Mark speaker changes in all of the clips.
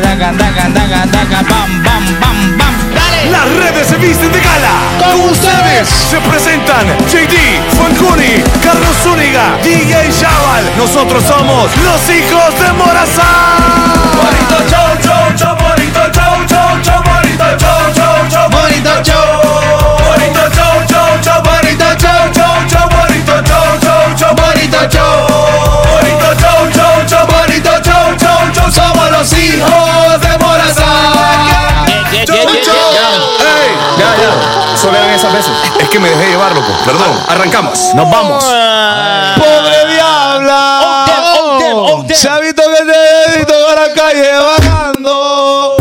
Speaker 1: daga, daga, daga, daga, bam, bam, bam, bam. Dale.
Speaker 2: Las redes se visten de gala.
Speaker 1: Con ustedes
Speaker 2: se presentan JD, Fancuni, Carlos Zúñiga, DJ Chaval. Nosotros somos los hijos de Morazán. Bonito show, show, show, bonito show, show, show, bonito show, show, show,
Speaker 1: Bonito show.
Speaker 2: bonito show, show, show, bonito show, show, show, bonito show, show, show,
Speaker 1: Bonito show.
Speaker 2: bonito show, show, show, bonito show, show, show. Somos los hijos de Morazán.
Speaker 1: Yeah, yeah,
Speaker 2: Chau,
Speaker 1: yeah, yeah,
Speaker 2: chau.
Speaker 1: yeah.
Speaker 2: Ey, ya, ya. Solo eran esas veces. Es que me dejé llevar, loco. Perdón. Arrancamos. Ah. Nos vamos.
Speaker 3: ¡Pobre diabla!
Speaker 1: Oh, damn, oh, damn, oh, damn.
Speaker 3: Se ha visto que te he visto por la calle vagando.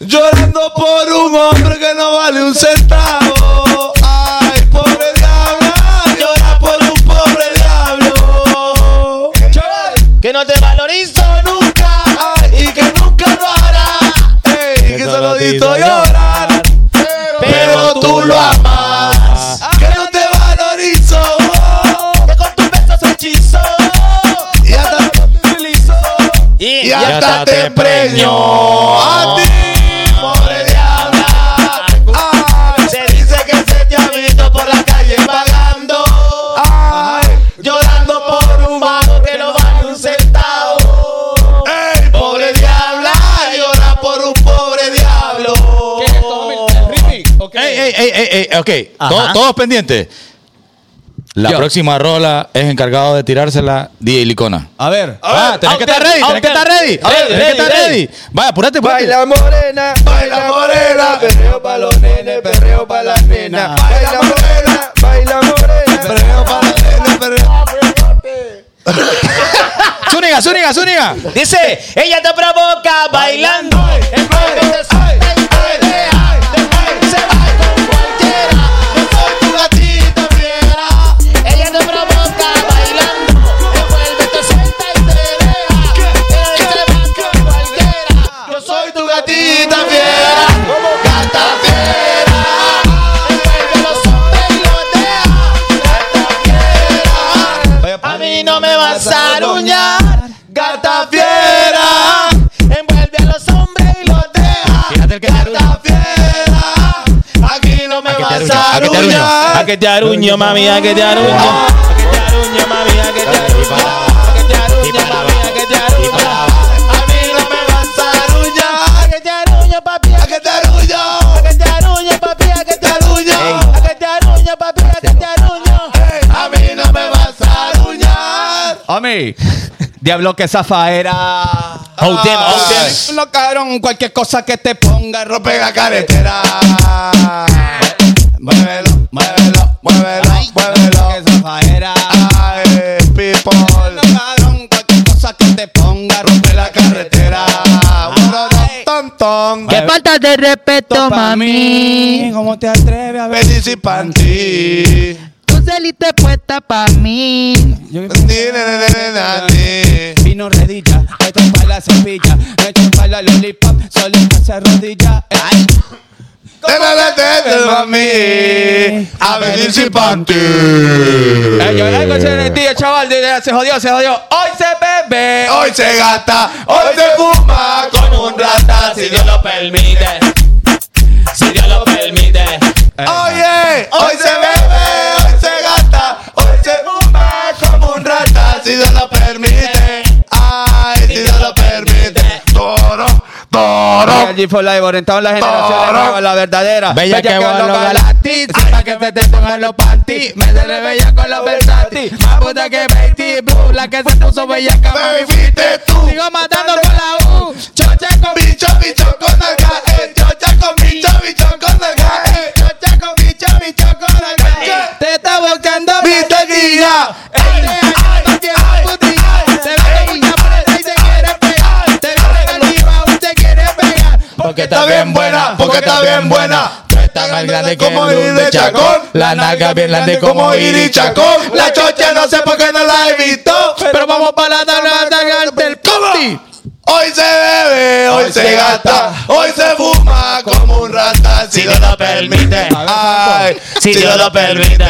Speaker 3: Llorando por un hombre que no vale un centavo. Ay, pobre diabla, llora por un pobre diablo.
Speaker 1: Que no te valorizo.
Speaker 3: Yo nunca, ay, y que nunca lo hará. Ey, que solo te hizo llorar. Pero tú lo amas. Que no te valorizo.
Speaker 1: Que con tus besos hechizo.
Speaker 3: Y hasta
Speaker 1: Y,
Speaker 3: y hasta te preñó a ti. Pobre diabla, Ay, se dice que se te ha visto por la calle vagando, Ay, llorando por un vago que no vale un centavo. Ey, pobre diabla, llora por un pobre diablo.
Speaker 4: Ey, ey, ey, ey, ey, ok. Todo- todos pendientes. La
Speaker 1: Yo.
Speaker 4: próxima rola es encargado de tirársela DJ Licona.
Speaker 3: A ver,
Speaker 4: Ah, tenés que
Speaker 1: Outer,
Speaker 4: estar ready, tenés que
Speaker 1: outer.
Speaker 4: estar ready.
Speaker 1: Ready,
Speaker 4: Tenés que estar
Speaker 1: ready,
Speaker 4: ready. Vaya, pues. apúrate, apúrate.
Speaker 3: Baila morena, baila morena, perreo pa' los nenes, perreo pa' las nenas. Baila morena, baila morena, perreo pa' los nenes, perreo.
Speaker 4: Zúñiga, Zúñiga, Zúñiga.
Speaker 1: Dice, ella te provoca bailando.
Speaker 3: Ay, ay, ay, ay, ay, ay, se va con cualquiera. Yo soy tu gatita fiera.
Speaker 1: Ella te provoca bailando. Te vuelve, te suelta y te deja. Pero se levanta cualquiera.
Speaker 3: Yo soy tu gatita fiera. Gata fiera. Envuelve a los hombres y los deja. Gata fiera.
Speaker 1: A mí no
Speaker 3: Gata fiera.
Speaker 1: me vas a aruñar. Envuelve a los hombres y los deja.
Speaker 4: Fíjate el que te
Speaker 3: Gata fiera. Aquí no me
Speaker 4: te
Speaker 3: vas
Speaker 4: aruño,
Speaker 3: a arruinar.
Speaker 4: a que te aruño,
Speaker 1: A que te aruño, mami, a que te aruño. A que te aruño, mami, a que te aruño. A que te aruño, mami, a que te aruño.
Speaker 3: A mí no me vas a arruinar.
Speaker 1: A que te aruño, papi, a
Speaker 3: A que te arruño. A
Speaker 1: que te aruño, papi, a
Speaker 3: que
Speaker 1: que
Speaker 3: te
Speaker 1: te
Speaker 3: arruño.
Speaker 1: A que te aruño, papi, a que te aruño.
Speaker 3: A mí no me vas a arruinar. Homie, diablo que zafaera.
Speaker 1: Oh, damn, oh, damn.
Speaker 3: Ah, Lo cabrón, cualquier cosa que te ponga rompe la carretera. Muévelo, muévelo, muévelo, muévelo. Que zafaera. Ay, people. Lo cabrón, cualquier cosa que te ponga rompe la carretera. Bueno, ton, ton.
Speaker 5: Qué falta de respeto,
Speaker 3: pa'
Speaker 5: mami.
Speaker 3: ¿Cómo te atreves a venir sin panty?
Speaker 5: Tu celita puesta pa' mí.
Speaker 3: Vino redilla, esto es para la cepilla, esto es para la lollipop, solo se rodilla. Ay. mami, a venir sin panty.
Speaker 6: Yo era el coche del tío, chaval, de- se jodió, se jodió. Hoy se bebe.
Speaker 3: Hoy se gasta, hoy se fuma como un rata, si Dios lo
Speaker 1: permite. Si Dios lo permite.
Speaker 3: Oye, hoy se bebe, hoy se gasta, hoy se fuma como un rata, si Dios lo permite. Ay, si Dios lo permite. Toro, toro.
Speaker 6: El G4Live, orientado en la generación nueva, la verdadera.
Speaker 4: Bella que va a lograr.
Speaker 6: ti, para que me te pongan los panty. Me dele bella con los versatis. Más puta que Betty Blue, la que se puso bella que
Speaker 3: Baby, fuiste tú.
Speaker 6: Sigo matando con la U. Choche con mi
Speaker 3: Bicho, bicho con nalga, eh. Chocha con bicho, bicho con nalga, eh. Chocha con bicho, bicho con nalga, eh.
Speaker 6: Te está buscando
Speaker 3: Viste guía. Ey, ay, ay, ay,
Speaker 6: Te ve con
Speaker 3: ey,
Speaker 6: mucha presa y te quiere pegar. Te ve con el IVA y te quiere pegar.
Speaker 4: Porque
Speaker 3: Está bien buena, porque está bien buena.
Speaker 4: Tú estás más grande que
Speaker 3: como
Speaker 4: el
Speaker 3: ir de
Speaker 4: mundo,
Speaker 3: chacón.
Speaker 4: La nalga bien grande como
Speaker 3: Iri
Speaker 4: Iri
Speaker 3: Chacón. La chocha no sé por qué no la he visto.
Speaker 6: Pero vamos para la tabla del
Speaker 3: ¿Cómo? Hoy se bebe, hoy se gasta, hoy se fuma como un rata, si Dios lo permite. Ay, si Dios lo permite.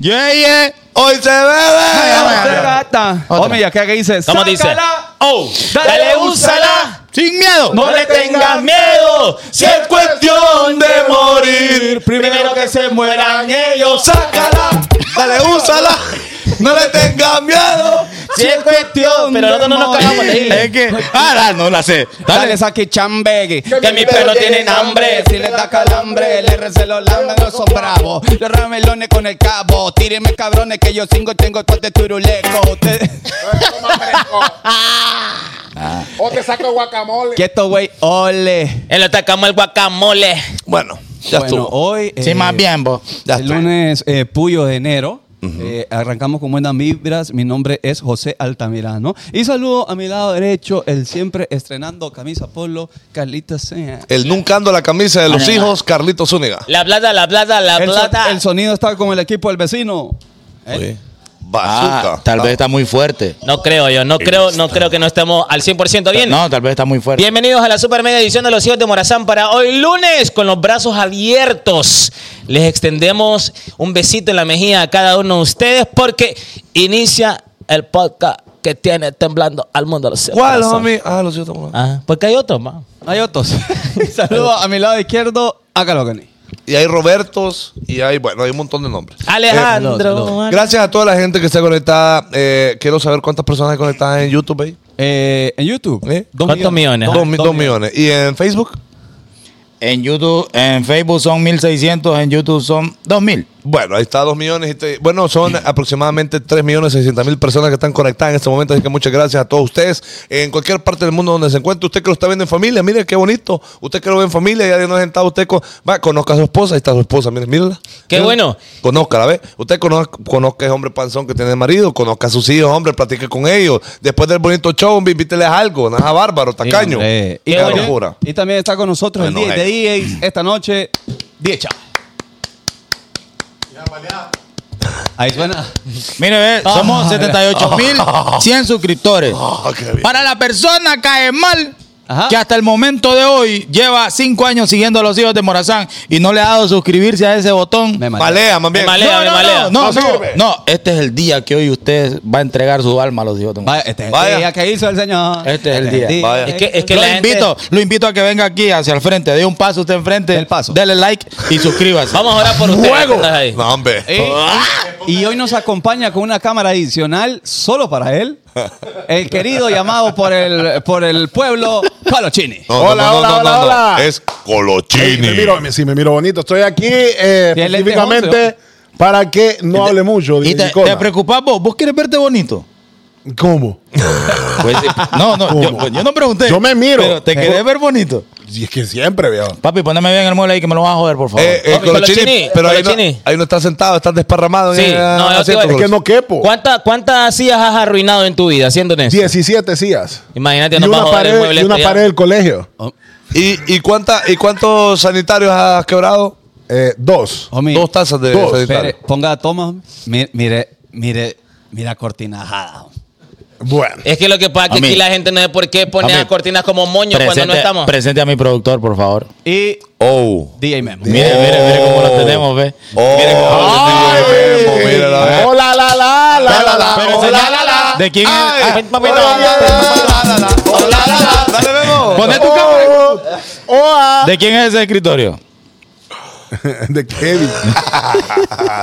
Speaker 4: Yeah, yeah.
Speaker 3: Hoy se bebe.
Speaker 6: gata. Oh, Hombre, ya que dice.
Speaker 1: ¿Cómo dice?
Speaker 6: Sácala,
Speaker 1: Oh, dale, úsala.
Speaker 4: Sin miedo.
Speaker 7: No le tengas miedo, si es cuestión de morir. Primero que se mueran ellos, sácala, dale, úsala. No le tengas miedo, si es
Speaker 6: Pero
Speaker 7: cuestión de
Speaker 6: nosotros no nos
Speaker 7: morir.
Speaker 6: cagamos de ir.
Speaker 4: Es que. Ah, la- no la sé.
Speaker 6: Dale,
Speaker 4: Dale.
Speaker 6: saque chambegue.
Speaker 7: Que
Speaker 6: Que
Speaker 7: mis
Speaker 6: mis perros
Speaker 7: perros
Speaker 6: tienen
Speaker 7: tienen
Speaker 6: hambre. Si les da calambre, le recelo lambe, no son bravos. Los ramelones con el cabo. Tírenme cabrones que yo cinco y tengo el pote turuleco. Ustedes.
Speaker 8: O te saco guacamole.
Speaker 6: Quieto, güey, ole.
Speaker 7: Él atacamos el guacamole.
Speaker 3: Bueno, ya
Speaker 6: bueno,
Speaker 3: estuvo.
Speaker 6: hoy.
Speaker 4: Sí,
Speaker 6: eh,
Speaker 4: más bien, vos.
Speaker 3: Ya
Speaker 6: el
Speaker 3: estuvo.
Speaker 6: lunes eh, Puyo de enero. Eh, arrancamos con buenas vibras. Mi nombre es José Altamirano. Y saludo a mi lado derecho, el siempre estrenando camisa polo, Carlita Sea.
Speaker 3: El nunca ando la camisa de los hijos, Carlito Zúñiga.
Speaker 7: La plata, la plata, la
Speaker 6: El, so-
Speaker 7: plata.
Speaker 6: el sonido está como el equipo del vecino. ¿Eh?
Speaker 3: Oye,
Speaker 4: Ah,
Speaker 3: bazooka. Ah.
Speaker 4: tal vez está muy fuerte.
Speaker 7: No creo yo, no creo, no creo que no estemos al 100% bien.
Speaker 4: No, tal vez está muy fuerte.
Speaker 7: Bienvenidos a la super media edición de Los Hijos de Morazán para hoy lunes con los brazos abiertos. Les extendemos un besito en la mejilla a cada uno de ustedes porque inicia el podcast que tiene temblando al mundo. Los Hijos de
Speaker 3: ¿Cuál,
Speaker 7: Morazán.
Speaker 3: homie? Ah, los hijos estamos-
Speaker 7: Ajá, porque hay otro más.
Speaker 6: Hay otros. Saludo a mi lado izquierdo, a Calogani.
Speaker 3: Y hay Robertos, y hay, bueno, hay un montón de nombres.
Speaker 7: Alejandro.
Speaker 6: saludos, saludos.
Speaker 3: Gracias a toda la gente que está conectada. Eh, quiero saber cuántas personas hay conectadas en YouTube, ¿eh?
Speaker 6: Eh, en YouTube.
Speaker 3: ¿Eh?
Speaker 6: dos
Speaker 7: ¿Cuántos millones?
Speaker 3: Dos, mi- dos millones. ¿Y en Facebook?
Speaker 4: En YouTube, en Facebook son 1600, en YouTube son 2000.
Speaker 3: Bueno, ahí está, dos millones. y te- bueno, son aproximadamente 3 millones 600 mil personas que están conectadas en este momento. Así que muchas gracias a todos ustedes. En cualquier parte del mundo donde se encuentre, usted que lo está viendo en familia, mire qué bonito. Usted que lo ve en familia, ya no es sentado usted con. Va, conozca a su esposa, ahí está su esposa, mire, mírala.
Speaker 7: Qué
Speaker 3: Mírala.
Speaker 7: bueno.
Speaker 3: Conózcala, ¿ve? Usted conozca, conozca a ese hombre panzón que tiene marido, conozca a sus hijos, hombre, platique con ellos. Después del bonito show, hombre, invíteles algo, nada bárbaro, tacaño.
Speaker 6: Eh, y,
Speaker 3: Qué
Speaker 7: bueno.
Speaker 3: locura.
Speaker 6: también, y también está con nosotros el
Speaker 3: Bueno,
Speaker 6: 10 de DJs esta noche. 10 chavos. Ahí suena.
Speaker 4: Mire, ve,
Speaker 7: Ah.
Speaker 4: somos 78100 suscriptores.
Speaker 3: Ah, qué bien.
Speaker 4: Para la persona cae mal
Speaker 6: Ajá.
Speaker 4: que hasta el momento de hoy lleva 5 años siguiendo a los hijos de Morazán y no le ha dado suscribirse a ese botón.
Speaker 6: Me maté.
Speaker 3: Malea, más bien.
Speaker 7: Me malea.
Speaker 4: no, no, no, no,
Speaker 3: No sirve.
Speaker 4: no, no, este es el día que hoy usted va a entregar su alma a los hijos de Morazán.
Speaker 6: Vaya, este es el
Speaker 3: Vaya.
Speaker 6: día que hizo el Señor.
Speaker 4: Este es el día.
Speaker 3: Vaya.
Speaker 7: Es que, es que
Speaker 4: lo
Speaker 7: la gente-
Speaker 4: invito, lo invito a que venga aquí hacia el frente, dé un paso usted enfrente,
Speaker 6: Del paso.
Speaker 4: dele like y suscríbase.
Speaker 7: Vamos a orar por ustedes.
Speaker 4: Fuego.
Speaker 7: ¿verdad? Ahí.
Speaker 3: No, hombre.
Speaker 6: Eh,
Speaker 3: Ah.
Speaker 6: y hoy nos acompaña con una cámara adicional solo para él, el querido llamado por el, por el pueblo, Palochini.
Speaker 3: No, no,
Speaker 8: Hola,
Speaker 3: no, no,
Speaker 8: hola,
Speaker 3: no,
Speaker 8: hola,
Speaker 3: no.
Speaker 8: hola.
Speaker 3: Es
Speaker 8: Ey, me
Speaker 3: Colochini.
Speaker 8: miro, me- sí, me miro bonito. Estoy aquí eh,
Speaker 6: Tiene lentes
Speaker 8: específicamente para que no hable mucho.
Speaker 4: ¿Y
Speaker 8: dije
Speaker 4: te,
Speaker 8: Nicola.
Speaker 4: te preocupás vos? ¿Vos quieres verte bonito?
Speaker 8: ¿Cómo?
Speaker 4: Pues, eh, no, no, yo,
Speaker 8: ¿Cómo?
Speaker 4: pues, yo Eh, no pregunté.
Speaker 8: Yo me miro.
Speaker 4: Pero te querés ver bonito.
Speaker 8: Y es que siempre, veo.
Speaker 4: Papi, poneme bien el mueble ahí que me lo vas a joder, por favor.
Speaker 3: Eh, eh,
Speaker 7: Hombre,
Speaker 3: Colochini,
Speaker 7: Colochini,
Speaker 3: pero ahí no,
Speaker 7: Colochini.
Speaker 3: ahí no está sentado, está desparramado. en
Speaker 7: Sí,
Speaker 3: el, ah,
Speaker 7: no, yo te
Speaker 3: asiento,
Speaker 7: iba a
Speaker 8: Es
Speaker 7: decir
Speaker 8: que no quepo.
Speaker 7: ¿Cuánta- ¿Cuántas sillas has arruinado en tu vida haciendo eso?
Speaker 8: 17 sillas.
Speaker 7: Imagínate,
Speaker 8: y
Speaker 7: no
Speaker 8: una
Speaker 7: vamos a joder el
Speaker 8: pared,
Speaker 7: mueble
Speaker 8: y una
Speaker 7: este ya.
Speaker 8: pared del colegio.
Speaker 3: ¿Y, y, cuánta, ¿Y cuántos sanitarios has quebrado?
Speaker 8: Eh, dos.
Speaker 6: Homie,
Speaker 3: Dos tazas de
Speaker 8: Dos.
Speaker 3: sanitario.
Speaker 6: espere, ponga a toma, homie. Mi- mire, mire, mira cortinajada. homie.
Speaker 8: Bueno.
Speaker 7: Es que lo que pasa es que
Speaker 4: Homie.
Speaker 7: aquí la gente no sé por qué pone
Speaker 4: Homie.
Speaker 7: las cortinas como moño cuando no estamos.
Speaker 4: presente a mi productor, por favor.
Speaker 6: Y
Speaker 3: Oh.
Speaker 6: DJ Memo.
Speaker 4: Mire, mire, mire cómo lo tenemos, ve.
Speaker 3: Oh.
Speaker 4: Mire cómo lo
Speaker 3: Ay.
Speaker 4: tenemos.
Speaker 3: Memo, mírala, ve.
Speaker 8: Hola, Eh, oh, la, la, la, la, la.
Speaker 4: Pero
Speaker 8: Hola,
Speaker 4: enseña-
Speaker 8: la, la.
Speaker 4: ¿De quién es? Ah,
Speaker 3: Hola, la, la. Dale, Memo.
Speaker 4: Poné tu cámara.
Speaker 8: Oh, oh, ah.
Speaker 4: ¿De quién es ese escritorio?
Speaker 8: De Kevin.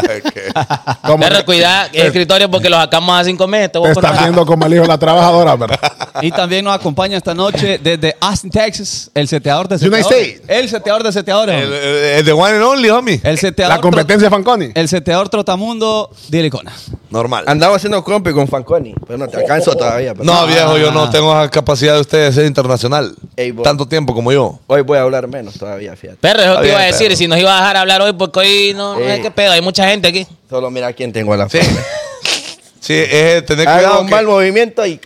Speaker 8: Como
Speaker 7: Perro, cuidado, escritorio, porque los sacamos a cinco meses. Te voy
Speaker 8: Te
Speaker 7: a poner-
Speaker 8: estás viendo como el hijo de la trabajadora, ¿verdad?
Speaker 6: Y también nos acompaña esta noche desde Austin, Texas, el seteador de
Speaker 8: United
Speaker 6: seteadores.
Speaker 8: States.
Speaker 6: El seteador de seteadores.
Speaker 3: El,
Speaker 6: homie.
Speaker 3: el- el de One and Only, homie.
Speaker 6: El seteador.
Speaker 8: La competencia de Fanconi.
Speaker 6: tro- El seteador trotamundo de Ilicona.
Speaker 3: Normal.
Speaker 9: Andaba haciendo compi con Fanconi, pero no te alcanzo todavía. pero-
Speaker 3: No, viejo, yo no tengo la capacidad de usted de ser internacional.
Speaker 9: Ey, vos.
Speaker 3: Tanto tiempo como yo.
Speaker 9: Hoy voy a hablar menos todavía, fíjate.
Speaker 7: Perro, eso
Speaker 3: Está
Speaker 7: te iba a
Speaker 3: bien,
Speaker 7: decir.
Speaker 3: perro.
Speaker 7: Si nos iba a dejar hablar hoy, porque hoy no.
Speaker 9: Sí.
Speaker 7: ay, ¿Qué pedo? Hay mucha gente aquí.
Speaker 9: Solo mira quién tengo a la
Speaker 3: Sí.
Speaker 9: frente.
Speaker 3: Sí, es tener
Speaker 9: Haga
Speaker 3: cuidado.
Speaker 9: un
Speaker 3: que-
Speaker 9: mal movimiento y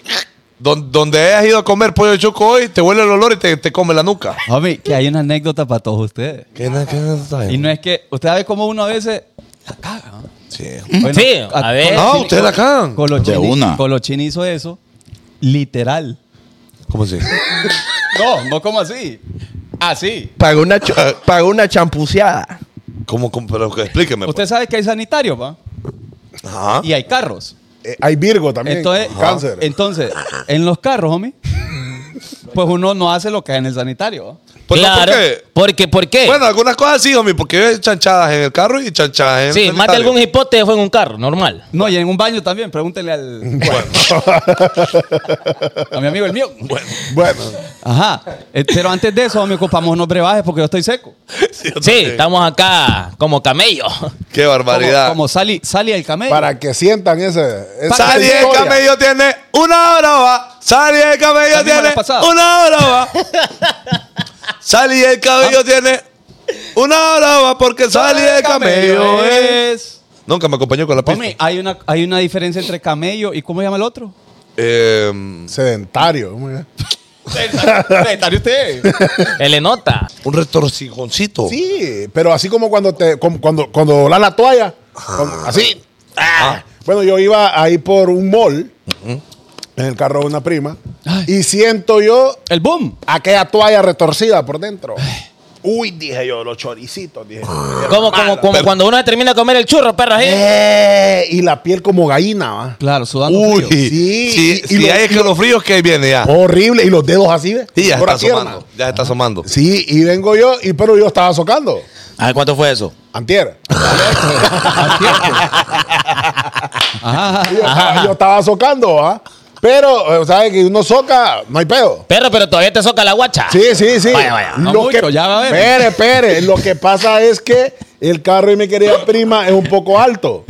Speaker 3: Don- donde hayas ido a comer pollo de chuco hoy, te huele el olor y te, te come la nuca.
Speaker 6: Homie, que hay una anécdota para todos ustedes.
Speaker 3: ¿Qué, na- qué na- está bien?
Speaker 6: Y no es que, usted sabe cómo uno a veces la caga. ¿no?
Speaker 3: Sí.
Speaker 6: Bueno,
Speaker 7: Mm. Sí, a ver.
Speaker 3: Ah,
Speaker 6: Colochini-
Speaker 3: ustedes la cagan.
Speaker 6: Colochini,
Speaker 4: De una.
Speaker 6: Colochini hizo eso, literal.
Speaker 3: ¿Cómo así?
Speaker 6: No, no como así. Así.
Speaker 9: pagó una, chu- pagó una champuceada.
Speaker 3: ¿Cómo, cómo? Pero que explíqueme. pues.
Speaker 6: Usted sabe que hay sanitario, pa,
Speaker 3: Ajá.
Speaker 6: y hay carros.
Speaker 8: Eh, hay Virgo también.
Speaker 6: Entonces,
Speaker 8: Cáncer.
Speaker 6: entonces, en los carros, homie, pues uno no hace lo que hay en el sanitario.
Speaker 2: Pues no,
Speaker 7: claro.
Speaker 2: porque-
Speaker 7: porque, ¿Por qué?
Speaker 2: Bueno, algunas cosas sí, homie, porque hay chanchadas en el carro y chanchadas en el
Speaker 7: sí, más de
Speaker 2: sanitario.
Speaker 7: algún hipote fue en un carro, normal.
Speaker 6: No, y en un baño también, pregúntele al, a mi amigo el mío.
Speaker 8: Bueno,
Speaker 6: Ajá. Eh, Pero antes de eso, me ocupamos unos brebajes porque yo estoy seco.
Speaker 2: Sí, yo
Speaker 7: Sí,
Speaker 2: también.
Speaker 7: estamos acá como camello.
Speaker 2: Qué barbaridad.
Speaker 6: Como, como Sally, Sally el camello.
Speaker 8: para que sientan ese. esa
Speaker 2: Sally el
Speaker 8: historia.
Speaker 2: camello tiene una joroba. Sally el camello
Speaker 6: También me
Speaker 2: tiene
Speaker 6: la pasaba.
Speaker 2: una joroba. Sally el
Speaker 6: Ah.
Speaker 2: camello tiene una joroba porque Sally el camello eh. es. Nunca me acompañó con la
Speaker 6: Hombre,
Speaker 2: pista.
Speaker 6: hay una, hay una diferencia entre camello y ¿cómo se llama el otro?
Speaker 2: Eh,
Speaker 8: Sedentario. hombre.
Speaker 7: Él le nota.
Speaker 2: un retorcijoncito.
Speaker 8: Sí, pero así como cuando te como cuando cuando doblás la toalla, cuando- así. Ah. Bueno, yo iba ahí por un mall en el carro de una prima y siento yo
Speaker 6: El boom.
Speaker 8: aquella toalla retorcida por dentro. Uy, dije yo, los choricitos, dije.
Speaker 2: Ah.
Speaker 7: Como, como, como cuando uno termina de comer el churro, perro. así.
Speaker 8: Eh, y la piel como gallina, va.
Speaker 6: Claro, sudando.
Speaker 2: Uy,
Speaker 6: frío.
Speaker 8: Sí,
Speaker 2: sí,
Speaker 8: y-
Speaker 2: si
Speaker 8: y lo-
Speaker 2: hay
Speaker 8: y lo-
Speaker 2: escalofríos que ahí viene ya.
Speaker 8: Horrible, y los dedos así, ¿ves?
Speaker 2: Y ya
Speaker 8: Por
Speaker 2: está
Speaker 8: la pierna.
Speaker 2: asomando. Ya está asomando.
Speaker 8: Sí, y vengo yo, y pero yo estaba socando.
Speaker 4: A ver, Ah, ¿cuánto fue eso?
Speaker 8: Antier.
Speaker 6: Ajá, ajá.
Speaker 8: Yo, estaba- yo estaba socando, ¿ah? Pero, eh, ¿sabes? Que uno soca, no hay pedo.
Speaker 7: Perro, pero todavía te soca la guacha.
Speaker 8: Sí, sí, sí.
Speaker 7: Vaya, vaya.
Speaker 6: No mucho, ya va a ver.
Speaker 8: Pere, pere. Lo que pasa es que el carro de mi querida prima es un poco alto.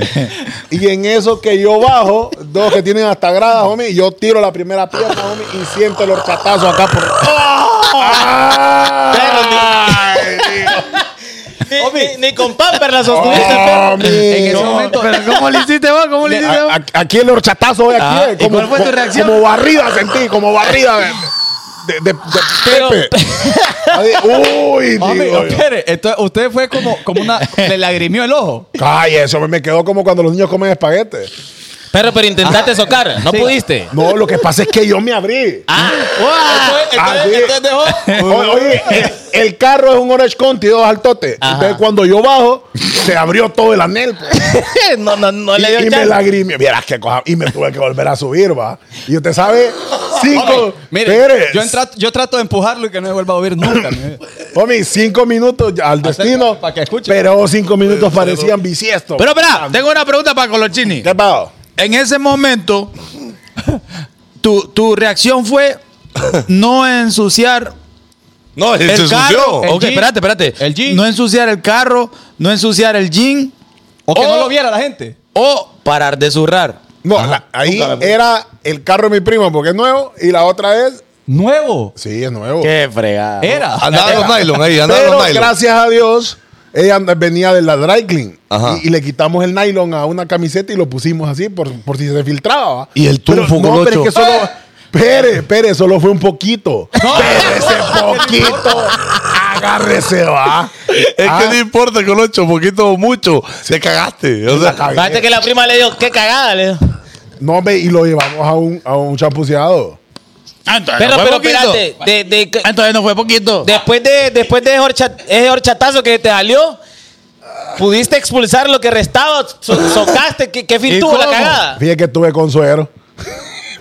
Speaker 8: Y en eso que yo bajo, dos que tienen hasta gradas, homie, yo tiro la primera pierna, homie, y siento el horchatazo acá por. ¡Ah!
Speaker 7: Ni, ni con pamper la sostuviste, perro.
Speaker 8: Ah, Homie.
Speaker 6: En ese momento.
Speaker 4: ¿Cómo le hiciste vos? ¿Cómo
Speaker 8: Le- a- a- aquí el horchatazo, ve, aquí.
Speaker 4: Ah,
Speaker 8: ve,
Speaker 4: ¿y cuál fue tu reacción?
Speaker 8: Como barrida sentí, como barrida de, de, de- de
Speaker 7: Pero-
Speaker 8: Pepe. Ahí, Uy,
Speaker 6: Hombre,
Speaker 8: digo yo.
Speaker 6: espere, entonces usted fue como, como una. Le lagrimió el ojo.
Speaker 8: Calle, eso me quedó como cuando los niños comen espaguete.
Speaker 7: Perro, pero intentaste
Speaker 4: Ah.
Speaker 7: socar, no
Speaker 6: Sí.
Speaker 7: pudiste.
Speaker 8: No, lo que pasa es que yo me abrí. Así. O- Oye, el, el carro es un Orange County, dos altotes. Entonces, cuando yo bajo, se abrió todo el anel. pues.
Speaker 7: no, no, no le
Speaker 8: y,
Speaker 7: dio
Speaker 8: y me
Speaker 7: chance.
Speaker 8: lagrimé. Vieras qué cosa. Y me tuve que volver a subir, va. Y usted sabe, cinco.
Speaker 6: Mire,
Speaker 8: Pérez.
Speaker 6: yo, entra- yo trato de empujarlo y que no se vuelva a oír nunca. mi-
Speaker 8: Homie, cinco minutos al destino.
Speaker 6: para que escuche.
Speaker 8: Pero cinco minutos parecían bisiestos.
Speaker 4: ah. Pero espera, tengo una pregunta para Colochini.
Speaker 8: ¿Qué pasó?
Speaker 4: En ese momento, tu, tu reacción fue no ensuciar
Speaker 2: No, se
Speaker 4: el
Speaker 2: ensució.
Speaker 4: carro. ok,
Speaker 6: jean.
Speaker 4: espérate, espérate.
Speaker 6: El jean.
Speaker 4: No ensuciar el carro, no ensuciar el jean
Speaker 6: O que no
Speaker 4: O-
Speaker 6: lo viera la gente.
Speaker 4: o parar de zurrar.
Speaker 8: No, la- ahí era el carro de mi primo porque es nuevo. Y la otra es.
Speaker 6: Nuevo.
Speaker 8: Sí, es nuevo.
Speaker 4: Qué fregada.
Speaker 6: Era.
Speaker 2: Andaban los nylon ahí, andaban
Speaker 8: Pero
Speaker 2: los nylon.
Speaker 8: gracias a Dios, ella and- venía de la dry clean.
Speaker 2: Ajá.
Speaker 8: Y, y le quitamos el nylon a una camiseta y lo pusimos así por, por si se filtraba. ¿va?
Speaker 2: Y el
Speaker 8: Pero
Speaker 2: tufo,
Speaker 8: No,
Speaker 2: Colocho.
Speaker 8: pero es que solo. Pere, pere, solo fue un poquito. Pero ese poquito, agárrese, va.
Speaker 2: Es
Speaker 8: Ah.
Speaker 2: que no importa, Colocho, poquito o mucho. Te cagaste. O sea,
Speaker 7: Fíjate que la prima le dio, qué cagada, le dio.
Speaker 8: No, hombre, y lo llevamos a un, a un champuceado.
Speaker 4: Ah, entonces
Speaker 7: Perro,
Speaker 4: no
Speaker 7: pero
Speaker 4: fue poquito.
Speaker 7: espérate, de- de-
Speaker 4: Ah, Entonces no fue poquito.
Speaker 7: después de, después de horcha- ese horchatazo que te salió, pudiste expulsar lo que restaba, so- socaste, ¿qué, qué fin
Speaker 4: ¿Y
Speaker 7: tuvo la
Speaker 4: cómo?
Speaker 7: cagada?
Speaker 8: Fíjate que tuve consuero.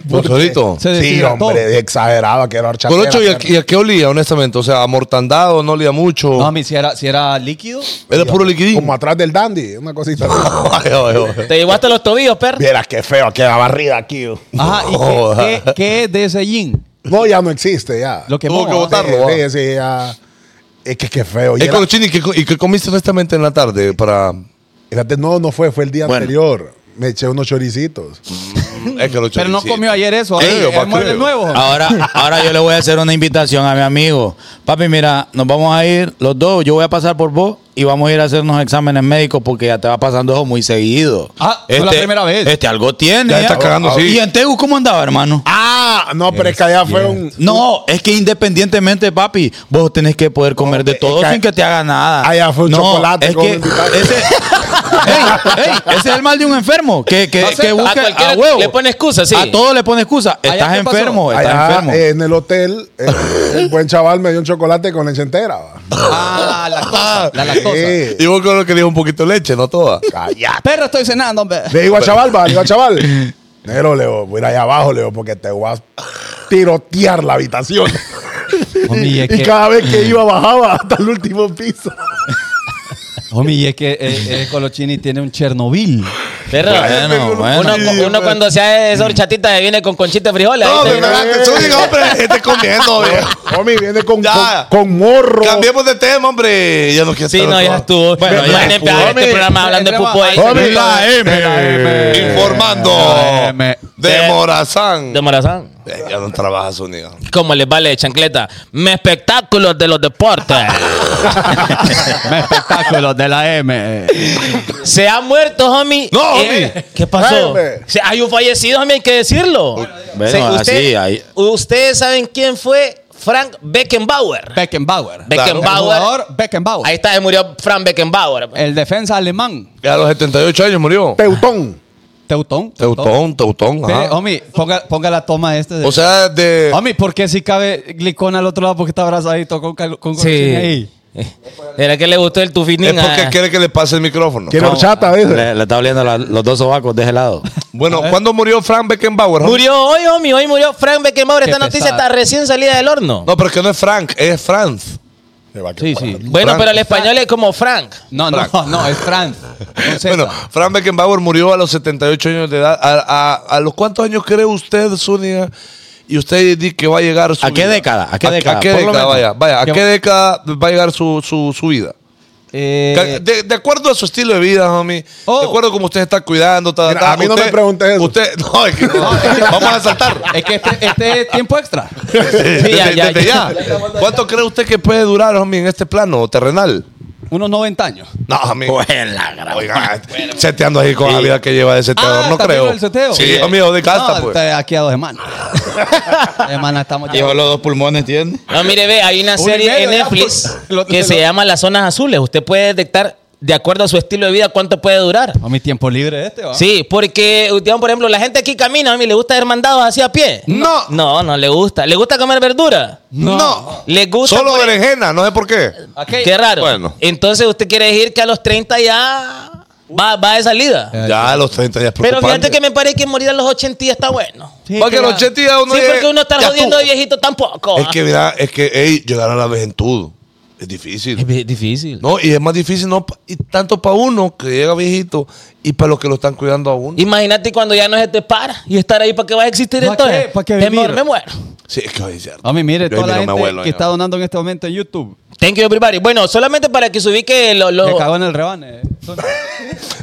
Speaker 2: Consuelito.
Speaker 6: Ah. Se
Speaker 8: Sí,
Speaker 6: deshidrató.
Speaker 8: hombre, exageraba que era horchatera.
Speaker 2: Colocho, ¿y a,
Speaker 8: perro.
Speaker 2: y a qué olía, honestamente? O sea, amortandado, no olía mucho.
Speaker 3: Oh.
Speaker 6: No, a mí, si era, si era líquido.
Speaker 2: Era puro liquidín.
Speaker 8: Como atrás del dandy, una cosita. así.
Speaker 2: Ay, ay, ay.
Speaker 7: Te llevó hasta los tobillos, perro.
Speaker 8: Vieras qué feo, qué barrida aquí. yo.
Speaker 6: Ajá, ¿y qué, qué, qué es de ese jean?
Speaker 8: No, ya no existe, ya.
Speaker 6: Lo que
Speaker 2: Tuvo
Speaker 6: moja.
Speaker 2: que botar. botarlo,
Speaker 8: Sí,
Speaker 2: ah.
Speaker 8: sí, ya. Es que qué feo. Y
Speaker 2: Eh,
Speaker 8: era-
Speaker 2: Colochini, ¿qué co- ¿y qué comiste honestamente en la tarde para...?
Speaker 8: fíjate, no, no fue, fue el día
Speaker 4: Bueno.
Speaker 8: anterior. Me eché unos choricitos.
Speaker 2: Mm. Es que los
Speaker 6: Pero no
Speaker 2: choricitos.
Speaker 6: comió ayer eso.
Speaker 2: Creo,
Speaker 6: ahí,
Speaker 2: pa,
Speaker 6: el mueble
Speaker 2: creo.
Speaker 6: nuevo.
Speaker 4: Ahora, ahora yo le voy a hacer una invitación a mi amigo. Papi, mira, nos vamos a ir los dos. Yo voy a pasar por vos y vamos a ir a hacernos exámenes médicos porque ya te va pasando eso muy seguido.
Speaker 6: Ah, fue la primera vez.
Speaker 4: Este algo tiene. ah,
Speaker 2: Ya está cagando, sí.
Speaker 4: ¿Y en Tegu cómo andaba, hermano?
Speaker 8: Ah, no, pero es que allá fue un.
Speaker 4: No, es que independientemente, papi, vos tenés que poder comer de todo
Speaker 8: es que-
Speaker 4: sin que te haga nada.
Speaker 8: Ah, ya fue un
Speaker 4: No,
Speaker 8: chocolate
Speaker 4: Es
Speaker 8: con
Speaker 4: que
Speaker 8: un picante.
Speaker 4: ese, Ey, ey, ese es el mal de un enfermo. Que, que, que busca
Speaker 7: a cualquiera
Speaker 4: a huevo.
Speaker 7: le pone excusa, sí.
Speaker 4: A todo le pone excusa.
Speaker 6: Allá,
Speaker 4: Estás
Speaker 6: ¿qué pasó?
Speaker 4: enfermo, estás
Speaker 8: Allá
Speaker 4: enfermo.
Speaker 8: eh, en el hotel, eh, un buen chaval me dio un chocolate con leche entera. va.
Speaker 6: Ah, la cosa. La lactosa.
Speaker 8: Sí.
Speaker 2: Y vos con lo que dijo un poquito de leche, no toda.
Speaker 8: Callate.
Speaker 6: Perro, estoy cenando, hombre.
Speaker 8: Le digo a chaval, va, le digo a chaval. Nero, Leo, voy a ir allá abajo, Leo, porque te voy a tirotear la habitación.
Speaker 6: Homie,
Speaker 8: y
Speaker 6: y es que-
Speaker 8: cada vez que iba, bajaba hasta el último piso.
Speaker 6: Homie, y es que eh, eh, Colochini tiene un Chernobyl.
Speaker 7: Perro,
Speaker 4: Bueno,
Speaker 7: uno-
Speaker 4: bueno.
Speaker 7: uno, uno cuando se hace esa horchatita se viene con conchita de frijoles.
Speaker 3: No,
Speaker 7: ahí
Speaker 3: me
Speaker 7: te-
Speaker 3: pegaste. Tú digas, hombre, este comiendo, viejo.
Speaker 8: Homie, viene con,
Speaker 3: Ya.
Speaker 8: con, con morro.
Speaker 3: Cambiemos de tema, hombre. Ya no quiero
Speaker 7: Sí,
Speaker 3: estar
Speaker 7: no,
Speaker 3: otro-
Speaker 7: ya estuvo.
Speaker 4: Bueno,
Speaker 7: Bueno,
Speaker 4: ya
Speaker 7: ya
Speaker 4: estuvo.
Speaker 7: empezar este
Speaker 4: Homie,
Speaker 7: programa hablando de
Speaker 6: entremos
Speaker 7: pupo
Speaker 6: a-
Speaker 7: ahí.
Speaker 8: Homie, la
Speaker 6: M.
Speaker 7: Eh,
Speaker 3: Informando
Speaker 6: M.
Speaker 3: de Morazán.
Speaker 7: De Morazán.
Speaker 3: Eh, Ya no trabaja su niño.
Speaker 7: ¿Cómo les vale de chancleta? Me espectáculos de los deportes.
Speaker 6: Me espectáculos de la M. eh.
Speaker 7: se ha muerto, homie.
Speaker 3: No,
Speaker 7: Eh,
Speaker 3: homie.
Speaker 7: ¿Qué pasó?
Speaker 8: Hombre.
Speaker 7: Se- hay un fallecido, homie, hay que decirlo.
Speaker 4: Bueno,
Speaker 7: Se-
Speaker 4: así, ahí-
Speaker 7: Ustedes saben quién fue Frank Beckenbauer.
Speaker 6: Beckenbauer.
Speaker 7: Beckenbauer.
Speaker 6: El jugador Beckenbauer. Eh,
Speaker 7: Ahí está, se murió Frank Beckenbauer.
Speaker 6: El defensa alemán.
Speaker 3: Ya a los 78 años murió.
Speaker 8: Teutón.
Speaker 6: Teutón.
Speaker 3: Teutón, Teutón. ajá.
Speaker 6: Espere, homie, ponga, ponga la toma este. De...
Speaker 3: O sea, de.
Speaker 6: homie, ¿por qué si cabe glicón al otro lado? Porque está abrazadito con, cal- con
Speaker 7: Sí.
Speaker 6: Colochini ahí.
Speaker 7: ¿Era que le gustó el
Speaker 3: Es
Speaker 7: tufinín?
Speaker 3: porque
Speaker 7: ah?
Speaker 3: quiere que le pase el micrófono.
Speaker 8: Tiene horchata, dice.
Speaker 4: Le, le está oliendo la- los dos sobacos de ese lado.
Speaker 3: Bueno, ¿cuándo murió Frank Beckenbauer? homie?
Speaker 7: Murió hoy, homie. Hoy murió Frank Beckenbauer.
Speaker 6: Qué
Speaker 7: Esta noticia
Speaker 6: pesado.
Speaker 7: está recién salida del horno.
Speaker 3: No, pero que no es Frank, es Franz.
Speaker 8: Sí, sí.
Speaker 7: Bueno,
Speaker 3: Frank.
Speaker 7: pero el español es como Frank.
Speaker 6: No, no,
Speaker 3: Frank.
Speaker 6: no, es Franz. Con Z.
Speaker 3: Bueno, Frank Beckenbauer murió a los 78 años de edad. ¿A, a- a los cuántos años cree usted, Zúñiga? Y usted dice que va a llegar su
Speaker 4: ¿A qué
Speaker 3: vida?
Speaker 4: década? ¿A qué década?
Speaker 3: ¿A qué
Speaker 4: Por lo
Speaker 3: década?
Speaker 4: menos.
Speaker 3: Vaya, vaya. ¿A
Speaker 6: ¿Qué-
Speaker 3: qué década va a llegar su, su, su vida?
Speaker 6: Eh,
Speaker 3: De, de acuerdo a su estilo de vida, homie.
Speaker 6: Oh.
Speaker 3: De acuerdo a cómo usted está cuidando. ta, ta,
Speaker 8: Mira,
Speaker 3: ta,
Speaker 8: a mí no
Speaker 3: usted-
Speaker 8: me pregunte eso.
Speaker 3: Usted, no, es que no. vamos a saltar.
Speaker 4: Eh,
Speaker 6: es que este, este es tiempo extra.
Speaker 3: Desde,
Speaker 7: ya, ya,
Speaker 3: desde
Speaker 7: ya.
Speaker 3: ya. ¿Cuánto cree usted que puede durar, homie, en este plano terrenal?
Speaker 6: Unos 90 años.
Speaker 3: No, amigo. Oigan, Ah, seteando ahí con la vida que lleva de seteador,
Speaker 6: Ah,
Speaker 3: no
Speaker 6: ¿también
Speaker 3: creo.
Speaker 6: lo del seteo?
Speaker 3: Sí, amigo, de
Speaker 6: No,
Speaker 3: casa, pues.
Speaker 6: está Aquí a dos semanas. Semana estamos ya.
Speaker 4: los dos pulmones, ¿entiendes?
Speaker 7: No, mire, ve, hay una
Speaker 6: Uy,
Speaker 7: serie
Speaker 6: medio
Speaker 7: en
Speaker 6: ya,
Speaker 7: Netflix
Speaker 6: pues, el otro
Speaker 7: que
Speaker 6: se
Speaker 7: se
Speaker 6: lo-
Speaker 7: llama Las Zonas Azules. Usted puede detectar, de acuerdo a su estilo de vida, cuánto puede durar.
Speaker 6: A mi tiempo libre
Speaker 3: Ah.
Speaker 6: este, ¿va?
Speaker 7: Sí, porque, digamos, por ejemplo, la gente aquí camina, a mí le gusta ir mandados así a pie.
Speaker 3: No.
Speaker 7: No, no le gusta. ¿Le gusta comer verdura?
Speaker 3: No.
Speaker 7: ¿Le gusta?
Speaker 3: Solo berenjena, no sé por qué.
Speaker 6: Aquel-
Speaker 7: Qué raro.
Speaker 3: Bueno.
Speaker 7: Entonces, usted quiere decir que a los 30 ya va, va de salida.
Speaker 3: Ya a los 30 días
Speaker 7: Pero fíjate que me parece que morir a los 80 ya está bueno.
Speaker 6: Sí,
Speaker 3: Porque
Speaker 6: que
Speaker 3: los
Speaker 6: la-
Speaker 3: 80 días uno
Speaker 7: sí,
Speaker 3: llega-
Speaker 7: porque uno está
Speaker 3: ya
Speaker 7: jodiendo de
Speaker 3: estuvo.
Speaker 7: viejito tampoco.
Speaker 3: Es que, mira, es que, ey, llegar a la juventud es
Speaker 7: Es
Speaker 3: difícil.
Speaker 7: bi- difícil.
Speaker 3: No, y es más difícil, no, pa- y tanto para uno que llega viejito y para los que lo están cuidando a uno.
Speaker 7: Imagínate cuando ya no se te para y estar ahí para qué vas a existir
Speaker 6: ¿Pa'
Speaker 7: entonces.
Speaker 6: qué? ¿Pa' qué
Speaker 7: Te
Speaker 6: vivir?
Speaker 7: mor- me muero.
Speaker 3: Sí, es que oye, es cierto.
Speaker 6: Homie, mire,
Speaker 3: Yo
Speaker 6: toda la
Speaker 3: miro a mi
Speaker 6: gente
Speaker 3: abuelo,
Speaker 6: que
Speaker 3: ya.
Speaker 6: está donando en este momento en YouTube.
Speaker 7: Thank you everybody. Bueno, solamente para que se ubique lo, lo-
Speaker 6: Que cagó en el rebane. eh.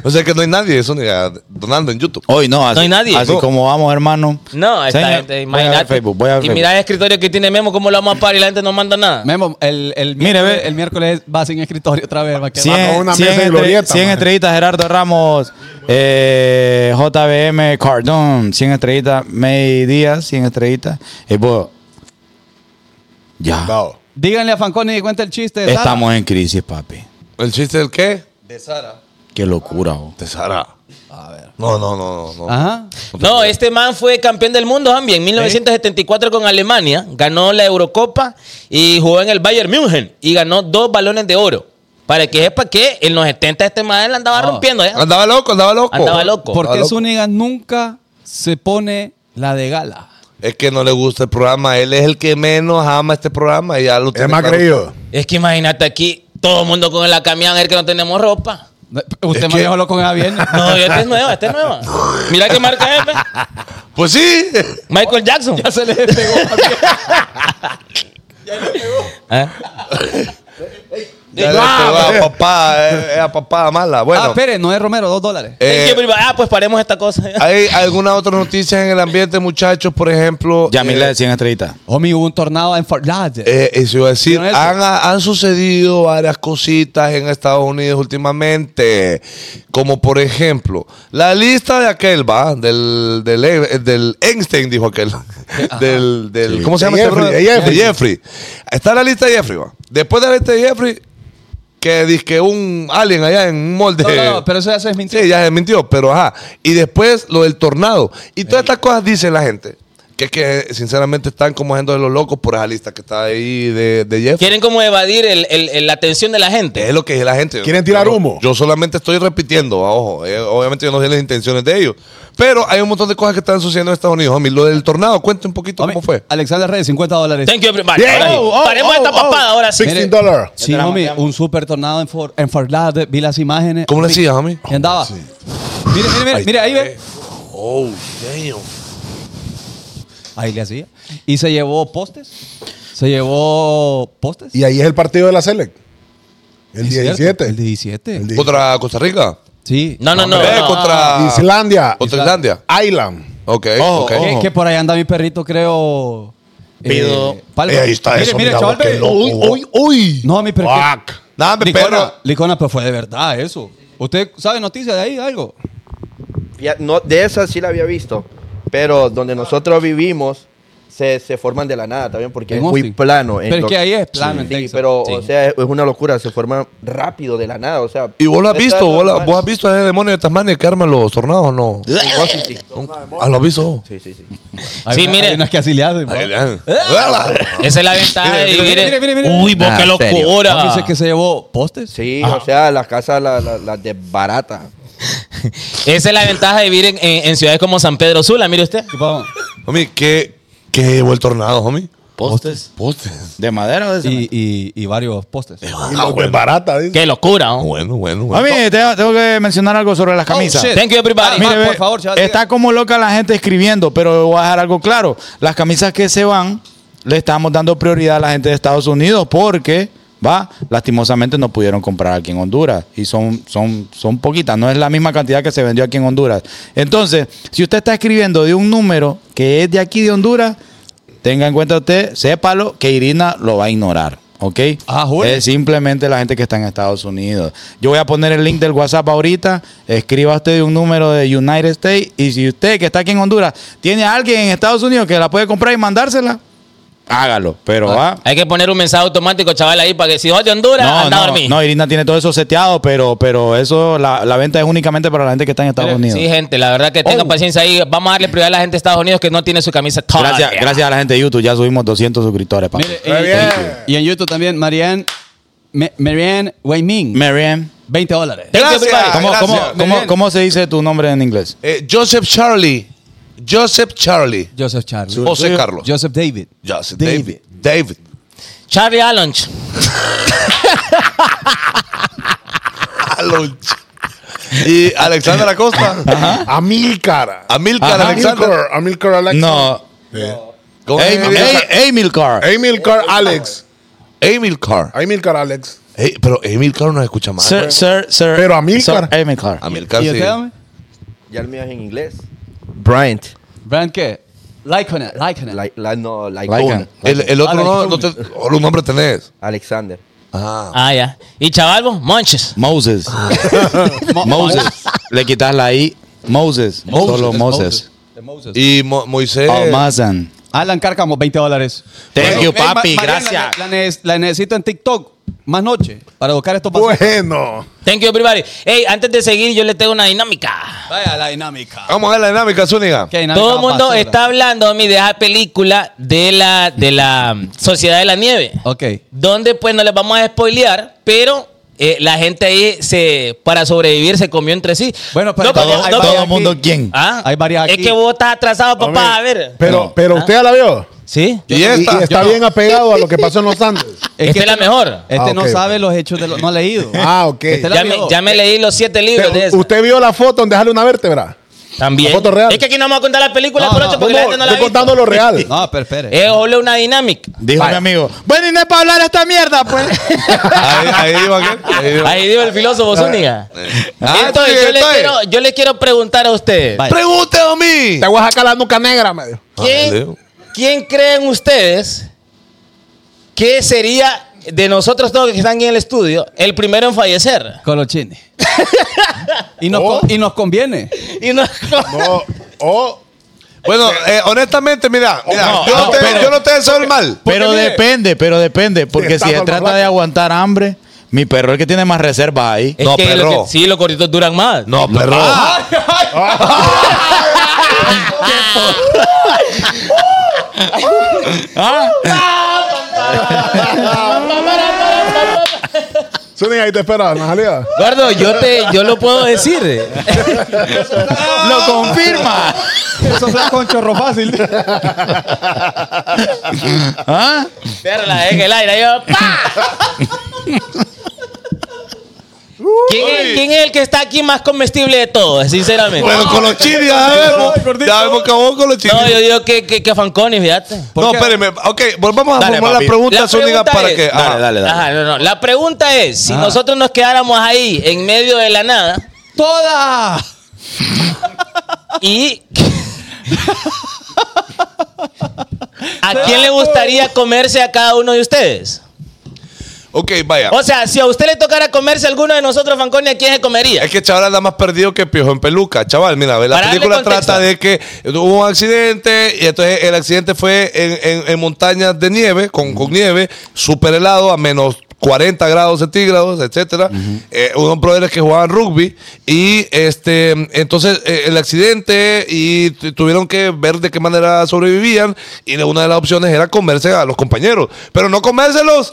Speaker 3: O sea que no hay nadie, eso ni a- donando en YouTube.
Speaker 4: Hoy no, así,
Speaker 7: No hay nadie.
Speaker 4: así
Speaker 7: No.
Speaker 4: como vamos, hermano.
Speaker 7: No, está,
Speaker 4: Señor,
Speaker 7: gente,
Speaker 4: voy a ver
Speaker 7: imagínate.
Speaker 4: Facebook, voy a ver
Speaker 7: y
Speaker 4: Facebook.
Speaker 7: mira el escritorio que tiene Memo, cómo lo vamos a parar y la gente no manda nada.
Speaker 6: Memo, el, el,
Speaker 4: Mire,
Speaker 6: miércoles,
Speaker 4: ve.
Speaker 6: el miércoles va sin escritorio otra vez. va a quedar-
Speaker 8: Mano,
Speaker 4: 100,
Speaker 8: una mesa de glorieta, man.
Speaker 4: estrellitas Gerardo Ramos, eh, JBM Cardón, 100 estrellitas May Díaz, 100 estrellitas. Y pues, ya.
Speaker 8: No.
Speaker 6: Díganle a Fanconi que cuente el chiste. de eh, Sara.
Speaker 4: Estamos en crisis, papi.
Speaker 3: ¿El chiste del qué?
Speaker 4: Qué locura, jo.
Speaker 3: De Sara. A ver. No, no, no, no. no.
Speaker 7: Ah.
Speaker 6: Ajá.
Speaker 7: No, este man fue campeón del mundo, Jambi, en 1974 con Alemania. Ganó la Eurocopa y jugó en el Bayern München y ganó dos balones de oro. Para que sepa que en los 70 este man la andaba
Speaker 6: Ah.
Speaker 7: rompiendo. ¿eh?
Speaker 3: Andaba loco, andaba loco.
Speaker 7: Andaba loco.
Speaker 6: ¿Por
Speaker 3: Andaba
Speaker 6: qué
Speaker 3: loco.
Speaker 6: Zúñiga nunca se pone la de gala?
Speaker 3: Es que no le gusta el programa. Él es el que menos ama este programa. Y ya lo
Speaker 8: Es
Speaker 3: tiene
Speaker 8: más
Speaker 3: claro.
Speaker 8: creído.
Speaker 7: Es que imagínate aquí, todo el mundo con la camión, el que no tenemos ropa.
Speaker 6: No, Usted
Speaker 3: Es
Speaker 6: me
Speaker 3: que-
Speaker 6: dijo lo con Javier.
Speaker 7: No, esta es nueva, esta es nueva. Mira qué marca es, ve.
Speaker 3: Pues sí.
Speaker 7: Michael Jackson.
Speaker 6: Ya se le pegó.
Speaker 7: ¿Eh?
Speaker 3: Ya le pegó a papá, eh, eh, a papá mala.
Speaker 6: Ah,
Speaker 3: Bueno,
Speaker 6: espere, no es Romero, dos dólares.
Speaker 3: eh,
Speaker 7: Thank you, prima. ah, pues paremos esta cosa.
Speaker 3: ¿hay algunas otras noticias en el ambiente, muchachos? Por ejemplo.
Speaker 4: Yamile,
Speaker 3: eh,
Speaker 4: 100 estrellitas.
Speaker 6: Homie, hubo un tornado en Fort Lauderdale.
Speaker 3: eh, eso iba a decir,
Speaker 6: ¿Vieron eso?
Speaker 3: han, han sucedido varias cositas en Estados Unidos últimamente, como por ejemplo, la lista de aquel, va, del, del, eh, del Einstein, dijo aquel, del, del- ¿cómo se
Speaker 8: De
Speaker 3: llama? este
Speaker 8: Jeffrey,
Speaker 3: brother?
Speaker 8: de Jeffrey.
Speaker 3: De Jeffrey. Está la lista de Jeffrey, va. Después de la lista de Jeffrey, que dizque un alien allá en un molde.
Speaker 6: No, no, no, pero eso ya se desmintió.
Speaker 3: Sí, ya se mintió, pero ajá. Y después lo del tornado. Y todas estas cosas dice la gente. que, que sinceramente están como haciendo de los locos por esa lista que está ahí de, de Jeff.
Speaker 7: Quieren como evadir el- el- el- la atención de la gente.
Speaker 3: Es lo que dice la gente.
Speaker 8: ¿Quieren tirar
Speaker 3: Yo-
Speaker 8: humo?
Speaker 3: Yo solamente estoy repitiendo, a ojo. Eh, obviamente yo no sé las intenciones de ellos. Pero hay un montón de cosas que están sucediendo en Estados Unidos. Homie, lo del tornado, cuente un poquito
Speaker 6: Homie,
Speaker 3: cómo fue.
Speaker 6: Alexander Reyes, 50 dólares.
Speaker 7: Thank you, everybody. Ahora sí.
Speaker 8: Oh, oh,
Speaker 7: Paremos
Speaker 8: oh,
Speaker 7: esta
Speaker 8: oh.
Speaker 7: papada ahora sí.
Speaker 8: 16
Speaker 6: Mire,
Speaker 8: dólares.
Speaker 6: Sí, homie, un super tornado en Fort, en Fort Lauderdale. Vi las imágenes.
Speaker 3: ¿Cómo le hacías, homie?
Speaker 6: Y andaba. Mire, mire, mire, mire, ahí ve.
Speaker 3: Oh, damn.
Speaker 6: Ahí le hacía. Y se llevó postes. Se llevó postes.
Speaker 8: Y ahí es el partido de la Select. El
Speaker 6: Es cierto,
Speaker 8: 17.
Speaker 6: El 17.
Speaker 8: El di-
Speaker 3: ¿Contra Costa Rica?
Speaker 6: Sí.
Speaker 7: No, no, no.
Speaker 3: Eh,
Speaker 7: no.
Speaker 3: contra,
Speaker 8: Islandia.
Speaker 3: contra Islandia.
Speaker 8: Island.
Speaker 3: Ok, ok.
Speaker 6: Que- Que, por ahí anda mi perrito, creo. eh,
Speaker 3: Pido-
Speaker 6: Palma.
Speaker 3: Eh, ahí está
Speaker 6: Mire,
Speaker 3: eso,
Speaker 6: mire,
Speaker 3: mira,
Speaker 6: chaval,
Speaker 3: vos, qué
Speaker 6: ve.
Speaker 3: loco.
Speaker 8: Uy, uy, uy.
Speaker 6: No, mi perrito.
Speaker 3: Fuck. Nada, mi
Speaker 6: Licona,
Speaker 3: perro.
Speaker 6: Licona, pero fue de verdad eso. ¿Usted sabe noticias de ahí, algo?
Speaker 9: Ya, no, de esa sí la había visto, pero donde nosotros vivimos se, se forman de la nada también porque
Speaker 6: En
Speaker 9: es muy
Speaker 6: Austin.
Speaker 9: plano. en
Speaker 6: Pero es
Speaker 9: lo-
Speaker 6: que ahí es plano en
Speaker 9: Sí,
Speaker 6: Texas.
Speaker 9: pero
Speaker 6: Sí.
Speaker 9: o sea, es una locura, se forman rápido de la nada, o sea.
Speaker 3: ¿Y vos lo has
Speaker 9: está
Speaker 3: visto? ¿Vos, la-
Speaker 9: normal.
Speaker 3: vos has visto a ese demonio de Tasmania que arma los tornados o no?
Speaker 9: Washington.
Speaker 3: Ah, lo has visto.
Speaker 9: Sí, sí, sí.
Speaker 6: Hay
Speaker 7: Sí,
Speaker 6: una-
Speaker 7: mire.
Speaker 6: hay unas que así le hacen, ¿no?
Speaker 3: Ahí le dan.
Speaker 7: Esa es la ventaja de
Speaker 6: Mire,
Speaker 7: vivir.
Speaker 6: mire,
Speaker 7: en-
Speaker 6: mire, mire, mire.
Speaker 7: Uy, vos
Speaker 9: Ah,
Speaker 7: qué
Speaker 9: en serio.
Speaker 6: ¿No
Speaker 7: locura.
Speaker 6: dice que se llevó postes?
Speaker 9: Sí, o sea, las casas las la, la desbarata.
Speaker 7: Esa es la ventaja de vivir en, en- en ciudades como San Pedro Sula, mire usted.
Speaker 6: ¿Qué pasó?
Speaker 3: Homie, ¿qué, ¿qué llevó el tornado, homie?
Speaker 4: Postes.
Speaker 3: Postes.
Speaker 4: ¿De madera o de
Speaker 6: Y,
Speaker 4: cemento?
Speaker 6: y, y varios postes.
Speaker 4: Eh,
Speaker 8: Y lo que es barata, dice.
Speaker 7: Qué locura, ¿no?
Speaker 3: Bueno, bueno,
Speaker 4: A
Speaker 3: bueno.
Speaker 4: mí, te- tengo que mencionar algo sobre las camisas.
Speaker 6: Oh, shit.
Speaker 7: Thank you, everybody.
Speaker 6: Ah,
Speaker 4: oh, Mire,
Speaker 6: Mar,
Speaker 4: ve,
Speaker 6: por favor, chaval, diga.
Speaker 4: está como loca la gente escribiendo, pero voy a dejar algo claro. Las camisas que se van, le estamos dando prioridad a la gente de Estados Unidos porque, va, lastimosamente no pudieron comprar aquí en Honduras. Y son, son, son poquitas, no es la misma cantidad que se vendió aquí en Honduras. Entonces, si usted está escribiendo de un número que es de aquí de Honduras, tenga en cuenta usted, sépalo, que Irina lo va a ignorar. ¿Ok?
Speaker 6: Ah, jure.
Speaker 4: Es simplemente la gente que está en Estados Unidos. Yo voy a poner el link del WhatsApp ahorita. Escriba usted un número de United States. Y si usted que está aquí en Honduras tiene a alguien en Estados Unidos que la puede comprar y mandársela, hágalo. Pero va.
Speaker 7: Hay que poner un mensaje automático, chaval, ahí para que si sos de Ah. Honduras,
Speaker 4: No,
Speaker 7: anda a
Speaker 4: no,
Speaker 7: dormir.
Speaker 4: no, Irina tiene todo eso seteado, pero, pero eso, la, la venta es únicamente para la gente que está en Estados Unidos.
Speaker 7: Sí, gente, la verdad que tengan paciencia ahí. Vamos a darle prioridad a la gente de Estados Unidos que no tiene su camisa todavía.
Speaker 4: gracias, gracias a la gente de YouTube, ya subimos 200 suscriptores, papá.
Speaker 6: Mire,
Speaker 7: eh.
Speaker 6: y, y en YouTube también, Marianne, Me- Marianne Weiming,
Speaker 4: Mariam.
Speaker 6: 20 dólares.
Speaker 7: Thank you, everybody.
Speaker 3: Gracias.
Speaker 4: ¿Cómo, cómo-
Speaker 3: Gracias.
Speaker 4: cómo-
Speaker 6: Marianne.
Speaker 4: cómo se dice tu nombre en inglés?
Speaker 3: Eh, Joseph Charlie. Joseph Charlie.
Speaker 6: Joseph Charles.
Speaker 3: José Carlos.
Speaker 6: Joseph David.
Speaker 3: Joseph David. David.
Speaker 7: Charlie Alonch.
Speaker 3: Alonch. Ah, Y Alexander Acosta.
Speaker 8: Amilcar.
Speaker 3: Amilcar
Speaker 4: Ajá.
Speaker 3: Alexander.
Speaker 8: Amilcar. Amilcar Alex.
Speaker 4: No.
Speaker 3: ¿Cómo es?
Speaker 4: Ey- ey- Emilcar.
Speaker 8: Amilcar Alex.
Speaker 3: Amilcar.
Speaker 8: Amilcar Alex.
Speaker 3: Ey, pero Amilcar no se escucha mal.
Speaker 4: Sir, sir, sir.
Speaker 8: Pero Amilcar.
Speaker 4: Sir Amilcar.
Speaker 3: Amilcar
Speaker 6: ¿Y
Speaker 3: sí.
Speaker 6: usted, dame?
Speaker 9: Ya el mío es en inglés. Bryant.
Speaker 6: ¿Brand qué? Lycona, Lycona.
Speaker 9: La, la- no, la
Speaker 4: Lycan.
Speaker 9: icona.
Speaker 3: El, el otro no,
Speaker 6: Alex.
Speaker 3: no te, otro nombre tenés.
Speaker 9: Alexander.
Speaker 3: Ah.
Speaker 7: Ah, ya. Y chaval, vos, Monches.
Speaker 4: Moses.
Speaker 6: Mo-
Speaker 4: Ah. Moses. Le quitas la I. Moses.
Speaker 6: Moses,
Speaker 4: Solo
Speaker 6: es
Speaker 4: Moses. Oh,
Speaker 6: de Moses.
Speaker 3: Y Mo- Moisés.
Speaker 4: Ah, Eh. Almazan.
Speaker 6: Alan Cárcamo, 20 dólares.
Speaker 4: Thank you,
Speaker 6: Ey, Ma-
Speaker 4: papi,
Speaker 6: Marianne,
Speaker 4: gracias.
Speaker 6: La, la ne- la necesito en TikTok más noche para buscar estos pasos.
Speaker 8: Bueno.
Speaker 7: Thank you, everybody. Hey, antes de seguir, yo le tengo una dinámica.
Speaker 6: Vaya la dinámica.
Speaker 3: Vamos a ver la dinámica, Zúñiga.
Speaker 6: Qué dinámica
Speaker 7: Todo el
Speaker 6: más
Speaker 7: mundo
Speaker 6: basura.
Speaker 7: está hablando, mi, de esa película de la, de la Sociedad de la Nieve.
Speaker 6: Ok.
Speaker 7: Donde, pues, no les vamos a spoilear, pero... eh, la gente ahí, se, para sobrevivir, se comió entre sí.
Speaker 6: Bueno, pero
Speaker 7: No,
Speaker 6: todo-
Speaker 7: porque-
Speaker 6: hay
Speaker 7: no,
Speaker 6: varias
Speaker 4: Todo
Speaker 7: porque-
Speaker 4: el mundo, ¿quién?
Speaker 7: Ah,
Speaker 6: Hay varias
Speaker 7: Es
Speaker 6: aquí.
Speaker 7: que vos estás atrasado, papá. A ver.
Speaker 8: Pero, pero usted ya la vio.
Speaker 7: ¿Sí?
Speaker 3: Y
Speaker 8: Y
Speaker 3: esta.
Speaker 8: está bien apegado a lo que pasó en los Andes.
Speaker 7: Esta es la mejor.
Speaker 6: Este
Speaker 8: Ah,
Speaker 6: no
Speaker 8: ok.
Speaker 6: sabe los hechos de los. No ha leído.
Speaker 8: Ah, ok.
Speaker 6: Este la
Speaker 7: Ya me,
Speaker 6: vio.
Speaker 7: ya me leí los siete libros de
Speaker 8: Usted,
Speaker 7: eso.
Speaker 8: usted vio la foto donde sale una vértebra.
Speaker 7: También.
Speaker 8: la foto real.
Speaker 7: Es que aquí no vamos a contar la película
Speaker 6: No,
Speaker 7: por
Speaker 6: no,
Speaker 7: ocho porque
Speaker 8: No,
Speaker 7: la gente no la ha
Speaker 8: estoy
Speaker 7: visto.
Speaker 8: contando lo real.
Speaker 6: No, pero espere.
Speaker 3: Ah.
Speaker 7: Es solo Eh, una dinámica.
Speaker 4: Dijo mi amigo. Bueno, y no es para hablar esta mierda, pues.
Speaker 3: Ahí, ahí iba aquel. Ahí iba.
Speaker 7: Ahí dijo el filósofo Zúñiga.
Speaker 3: Ah,
Speaker 7: Entonces,
Speaker 3: sí,
Speaker 7: yo, les
Speaker 3: estoy.
Speaker 7: quiero, yo les quiero preguntar a ustedes.
Speaker 6: Vaya.
Speaker 3: Pregunte a mí.
Speaker 8: Te voy a sacar la nuca negra, me dijo.
Speaker 7: ¿quién,
Speaker 3: Leo.
Speaker 7: ¿Quién creen ustedes que sería de nosotros todos que están aquí en el estudio el primero en fallecer?
Speaker 6: Colochini. y, nos,
Speaker 8: Oh.
Speaker 6: con- y nos conviene.
Speaker 7: Y no-
Speaker 8: No. Oh.
Speaker 3: Bueno, eh, honestamente, mira, mira,
Speaker 4: No,
Speaker 3: yo, no
Speaker 4: no,
Speaker 3: te,
Speaker 4: pero-
Speaker 3: yo no te deseo el mal.
Speaker 4: Pero
Speaker 8: mire-
Speaker 4: depende, pero depende. Porque
Speaker 8: Está
Speaker 4: si se
Speaker 8: mal,
Speaker 4: trata
Speaker 8: mal.
Speaker 4: de aguantar hambre, mi perro es el que tiene más reservas ahí.
Speaker 7: es
Speaker 3: No,
Speaker 7: que lo
Speaker 3: perro.
Speaker 7: que- sí, los cortitos duran más.
Speaker 3: No, perro.
Speaker 4: ¿Ah?
Speaker 8: Zúñiga, ahí te espera, ¿no salida?
Speaker 7: Gordo, yo, te, yo lo puedo decir.
Speaker 4: Lo confirma.
Speaker 6: Ah. Eso fue con chorro fácil.
Speaker 4: ¿Ah?
Speaker 7: Pero la dejé en el aire. Yo, ¡pa! ¿Quién es, quién es el que está aquí más comestible de todos, sinceramente?
Speaker 4: ah,
Speaker 3: Pero con los chiles ya sabemos. Ya sabemos que vos con los chiles.
Speaker 7: No, yo digo que, que, que Fanconi, fíjate.
Speaker 3: No, espéreme. Ok, volvamos a
Speaker 4: Dale,
Speaker 3: formular
Speaker 4: papi.
Speaker 3: la pregunta,
Speaker 7: La
Speaker 3: Zúñiga,
Speaker 7: pregunta
Speaker 3: para
Speaker 7: es-
Speaker 3: que. ah.
Speaker 4: Dale,
Speaker 3: Ajá.
Speaker 4: dale, dale.
Speaker 7: Ajá, no, no. La pregunta es, si
Speaker 6: Ah.
Speaker 7: nosotros nos quedáramos ahí, en medio de la nada,
Speaker 6: ¡Toda!
Speaker 7: y... ¿A quién le gustaría comerse a cada uno de ustedes?
Speaker 3: Ok, vaya.
Speaker 7: O sea, si a usted le tocara comerse a alguno de nosotros, Fanconi, ¿a quién se comería?
Speaker 3: Es que chaval anda más perdido que piojo en peluca. Chaval, mira, la
Speaker 7: Para darle
Speaker 3: película
Speaker 7: contexto.
Speaker 3: trata de que hubo un accidente y entonces el accidente fue en, en- en montañas de nieve, con, con nieve, súper helado, a menos 40 grados centígrados, etcétera. Eh, unos brothers que jugaban rugby y este entonces eh, el accidente y tu- tuvieron que ver de qué manera sobrevivían y de- una de las opciones era comerse a los compañeros, pero no comérselos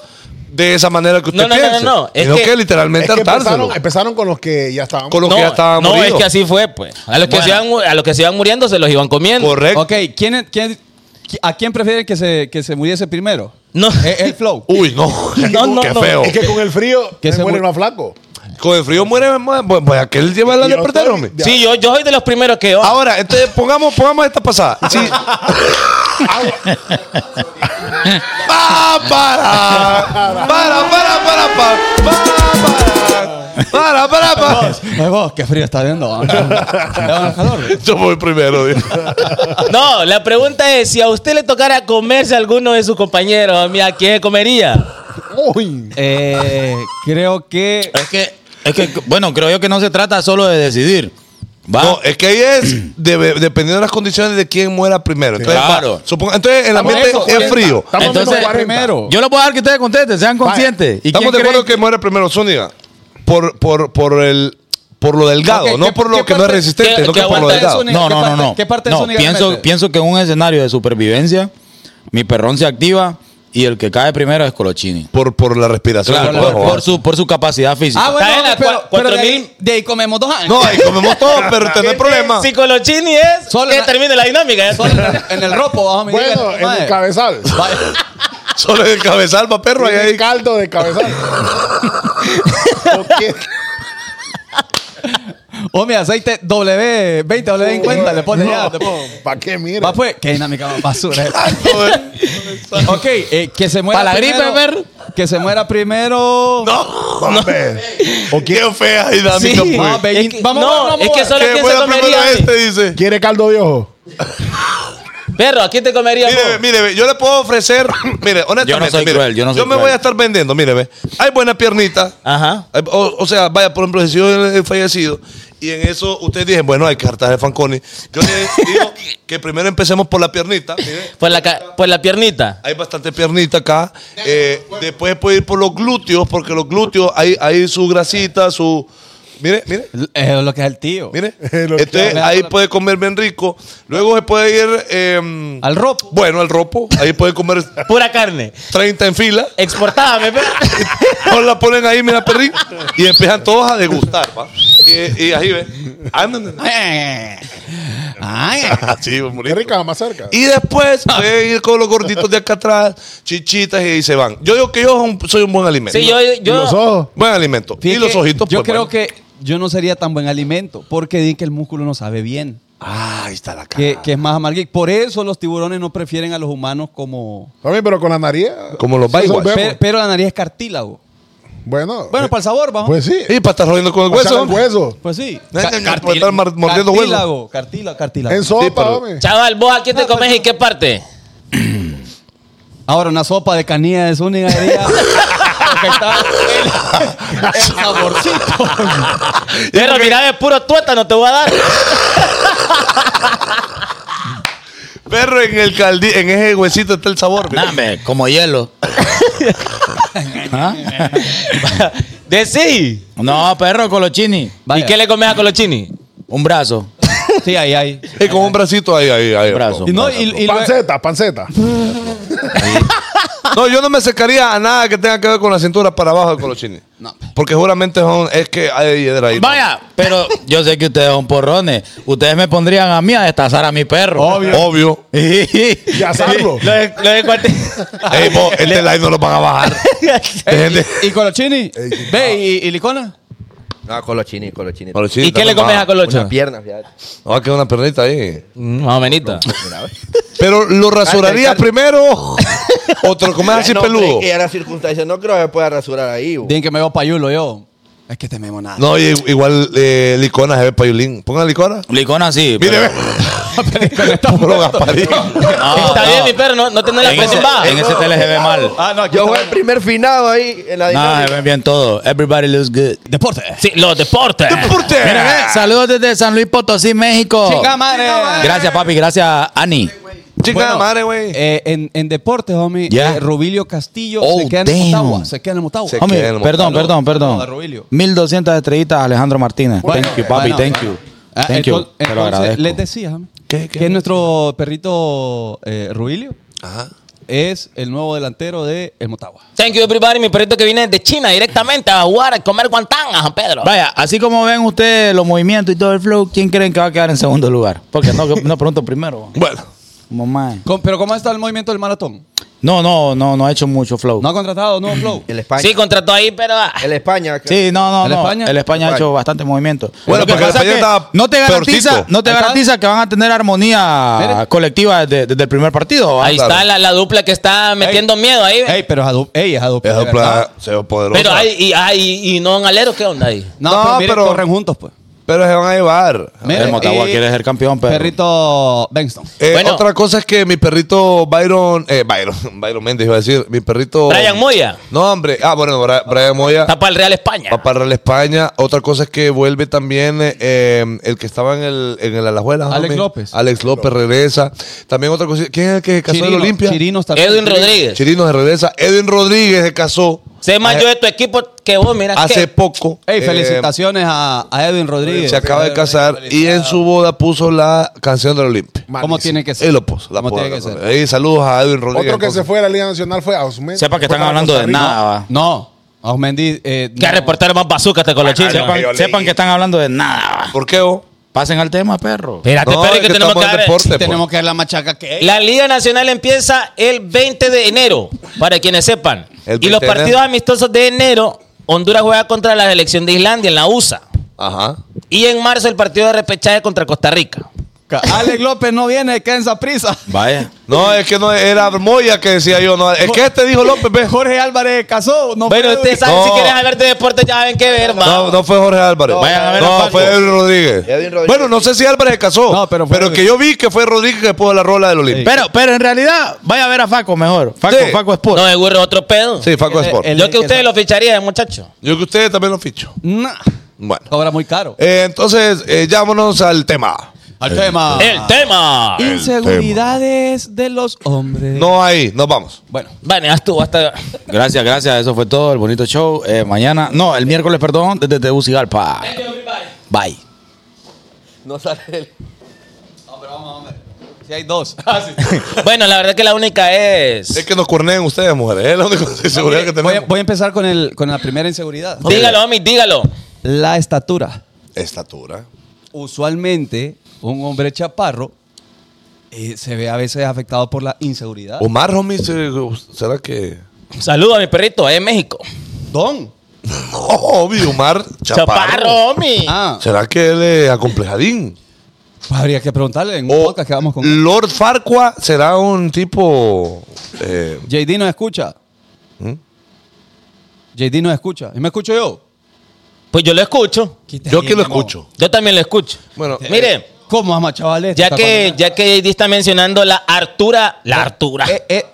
Speaker 3: de esa manera que usted
Speaker 7: No, no, no, no,
Speaker 3: piensa,
Speaker 7: no. Es
Speaker 3: sino
Speaker 7: que-
Speaker 3: que, literalmente
Speaker 8: Es que
Speaker 3: hartárselos
Speaker 8: empezaron, empezaron con los que ya estaban.
Speaker 3: con los que ya estaban
Speaker 7: no, es
Speaker 3: moridos.
Speaker 7: que así fue, pues. A los que,
Speaker 6: Bueno.
Speaker 7: se iban, mu- a los que se iban muriendo se los iban comiendo.
Speaker 3: Correcto.
Speaker 6: Ok, ¿quién, es- quién, qui- ¿a quién prefiere que se, que se muriese primero?
Speaker 7: No.
Speaker 6: Eh, El, flow.
Speaker 3: Uy, no.
Speaker 7: No, no,
Speaker 3: Qué
Speaker 7: no.
Speaker 3: feo.
Speaker 8: Es que con el frío
Speaker 6: Que
Speaker 8: que
Speaker 6: se
Speaker 8: se muere
Speaker 6: mu-
Speaker 8: más flaco.
Speaker 3: Con el frío muere más. Pues, pues aquel lleva la
Speaker 8: Y yo
Speaker 3: despertar,
Speaker 8: estoy-
Speaker 3: hombre.
Speaker 8: ya.
Speaker 7: Sí, yo, yo soy de los primeros que... oh,
Speaker 3: Ahora, entonces pongamos, pongamos esta pasada. Sí. Pa, Ah, para, para, para, para, para, para, para, para, para.
Speaker 6: Ay, vos, qué frío está viendo. ah. Está dando calor.
Speaker 3: Yo voy primero. digo.
Speaker 7: No, la pregunta es, si a usted le tocara comerse a alguno de sus compañeros, a mí, ¿a quién se comería?
Speaker 8: Uy.
Speaker 6: Eh, creo que.
Speaker 4: Es que, es que, bueno, creo yo que no se trata solo de decidir. ¿va?
Speaker 3: No, eh, es que ahí es de- dependiendo de las condiciones de quién muera primero. Entonces,
Speaker 4: Claro.
Speaker 3: va, suponga- entonces el
Speaker 8: Estamos
Speaker 3: ambiente
Speaker 8: en
Speaker 3: es
Speaker 8: 40.
Speaker 3: frío.
Speaker 8: Estamos en
Speaker 4: Entonces,
Speaker 8: 40.
Speaker 6: primero.
Speaker 4: Yo lo puedo dar que ustedes contesten, sean conscientes. ¿Y
Speaker 3: Estamos de
Speaker 4: quién
Speaker 3: acuerdo
Speaker 4: creen-
Speaker 3: que muere primero Zúñiga. Por, por, por el. Por lo delgado,
Speaker 6: Ok,
Speaker 3: no
Speaker 6: ¿qué-
Speaker 3: por lo
Speaker 6: qué
Speaker 3: que no es
Speaker 6: parte-
Speaker 3: resistente,
Speaker 7: qué-
Speaker 3: no
Speaker 7: qué
Speaker 3: que por lo
Speaker 7: aguanta el
Speaker 3: delgado.
Speaker 6: Zúñiga?
Speaker 4: No,
Speaker 6: ¿Qué
Speaker 4: no, no,
Speaker 6: parte-
Speaker 4: no.
Speaker 6: qué parte de
Speaker 4: no,
Speaker 6: Zúñiga le mete?
Speaker 4: pienso, pienso que en un escenario de supervivencia, mi perrón se activa y el que cae primero es Colochini.
Speaker 3: Por, por la respiración.
Speaker 4: Claro,
Speaker 3: del
Speaker 4: por,
Speaker 3: cuerpo.
Speaker 4: por su, por su capacidad física.
Speaker 6: Ah, bueno,
Speaker 7: Está en la
Speaker 6: pero,
Speaker 7: cua-
Speaker 6: pero de, ahí,
Speaker 7: 4000.
Speaker 6: de ahí comemos dos años.
Speaker 3: No, y comemos todo, pero tenés problema.
Speaker 7: Si Colochini es,
Speaker 6: Solo
Speaker 7: que
Speaker 6: na-
Speaker 7: termine la dinámica. ya.
Speaker 6: Solo en el- en el ropo, vamos a mi
Speaker 8: Bueno, en el cabezal.
Speaker 3: Solo el cabezal va perro ahí,
Speaker 8: Tiene
Speaker 3: ahí.
Speaker 8: caldo de cabezal. ¿O qué?
Speaker 6: O Oh, mi aceite W20, W50, le pones ya. te pongo.
Speaker 8: ¿Para qué mira?
Speaker 6: Va pues, qué dinámica más basura. ok, eh, que se muera
Speaker 4: Para la gripe,
Speaker 6: primero- Que se muera primero.
Speaker 3: ¿O qué fea dinámica,
Speaker 7: Sí.
Speaker 3: pues.
Speaker 6: Ah, ve-
Speaker 7: Es que-
Speaker 6: Vamos,
Speaker 7: no,
Speaker 6: vamos,
Speaker 7: es
Speaker 6: vamos.
Speaker 7: que solo
Speaker 3: Que
Speaker 7: quién se
Speaker 3: fuera primero
Speaker 7: comería.
Speaker 3: este, dice.
Speaker 8: ¿Quiere caldo de ojo?
Speaker 7: Perro, ¿a quién te comería vos?
Speaker 3: Mire, mire, ve, yo le puedo ofrecer, mire, honestamente,
Speaker 4: Yo no soy
Speaker 3: mire,
Speaker 4: cruel, yo no soy
Speaker 3: me
Speaker 4: cruel.
Speaker 3: voy a estar vendiendo, mire, ve. Hay buena piernita.
Speaker 7: Ajá.
Speaker 3: Hay- Eh, O, o sea, vaya, por ejemplo, si yo he fallecido y en eso ustedes dicen, bueno, hay que hartar de Fanconi. Yo les digo que primero empecemos por la piernita. mire.
Speaker 7: Por la, ca- por la piernita.
Speaker 3: Hay bastante piernita acá. Eh, después puede ir por los glúteos, porque los glúteos, hay, hay su grasita, su. Mire, mire.
Speaker 6: Es lo que es el tío.
Speaker 3: Mire,
Speaker 8: Lo que
Speaker 3: entonces
Speaker 6: habla.
Speaker 3: Este, ahí puede comer bien rico. Luego se puede ir, eh,
Speaker 6: Al ropo.
Speaker 3: bueno, al ropo. Ahí puede comer
Speaker 7: Pura carne.
Speaker 3: 30 en fila.
Speaker 7: Exportábame, perro.
Speaker 3: No la ponen ahí, mira, perrín. Y empiezan todos a degustar, ¿va? Y, y ahí Ah, ve. Andan.
Speaker 6: Ay,
Speaker 3: Así,
Speaker 8: Qué
Speaker 3: bonito.
Speaker 8: rica, más cerca.
Speaker 3: Y después
Speaker 6: Ah.
Speaker 3: puede ir con los gorditos de acá atrás, chichitas, y ahí se van. Yo digo que yo un- soy un buen alimento.
Speaker 7: Sí, yo... yo
Speaker 8: los ojos.
Speaker 3: Buen alimento.
Speaker 6: Fíjate
Speaker 3: y los
Speaker 6: que
Speaker 3: ojitos,
Speaker 6: Yo
Speaker 3: pues,
Speaker 6: creo
Speaker 3: bueno.
Speaker 6: que yo no sería tan buen alimento porque di que el músculo no sabe bien.
Speaker 3: Ah, ahí está la cara.
Speaker 6: Que, que es más amargui. Por eso los tiburones no prefieren a los humanos como.
Speaker 8: También, pero con la nariz.
Speaker 3: Como los
Speaker 8: sí,
Speaker 3: baywatch.
Speaker 8: vemos.
Speaker 6: Pero, pero la nariz es cartílago.
Speaker 8: Bueno.
Speaker 3: Eh,
Speaker 6: Bueno, para el sabor, vamos.
Speaker 8: Pues sí.
Speaker 3: Y para estar jodiendo con el
Speaker 8: Para echar
Speaker 3: hueso.
Speaker 8: el hueso.
Speaker 6: Pues sí.
Speaker 3: No, no, no,
Speaker 6: Ca-
Speaker 3: por estar mar- mordiendo hueso.
Speaker 6: cartílago, cartílago, cartílago.
Speaker 8: En sopa,
Speaker 3: pero-
Speaker 8: hombre.
Speaker 7: Chaval, ¿vos a quién te comes y
Speaker 6: pues,
Speaker 7: qué parte?
Speaker 6: Ahora una sopa de canilla de Zúñiga sería. porque está el, el saborcito.
Speaker 7: Perro, mira, es puro tuétano te voy a dar.
Speaker 3: Perro en el caldi, en ese huesito está el sabor. mira.
Speaker 4: Dame, como hielo. ¿Ah?
Speaker 7: Decí.
Speaker 4: No, perro, Colochini.
Speaker 6: Vaya.
Speaker 7: ¿Y qué le comes a Colochini?
Speaker 4: Un brazo.
Speaker 6: Sí, ahí, ahí.
Speaker 3: Es con un bracito ahí, ahí, ahí.
Speaker 4: Brazo.
Speaker 6: Y no, y, y luego-
Speaker 8: Panceta, panceta.
Speaker 3: No, yo no me secaría a nada que tenga que ver con la cintura para abajo de Colochini. Porque seguramente son- es que hay de ahí.
Speaker 4: Vaya, pero yo sé que ustedes son porrones. Ustedes me pondrían a mí a destazar a mi perro.
Speaker 3: Obvio.
Speaker 4: y
Speaker 8: a asarlo.
Speaker 4: Lo de, lo de cuarti-
Speaker 3: Ey, vos, este live no lo van a bajar. Dejen de-
Speaker 6: eh, ¿Y Colochini? ¿Ve? ¿Y, y Licona?
Speaker 9: No, Colochini, Colochini.
Speaker 3: Colochini
Speaker 7: ¿Y qué
Speaker 3: está
Speaker 7: le comes
Speaker 3: mamado.
Speaker 7: a Colocho?
Speaker 9: Una pierna, fíjate.
Speaker 3: Va a quedar una perrita ahí.
Speaker 7: Mm, Más o menita.
Speaker 3: Pero lo rasurarías
Speaker 9: Alter,
Speaker 3: primero o te lo comes así
Speaker 9: no,
Speaker 3: Ah, peludo.
Speaker 9: Y era circunstancia, no creo que pueda rasurar ahí. bo.
Speaker 6: Dicen que me veo payulo yo. Es que te memo nada.
Speaker 3: No, y- igual eh, licona se ve payulín. Pongan licona.
Speaker 4: Licona sí.
Speaker 3: Mire, ve. Puro Gasparín.
Speaker 7: Está bien, mi perro, no, no tenés la
Speaker 4: En ese,
Speaker 7: presión baja.
Speaker 4: en ese tele se ve mal.
Speaker 6: Ah, no, aquí
Speaker 9: Yo
Speaker 6: está
Speaker 9: fui el primer finado ahí en la
Speaker 4: Nada,
Speaker 9: dinámica.
Speaker 4: se ven bien todo. Everybody looks good.
Speaker 6: Deporte.
Speaker 7: Sí, los deportes.
Speaker 3: ¡Deporte!
Speaker 4: Mira, ve, saludos desde San Luis Potosí, México.
Speaker 6: Chica madre.
Speaker 4: Gracias, papi. Gracias, Ani.
Speaker 3: Chica
Speaker 6: Bueno,
Speaker 3: madre, güey.
Speaker 6: eh, en, en deportes, homie,
Speaker 4: Ya.
Speaker 6: eh, Rubilio Castillo
Speaker 4: Oh,
Speaker 6: se queda en
Speaker 4: damn.
Speaker 6: Motagua. Se queda en Motagua.
Speaker 3: Se-
Speaker 4: Homie,
Speaker 3: que el
Speaker 4: perdón,
Speaker 3: Montalvo.
Speaker 4: perdón,
Speaker 6: No, a Rubilio.
Speaker 4: perdón. 1200 estrellitas, Alejandro Martínez.
Speaker 6: Bueno,
Speaker 4: thank you, papi.
Speaker 6: bueno,
Speaker 4: thank
Speaker 6: bueno.
Speaker 4: you.
Speaker 6: Ah,
Speaker 4: Thank you.
Speaker 6: entonces-
Speaker 4: Te lo
Speaker 6: entonces,
Speaker 4: agradezco.
Speaker 6: Les decía homie,
Speaker 3: ¿Qué, qué?
Speaker 6: que nuestro perrito eh, Rubilio es el nuevo delantero de El Motagua.
Speaker 7: Thank you, everybody. Mi perrito que viene de China directamente a jugar, a comer guantán a San Pedro.
Speaker 4: Vaya, así como ven ustedes los movimientos y todo el flow, ¿quién creen que va a quedar en segundo lugar? Porque no, no pregunto primero.
Speaker 3: Bueno,
Speaker 4: Como más.
Speaker 6: Com- Pero ¿cómo está el movimiento del maratón?
Speaker 4: No, no, no, no ha hecho mucho flow.
Speaker 6: ¿No ha contratado nuevo flow?
Speaker 9: El España.
Speaker 7: Sí, contrató ahí, pero. ah,
Speaker 9: el España. que-
Speaker 4: Sí, no, no,
Speaker 6: ¿El
Speaker 4: no.
Speaker 6: España?
Speaker 4: El España ha hecho
Speaker 9: España.
Speaker 4: bastante movimiento.
Speaker 3: Bueno,
Speaker 4: Lo que
Speaker 3: porque el
Speaker 4: pasa
Speaker 3: España
Speaker 4: es que
Speaker 3: estaba
Speaker 4: no te garantiza,
Speaker 3: peorcito.
Speaker 4: no te
Speaker 6: Ahí está.
Speaker 4: garantiza que van a tener armonía
Speaker 6: Mire.
Speaker 4: colectiva desde, desde el primer partido.
Speaker 7: ahí
Speaker 3: claro.
Speaker 7: está la, la dupla que está metiendo miedo ahí.
Speaker 6: Ey, pero es adu- ey, es adupe.
Speaker 3: es ah. dupla, se ve poderosa.
Speaker 7: pero hay, y, hay, y no en alero, ¿qué onda ahí?
Speaker 6: No,
Speaker 3: No,
Speaker 6: pero, miren,
Speaker 3: pero-
Speaker 6: corren juntos, pues.
Speaker 3: Pero se van a llevar.
Speaker 6: Mire,
Speaker 4: el Motagua
Speaker 6: y-
Speaker 4: quiere ser campeón, pero
Speaker 6: Perrito Benston.
Speaker 3: Eh,
Speaker 7: Bueno.
Speaker 3: Otra cosa es que mi perrito Byron, eh, Byron, Byron Méndez iba a decir, mi perrito...
Speaker 7: Brian Moya.
Speaker 3: No, hombre, ah, bueno, Bra- Brian Moya
Speaker 7: Está para el Real España.
Speaker 3: va para la España. Otra cosa es que vuelve también eh, eh, el que estaba en el, en el Alajuela.
Speaker 6: Alex
Speaker 3: homie.
Speaker 6: López.
Speaker 3: Alex López regresa. También otra cosa, ¿quién es el que se casó en el Olimpia?
Speaker 6: Chirinos también.
Speaker 7: Edwin Rodríguez.
Speaker 3: Chirino se regresa. Edwin Rodríguez se casó
Speaker 7: Sé más
Speaker 3: Ah, eh.
Speaker 7: yo de tu equipo que vos, mira.
Speaker 3: hace
Speaker 7: que-
Speaker 3: poco.
Speaker 6: Ey,
Speaker 3: Eh,
Speaker 6: felicitaciones a, a Edwin Rodríguez.
Speaker 3: se acaba de casar y en su boda puso la canción del Olimpia.
Speaker 6: ¿Cómo tiene que ser?
Speaker 3: Él lo puso. La
Speaker 6: ¿Cómo
Speaker 3: puso
Speaker 6: tiene
Speaker 3: la
Speaker 6: que ser?
Speaker 3: canción. Ey, saludos a Edwin Rodríguez.
Speaker 8: Otro que se
Speaker 3: entonces.
Speaker 8: fue a la Liga Nacional fue Osmendi.
Speaker 4: sepa que están
Speaker 8: Fue para
Speaker 4: hablando de
Speaker 8: Costa Rica.
Speaker 4: nada. va.
Speaker 6: Ah. No, Ausmendi. eh,
Speaker 7: Que
Speaker 6: no.
Speaker 7: reportero más bazooka te con los chinos.
Speaker 4: Sepan, sepan que están hablando de nada. va.
Speaker 3: ¿Por qué vos?
Speaker 4: Pasen al tema, perro.
Speaker 7: Espérate,
Speaker 3: No,
Speaker 7: pero
Speaker 3: es
Speaker 7: es este que,
Speaker 3: que
Speaker 7: tenemos
Speaker 3: estamos
Speaker 7: que
Speaker 3: en
Speaker 7: dar-
Speaker 3: deporte.
Speaker 6: Sí, tenemos que dar la machaca que
Speaker 7: La Liga Nacional empieza el 20 de enero, para quienes sepan.
Speaker 3: El
Speaker 7: Y
Speaker 3: 20 de
Speaker 7: los
Speaker 3: enero.
Speaker 7: partidos amistosos de enero, Honduras juega contra la selección de Islandia en la USA.
Speaker 3: Ajá.
Speaker 7: Y en marzo el partido de repechaje contra Costa Rica.
Speaker 6: Alex López no viene, queda en esa prisa.
Speaker 4: Vaya.
Speaker 3: No, es que no era Moya que decía yo. No, es que este dijo López. ve.
Speaker 6: Jorge Álvarez casó. No
Speaker 7: Bueno, este
Speaker 6: puede-
Speaker 7: ustedes saben, si
Speaker 3: No.
Speaker 7: quieren hablar de deporte, ya saben qué ver, va.
Speaker 3: No, no fue Jorge Álvarez.
Speaker 4: Vayan a ver a
Speaker 3: no,
Speaker 4: Paco.
Speaker 3: fue Edwin Rodríguez.
Speaker 9: Edwin Rodríguez.
Speaker 3: Bueno, no sé si Álvarez se casó.
Speaker 6: No, pero
Speaker 3: pero
Speaker 6: fue
Speaker 3: que yo vi que fue Rodríguez que puso la rola del Olimpia.
Speaker 4: Pero, pero en realidad, vaya a ver a Faco mejor. Faco,
Speaker 3: Sí.
Speaker 4: Faco Sport.
Speaker 7: No, seguro otro pedo.
Speaker 3: Sí, Faco
Speaker 6: El-
Speaker 3: Sport.
Speaker 6: el-
Speaker 7: Yo que ustedes lo ficharían, muchacho.
Speaker 3: Yo que ustedes también lo ficho.
Speaker 6: Nah,
Speaker 3: Bueno.
Speaker 6: cobra muy caro.
Speaker 3: Eh, entonces, eh, vámonos al tema.
Speaker 6: Al tema.
Speaker 3: Ah.
Speaker 7: El tema.
Speaker 6: Inseguridades de los hombres.
Speaker 3: No ahí, nos vamos.
Speaker 6: Bueno,
Speaker 7: Vale, haz tú, hasta.
Speaker 4: Gracias, gracias. Eso fue todo. El bonito show. Eh, mañana, no, el miércoles, perdón, desde Tegucigalpa. Bye.
Speaker 9: No sale el-
Speaker 6: si hay dos.
Speaker 7: Bueno, la verdad que la única
Speaker 3: Es
Speaker 7: es.
Speaker 3: que nos corneen ustedes, mujeres. Es la única seguridad que
Speaker 6: Voy a,
Speaker 3: tenemos.
Speaker 6: voy a empezar con, el, con la primera inseguridad.
Speaker 7: Dígalo, mami, dígalo.
Speaker 6: La estatura.
Speaker 3: Estatura.
Speaker 6: Usualmente, un hombre chaparro eh, se ve a veces afectado por la inseguridad.
Speaker 3: Omar, homie, se- ¿será que...?
Speaker 7: Saludo a mi perrito, ahí en México.
Speaker 6: Don.
Speaker 3: No, homie, Omar
Speaker 7: Chaparro,
Speaker 3: Chaparro.
Speaker 7: homie.
Speaker 6: Ah,
Speaker 3: ¿Será que él es acomplejadín?
Speaker 6: pues habría que preguntarle en un
Speaker 3: O
Speaker 6: podcast que vamos con.
Speaker 3: Lord Farqua será un tipo... eh,
Speaker 6: JD nos escucha.
Speaker 3: ¿Mm?
Speaker 6: JD nos escucha. ¿Y me escucho yo?
Speaker 7: Pues yo lo escucho.
Speaker 3: yo que lo escucho.
Speaker 7: Yo también lo escucho. Eh,
Speaker 3: Bueno,
Speaker 7: mire,
Speaker 6: ¿Cómo ama, chavales?
Speaker 7: ya que ya que JD está mencionando la altura, la altura,
Speaker 6: Eh, eh.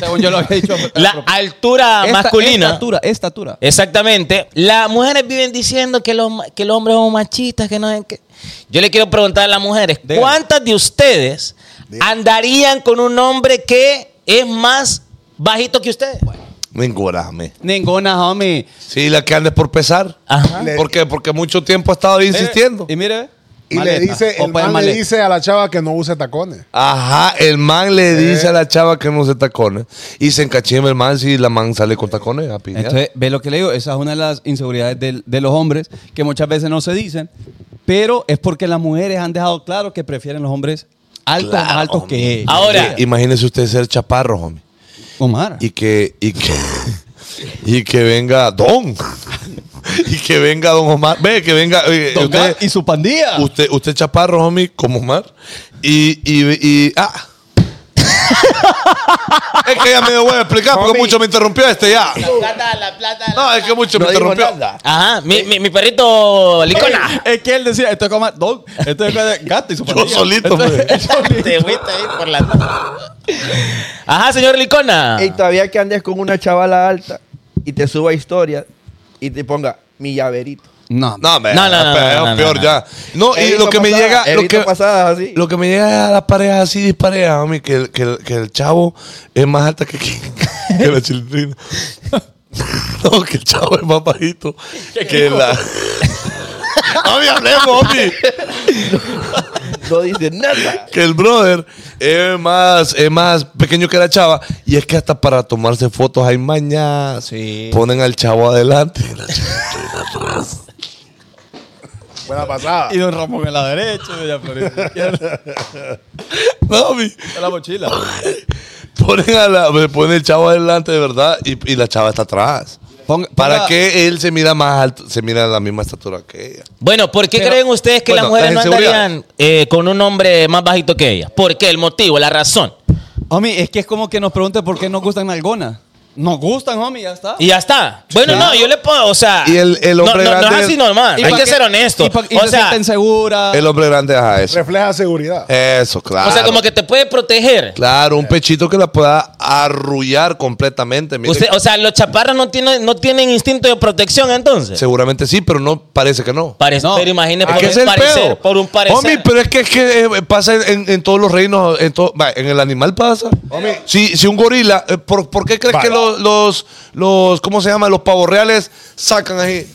Speaker 6: Según yo lo había dicho.
Speaker 7: la altura
Speaker 6: Esta-
Speaker 7: masculina.
Speaker 6: Estatura, estatura.
Speaker 7: Exactamente. Las mujeres viven diciendo que los, ma- que los hombres son machistas, que no es que... Yo le quiero preguntar a las mujeres,
Speaker 6: Dígame.
Speaker 7: ¿cuántas de ustedes andarían con un hombre que es más bajito que ustedes?
Speaker 3: Ninguna, homie.
Speaker 6: Ninguna, homie.
Speaker 3: Sí, la que andes por pesar.
Speaker 7: Ajá.
Speaker 3: ¿Por qué? Porque mucho tiempo ha estado ahí insistiendo.
Speaker 6: Eh, Y mire,
Speaker 8: Y
Speaker 6: Maleta.
Speaker 8: le dice,
Speaker 6: O
Speaker 8: el
Speaker 6: puede
Speaker 8: man le
Speaker 6: maleta.
Speaker 8: dice a la chava que no use tacones.
Speaker 3: Ajá, el man
Speaker 6: Eh.
Speaker 3: le dice a la chava que no use tacones y se encachima el man si la man sale con tacones a piñar. Eh,
Speaker 6: Entonces, ve lo que le digo, esa es una de las inseguridades del- de los hombres que muchas veces no se dicen, pero es porque las mujeres han dejado claro que prefieren los hombres altos, más
Speaker 3: Claro,
Speaker 6: altos que ellos.
Speaker 7: Ahora,
Speaker 3: Imagínese usted ser chaparro, homie,
Speaker 6: Omar.
Speaker 3: y que y que y que venga Don. Y que venga Don Omar, ve que venga eh,
Speaker 6: Don
Speaker 3: usted,
Speaker 6: Gat y su pandilla.
Speaker 3: usted usted chaparro, homie, como Omar. Y y y ah es que ya me voy a explicar porque
Speaker 9: Homie.
Speaker 3: mucho me interrumpió este ya.
Speaker 1: plata, la plata.
Speaker 3: No, es que mucho
Speaker 9: No
Speaker 3: me
Speaker 9: dijo
Speaker 3: interrumpió.
Speaker 9: nada.
Speaker 7: ajá, mi, mi, mi perrito licona.
Speaker 6: Es que él decía, esto es como Don, esto es como gato y su pandilla.
Speaker 3: solito,
Speaker 6: Esto es-
Speaker 3: hombre.
Speaker 6: él solito.
Speaker 7: Te fuiste ahí por la. Ajá, señor licona.
Speaker 9: Y todavía que andes con una chavala alta y te suba historia y te ponga mi llaverito.
Speaker 6: No,
Speaker 3: No, me,
Speaker 7: No, no, no,
Speaker 3: pe-
Speaker 7: no, no,
Speaker 3: es peor
Speaker 7: no, no.
Speaker 3: ya. No, y
Speaker 9: Evito
Speaker 3: lo que me
Speaker 9: pasadas,
Speaker 3: llega, lo
Speaker 9: evito
Speaker 3: que,
Speaker 9: pasadas así.
Speaker 3: lo que me llega es a las parejas así disparejas, homie, que, el- que, el- que el chavo es más alta que, que la chilindrina. no, que el chavo es más bajito que la. Homie, hablemos, homie.
Speaker 9: No dice nada.
Speaker 3: Que el brother es más, es más pequeño que la chava. Y es que hasta para tomarse fotos hay mañas.
Speaker 6: Sí.
Speaker 3: Ponen al chavo adelante.
Speaker 8: Buena pasada.
Speaker 6: Y Don Ramón en la derecha, doña Florinda en la izquierda,
Speaker 3: No, homie.
Speaker 6: en la mochila.
Speaker 3: Ponen a la, me pone el chavo adelante de verdad y, y la chava está atrás.
Speaker 6: Ponga-
Speaker 3: Para
Speaker 6: ponga-
Speaker 3: que él se mira más alto, se mira a la misma estatura que ella.
Speaker 7: Bueno, ¿por qué
Speaker 6: Pero-
Speaker 7: creen ustedes que
Speaker 3: bueno,
Speaker 7: las mujeres no
Speaker 3: las inseguridades.
Speaker 7: andarían eh, con un hombre más bajito que ellas? ¿Por qué? El motivo, la razón.
Speaker 6: Homie, es que es como que nos pregunte por qué nos gustan nalgonas. Nos gustan, homie, ya está.
Speaker 7: Y ya está. Bueno, no, yo le puedo, o sea.
Speaker 3: Y el- el hombre
Speaker 7: no, no, no
Speaker 3: grande-
Speaker 7: es así normal.
Speaker 6: ¿Y
Speaker 7: Hay
Speaker 6: pa'
Speaker 7: que
Speaker 6: qué-
Speaker 7: ser honesto.
Speaker 6: Y, pa- y
Speaker 7: o
Speaker 6: se
Speaker 7: sea,
Speaker 6: sienten seguras.
Speaker 3: El hombre grande a eso.
Speaker 8: Refleja
Speaker 3: Eh,
Speaker 8: seguridad.
Speaker 3: Eso, claro.
Speaker 7: Ah. o sea, como que te puede proteger.
Speaker 3: Claro, un pechito que la pueda arrullar completamente. Mire,
Speaker 7: Usted- o sea, los chaparros no tienen, no tienen instinto de protección entonces.
Speaker 3: seguramente sí, pero no parece que no.
Speaker 7: Parece,
Speaker 6: No.
Speaker 7: pero imagínese
Speaker 3: Es
Speaker 7: por
Speaker 3: que
Speaker 7: un,
Speaker 3: es el
Speaker 7: parecer,
Speaker 3: pedo.
Speaker 7: por un parecer.
Speaker 3: Homie, pero es que, es que eh, pasa en, en todos los reinos, en, todo- va, en el animal pasa. Si, si un gorila, eh, ¿por, por qué crees
Speaker 8: Vale.
Speaker 3: que los, los, los- ¿cómo se llama? Los pavos reales sacan ahí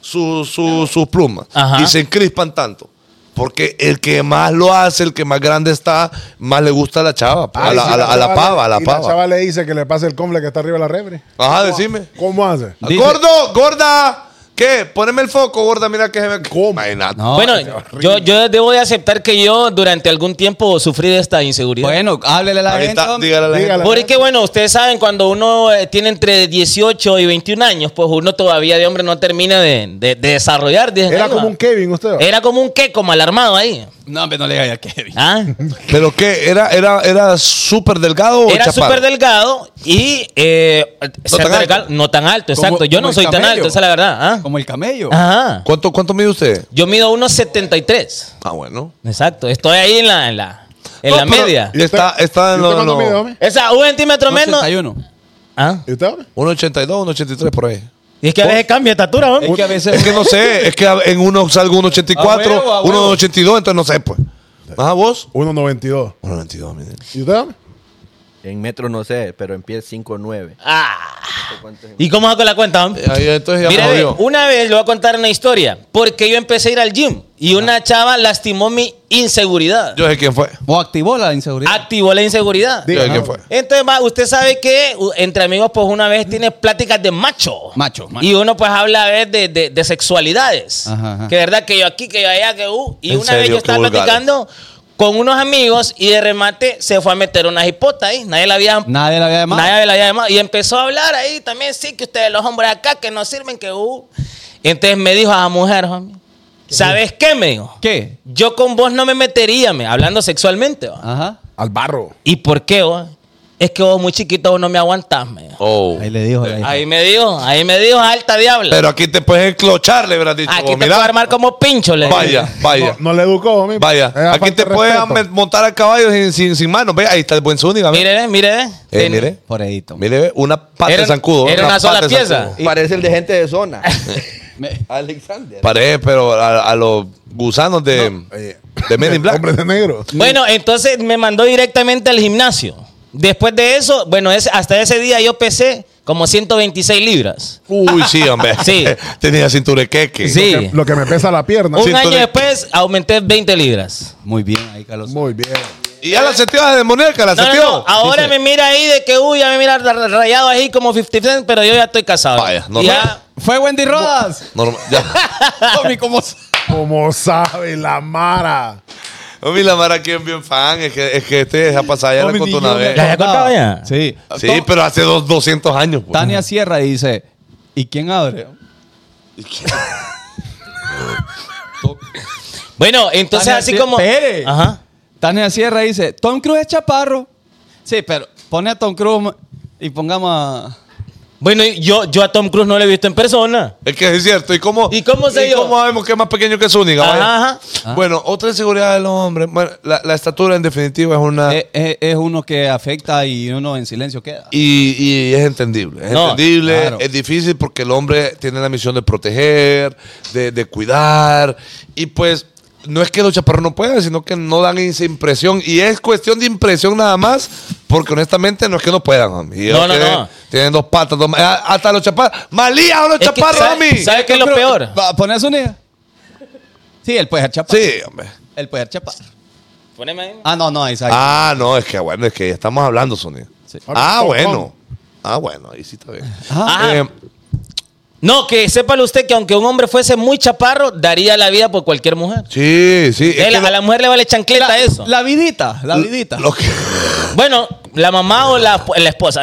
Speaker 3: su- su- sus plumas
Speaker 7: Ajá.
Speaker 3: y se encrispan tanto? Porque el que más lo hace, el que más grande está, más le gusta a la chava, pues, a
Speaker 8: Ay,
Speaker 3: la,
Speaker 8: sí,
Speaker 3: a la- a la
Speaker 8: chava
Speaker 3: pava,
Speaker 8: le-
Speaker 3: a la
Speaker 8: y
Speaker 3: pava.
Speaker 8: La chava le dice que le pase el comble que está arriba de la refri.
Speaker 3: Ajá, decime.
Speaker 8: ¿Cómo hace?
Speaker 6: Dice-
Speaker 3: Gordo, gorda, ¿qué? Poneme el foco, gorda, mira que se ve. Imagínate.
Speaker 6: No,
Speaker 7: bueno,
Speaker 6: es
Speaker 7: yo, yo debo de aceptar que yo durante algún tiempo sufrí de esta inseguridad.
Speaker 6: Bueno, háblele a la
Speaker 3: Ahí
Speaker 6: gente.
Speaker 3: está,
Speaker 6: homie.
Speaker 3: dígale a la gente.
Speaker 8: Dígale.
Speaker 7: Porque bueno, ustedes saben, cuando uno eh, tiene entre 18 y 21 años, pues uno todavía de hombre no termina de, de- de desarrollar. dicen,
Speaker 8: Era
Speaker 7: "Ay, va".
Speaker 8: como un Kevin usted.
Speaker 3: Eh.
Speaker 7: Era como un qué, como alarmado ahí.
Speaker 6: No, hombre, no le digas a Kevin.
Speaker 7: ¿Ah?
Speaker 3: ¿Pero qué? ¿Era, era, era súper delgado o
Speaker 7: Era
Speaker 3: chaparro?
Speaker 7: súper delgado y eh, ser
Speaker 3: tan alto.
Speaker 7: delgado- no tan alto,
Speaker 6: Como-
Speaker 7: exacto. Yo
Speaker 6: como
Speaker 7: no
Speaker 6: el
Speaker 7: soy tan
Speaker 6: camello.
Speaker 7: alto, esa es la verdad. ¿ah?
Speaker 6: Como el camello.
Speaker 7: Ajá.
Speaker 3: ¿Cuánto, ¿Cuánto mide usted?
Speaker 7: Yo mido unos 73.
Speaker 3: Ah, bueno.
Speaker 7: Exacto. Estoy ahí en la, en la, en
Speaker 3: No,
Speaker 7: la
Speaker 3: pero-
Speaker 7: media.
Speaker 3: Y está, está en
Speaker 8: ¿Y usted
Speaker 3: lo,
Speaker 8: cuánto
Speaker 3: lo-
Speaker 8: mide, homie?
Speaker 7: O sea, un centímetro menos.
Speaker 6: 81.
Speaker 7: Ah.
Speaker 8: ¿Y usted, homie?
Speaker 3: 1,82, 1,83 por ahí.
Speaker 7: Y es que a veces cambia de estatura, ¿no?
Speaker 6: Es que a veces.
Speaker 3: Es que no sé, es que en uno salgo 1,84,
Speaker 7: Ah,
Speaker 6: A huevo, a huevo.
Speaker 3: 1,82, entonces no sé, pues. ¿Ah, vos?
Speaker 8: 1.92.
Speaker 3: 1,92, mire.
Speaker 8: ¿Y usted, homie?
Speaker 9: En metro no sé, pero en pie 5'9".
Speaker 7: Ah. ¿Y cómo saco la cuenta, hombre?
Speaker 3: Eh, Ahí entonces ya
Speaker 7: Mira,
Speaker 3: me
Speaker 7: ve,
Speaker 3: jodió.
Speaker 7: una vez le voy a contar una historia. Porque yo empecé a ir al gym y
Speaker 6: Ah.
Speaker 7: una chava lastimó mi inseguridad.
Speaker 3: Yo sé quién fue.
Speaker 6: O activó la inseguridad.
Speaker 7: Activó la inseguridad.
Speaker 3: Yo sé
Speaker 8: Ajá.
Speaker 3: quién fue.
Speaker 7: Entonces, va, usted sabe que u- entre amigos, pues una vez tiene pláticas de macho.
Speaker 6: Macho, macho.
Speaker 7: Y uno pues habla a veces de, de- de sexualidades.
Speaker 6: Ajá, ajá.
Speaker 7: Que verdad que yo aquí, que yo allá, que uh. Y
Speaker 3: En
Speaker 7: una vez
Speaker 3: serio,
Speaker 7: yo
Speaker 3: qué
Speaker 7: estaba
Speaker 3: vulgares.
Speaker 7: platicando con unos amigos y de remate se fue a meter una hipota ahí. Nadie la había...
Speaker 6: Nadie la había llamado.
Speaker 7: Nadie la había llamado. Y empezó a hablar ahí también, sí, que ustedes los hombres acá que no sirven, que uh. Entonces me dijo a la mujer, homie, ¿sabes qué? Me dijo.
Speaker 6: ¿Qué?
Speaker 7: Yo con vos no me metería, me, hablando sexualmente. va.
Speaker 6: Ajá.
Speaker 8: Al barro.
Speaker 7: ¿Y por qué, vos? Es que vos muy chiquito vos no me aguantás, me. dijo.
Speaker 3: Oh.
Speaker 6: Ahí le dijo. la hija.
Speaker 7: Ahí me dijo, ahí me dijo alta diabla. Ah,
Speaker 3: Pero aquí te puedes enclochar, le habrás dicho.
Speaker 7: Aquí
Speaker 3: vos,
Speaker 7: te
Speaker 3: mira,
Speaker 7: puedo armar como pincho, le dije.
Speaker 3: Vaya, vaya.
Speaker 8: No, no le educó, homie.
Speaker 3: Vaya,
Speaker 8: Era
Speaker 3: aquí
Speaker 8: falta
Speaker 3: te
Speaker 8: de
Speaker 3: puedes
Speaker 8: respeto.
Speaker 3: am- montar a caballo sin, sin, sin manos. Ve, ahí está el buen Zúñiga. ve.
Speaker 7: Mire, ve, mire, ve.
Speaker 3: Eh,
Speaker 7: Ten-
Speaker 3: mire.
Speaker 6: Por ahí, Tom.
Speaker 3: Mire, ve, una pata
Speaker 7: Era-
Speaker 3: de zancudo.
Speaker 7: era una sola
Speaker 3: pata de
Speaker 7: pieza.
Speaker 3: zancudo.
Speaker 9: Parece el de gente de zona.
Speaker 6: Me-
Speaker 9: Alexander.
Speaker 3: Paré, pero a, a los gusanos de, de Men in Black.
Speaker 8: Hombre de negro.
Speaker 7: Bueno, entonces me mandó directamente al gimnasio. Después de eso, bueno, ese- hasta ese día yo pesé como 126 libras.
Speaker 3: Uy, sí, hombre.
Speaker 7: Sí.
Speaker 3: Tenía cintura de queque.
Speaker 7: Sí.
Speaker 8: Lo que me pesa la pierna.
Speaker 7: Un
Speaker 3: siento
Speaker 7: año
Speaker 3: de-
Speaker 7: después aumenté 20 libras.
Speaker 6: Muy bien, ahí Carlos.
Speaker 8: Muy bien.
Speaker 3: Y ya la sentió de muñeca, la
Speaker 7: No, no,
Speaker 3: sentió.
Speaker 7: no, Ahora me mira ahí de que, uy, ya me mira ra- rayado ahí como 50 Cent, pero yo ya estoy casado.
Speaker 3: Vaya, no,
Speaker 7: ya,
Speaker 6: Fue Wendy Rodas.
Speaker 3: Normal, ya.
Speaker 6: Tommy, ¿cómo se-
Speaker 8: Como sabe la Mara.
Speaker 3: Homie, la Mara aquí es bien fan. Es que, es que este esa pasada ya la
Speaker 6: Tommy,
Speaker 3: contó
Speaker 6: ni
Speaker 3: una
Speaker 6: yo me
Speaker 3: vez.
Speaker 7: ¿La había contado ya?
Speaker 6: Sí.
Speaker 3: Sí,
Speaker 6: To-
Speaker 3: pero hace dos, 200 años. pues.
Speaker 6: Tania Sierra dice, ¿y quién abre?
Speaker 7: Bueno, entonces
Speaker 6: Tania
Speaker 7: así
Speaker 6: Sie-
Speaker 7: como.
Speaker 6: Espere.
Speaker 7: Ajá.
Speaker 6: Tania Sierra dice, Tom Cruise es chaparro. Sí, pero pone a Tom Cruise y pongamos a...
Speaker 7: Bueno, y yo, yo a Tom Cruise no lo he visto en persona.
Speaker 3: Es que es cierto. ¿Y cómo,
Speaker 7: ¿Y cómo se dio?
Speaker 3: cómo sabemos que es más pequeño que Zúñiga? vaya?
Speaker 7: Ajá, ajá.
Speaker 3: Bueno, otra inseguridad de los hombres. Bueno, la, la estatura en definitiva es una...
Speaker 6: Eh, eh, es uno que afecta y uno en silencio queda.
Speaker 3: Y, y es entendible, es
Speaker 7: No,
Speaker 3: entendible,
Speaker 6: claro.
Speaker 3: es difícil porque el hombre tiene la misión de proteger, de, de cuidar, y pues no es que los chaparros no puedan, sino que no dan esa impresión, y es cuestión de impresión nada más, porque honestamente no es que no puedan, homie. Y ellos
Speaker 7: No, no,
Speaker 3: tienen,
Speaker 7: no.
Speaker 3: tienen dos patas, dos ma- eh, hasta los chaparros, malías a los
Speaker 7: Es que,
Speaker 3: chaparros,
Speaker 7: ¿sabe-
Speaker 3: homie.
Speaker 7: ¿Sabe qué es lo
Speaker 6: Pero-
Speaker 7: peor?
Speaker 6: Va, ¿Pone a Zúñiga? Sí, él puede ser chaparro.
Speaker 3: Sí, hombre.
Speaker 6: Él puede ser chaparro.
Speaker 7: Poneme ahí.
Speaker 6: Ah, no, no, Isaac.
Speaker 3: Ah, no, es que bueno, es que ya estamos hablando, Sonia.
Speaker 6: Sí.
Speaker 3: Ah,
Speaker 8: Tom,
Speaker 3: bueno. Ah, bueno, ahí sí está bien.
Speaker 7: Ajá.
Speaker 3: Eh,
Speaker 7: No, que sépalo usted que aunque un hombre fuese muy chaparro, daría la vida por cualquier mujer.
Speaker 3: sí, sí. es
Speaker 7: Eh, la-
Speaker 3: que
Speaker 7: a la mujer le vale chancleta
Speaker 6: La-
Speaker 7: eso.
Speaker 6: La vidita, la vidita.
Speaker 3: lo que-
Speaker 7: bueno, la mamá o la, la esposa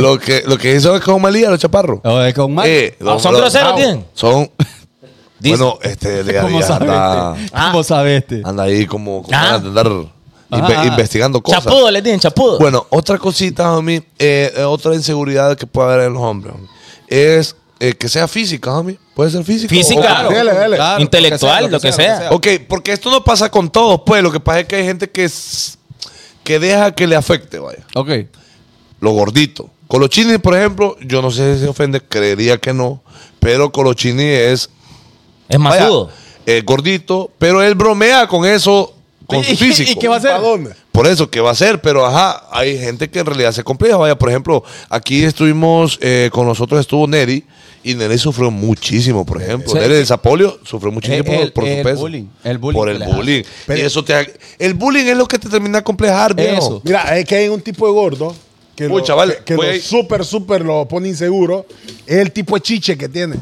Speaker 3: lo que lo que hizo es con malía los chaparros.
Speaker 6: O de con Mac.
Speaker 3: Eh,
Speaker 7: Ah, son
Speaker 3: los-
Speaker 7: groseros, tienen.
Speaker 3: Son.
Speaker 7: Dice-
Speaker 3: Bueno, este de
Speaker 6: ¿Cómo
Speaker 3: ahí
Speaker 6: sabe
Speaker 3: anda,
Speaker 6: este?
Speaker 7: Ah.
Speaker 6: ¿Cómo sabe este?
Speaker 3: anda ahí como, como
Speaker 7: Ah.
Speaker 3: ganas de andar inve-
Speaker 6: Ajá.
Speaker 3: investigando cosas.
Speaker 7: Chapudo, le dicen chapudo.
Speaker 3: Bueno, otra cosita, homie, eh, eh, otra inseguridad que puede haber en los hombres homie, es eh, que sea física, homie. Puede ser física.
Speaker 7: Física.
Speaker 3: O-
Speaker 7: Claro.
Speaker 8: Dele, dele.
Speaker 6: Claro,
Speaker 7: Intelectual, lo que sea.
Speaker 3: Ok, porque esto no pasa con todos, pues. Lo que pasa es que hay gente que, es- que deja que le afecte, vaya.
Speaker 6: Ok.
Speaker 3: Los gorditos. Colochini, por ejemplo, yo no sé si se ofende, creería que no. Pero Colochini es
Speaker 7: es más
Speaker 3: Vaya, eh, gordito, pero él bromea con eso, con
Speaker 6: ¿Y-
Speaker 3: su
Speaker 6: y-
Speaker 3: físico.
Speaker 6: y qué va a hacer?
Speaker 8: ¿Para dónde?
Speaker 3: Por eso, ¿qué va a hacer? Pero ajá, hay gente que en realidad se compleja. Vaya, por ejemplo, aquí estuvimos, eh, con nosotros estuvo Neri, y Neri sufrió muchísimo, por ejemplo.
Speaker 6: Sí.
Speaker 3: Neri de Zapolio sufrió muchísimo
Speaker 6: El- el-
Speaker 3: por, por su
Speaker 6: el
Speaker 3: peso.
Speaker 6: bullying, el bullying
Speaker 3: Por
Speaker 6: que
Speaker 3: el
Speaker 6: le hace.
Speaker 3: bullying. y
Speaker 8: Pero-
Speaker 3: eso te ha- El bullying es lo que te termina de complejar, viejo.
Speaker 6: Eso.
Speaker 8: Mira, es que hay un tipo de gordo que
Speaker 3: Uy,
Speaker 8: lo,
Speaker 3: chaval,
Speaker 8: que, que lo
Speaker 3: güey.
Speaker 8: súper, súper lo pone inseguro. Es el tipo de chiche que tiene.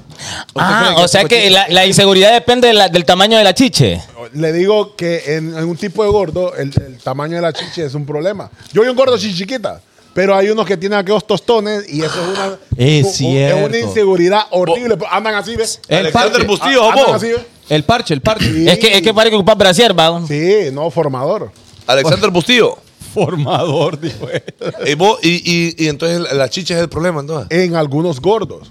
Speaker 7: Ah, o sea que la, la inseguridad depende de la- del tamaño de la chiche.
Speaker 8: Le digo que en, en un tipo de gordo el, el tamaño de la chiche es un problema. Yo vi un gordo sin chiquita, pero hay unos que tienen aquellos tostones y eso es una,
Speaker 6: Es
Speaker 8: u- u-
Speaker 6: cierto.
Speaker 8: una inseguridad horrible. Andan así, ¿ves?
Speaker 6: El
Speaker 3: Alexander
Speaker 6: parche.
Speaker 3: Bustillo,
Speaker 8: Ah, andan
Speaker 3: vos.
Speaker 8: así, ¿ves?
Speaker 6: El parche, el parche.
Speaker 8: Sí.
Speaker 7: Es que, es que parece que ocupas brasier, vago.
Speaker 8: Sí, no, formador.
Speaker 3: Alexander Bustillo.
Speaker 6: Formador, dijo él.
Speaker 3: Y, vos, y, y- y entonces la- la chicha es el problema, entonces.
Speaker 8: En algunos gordos.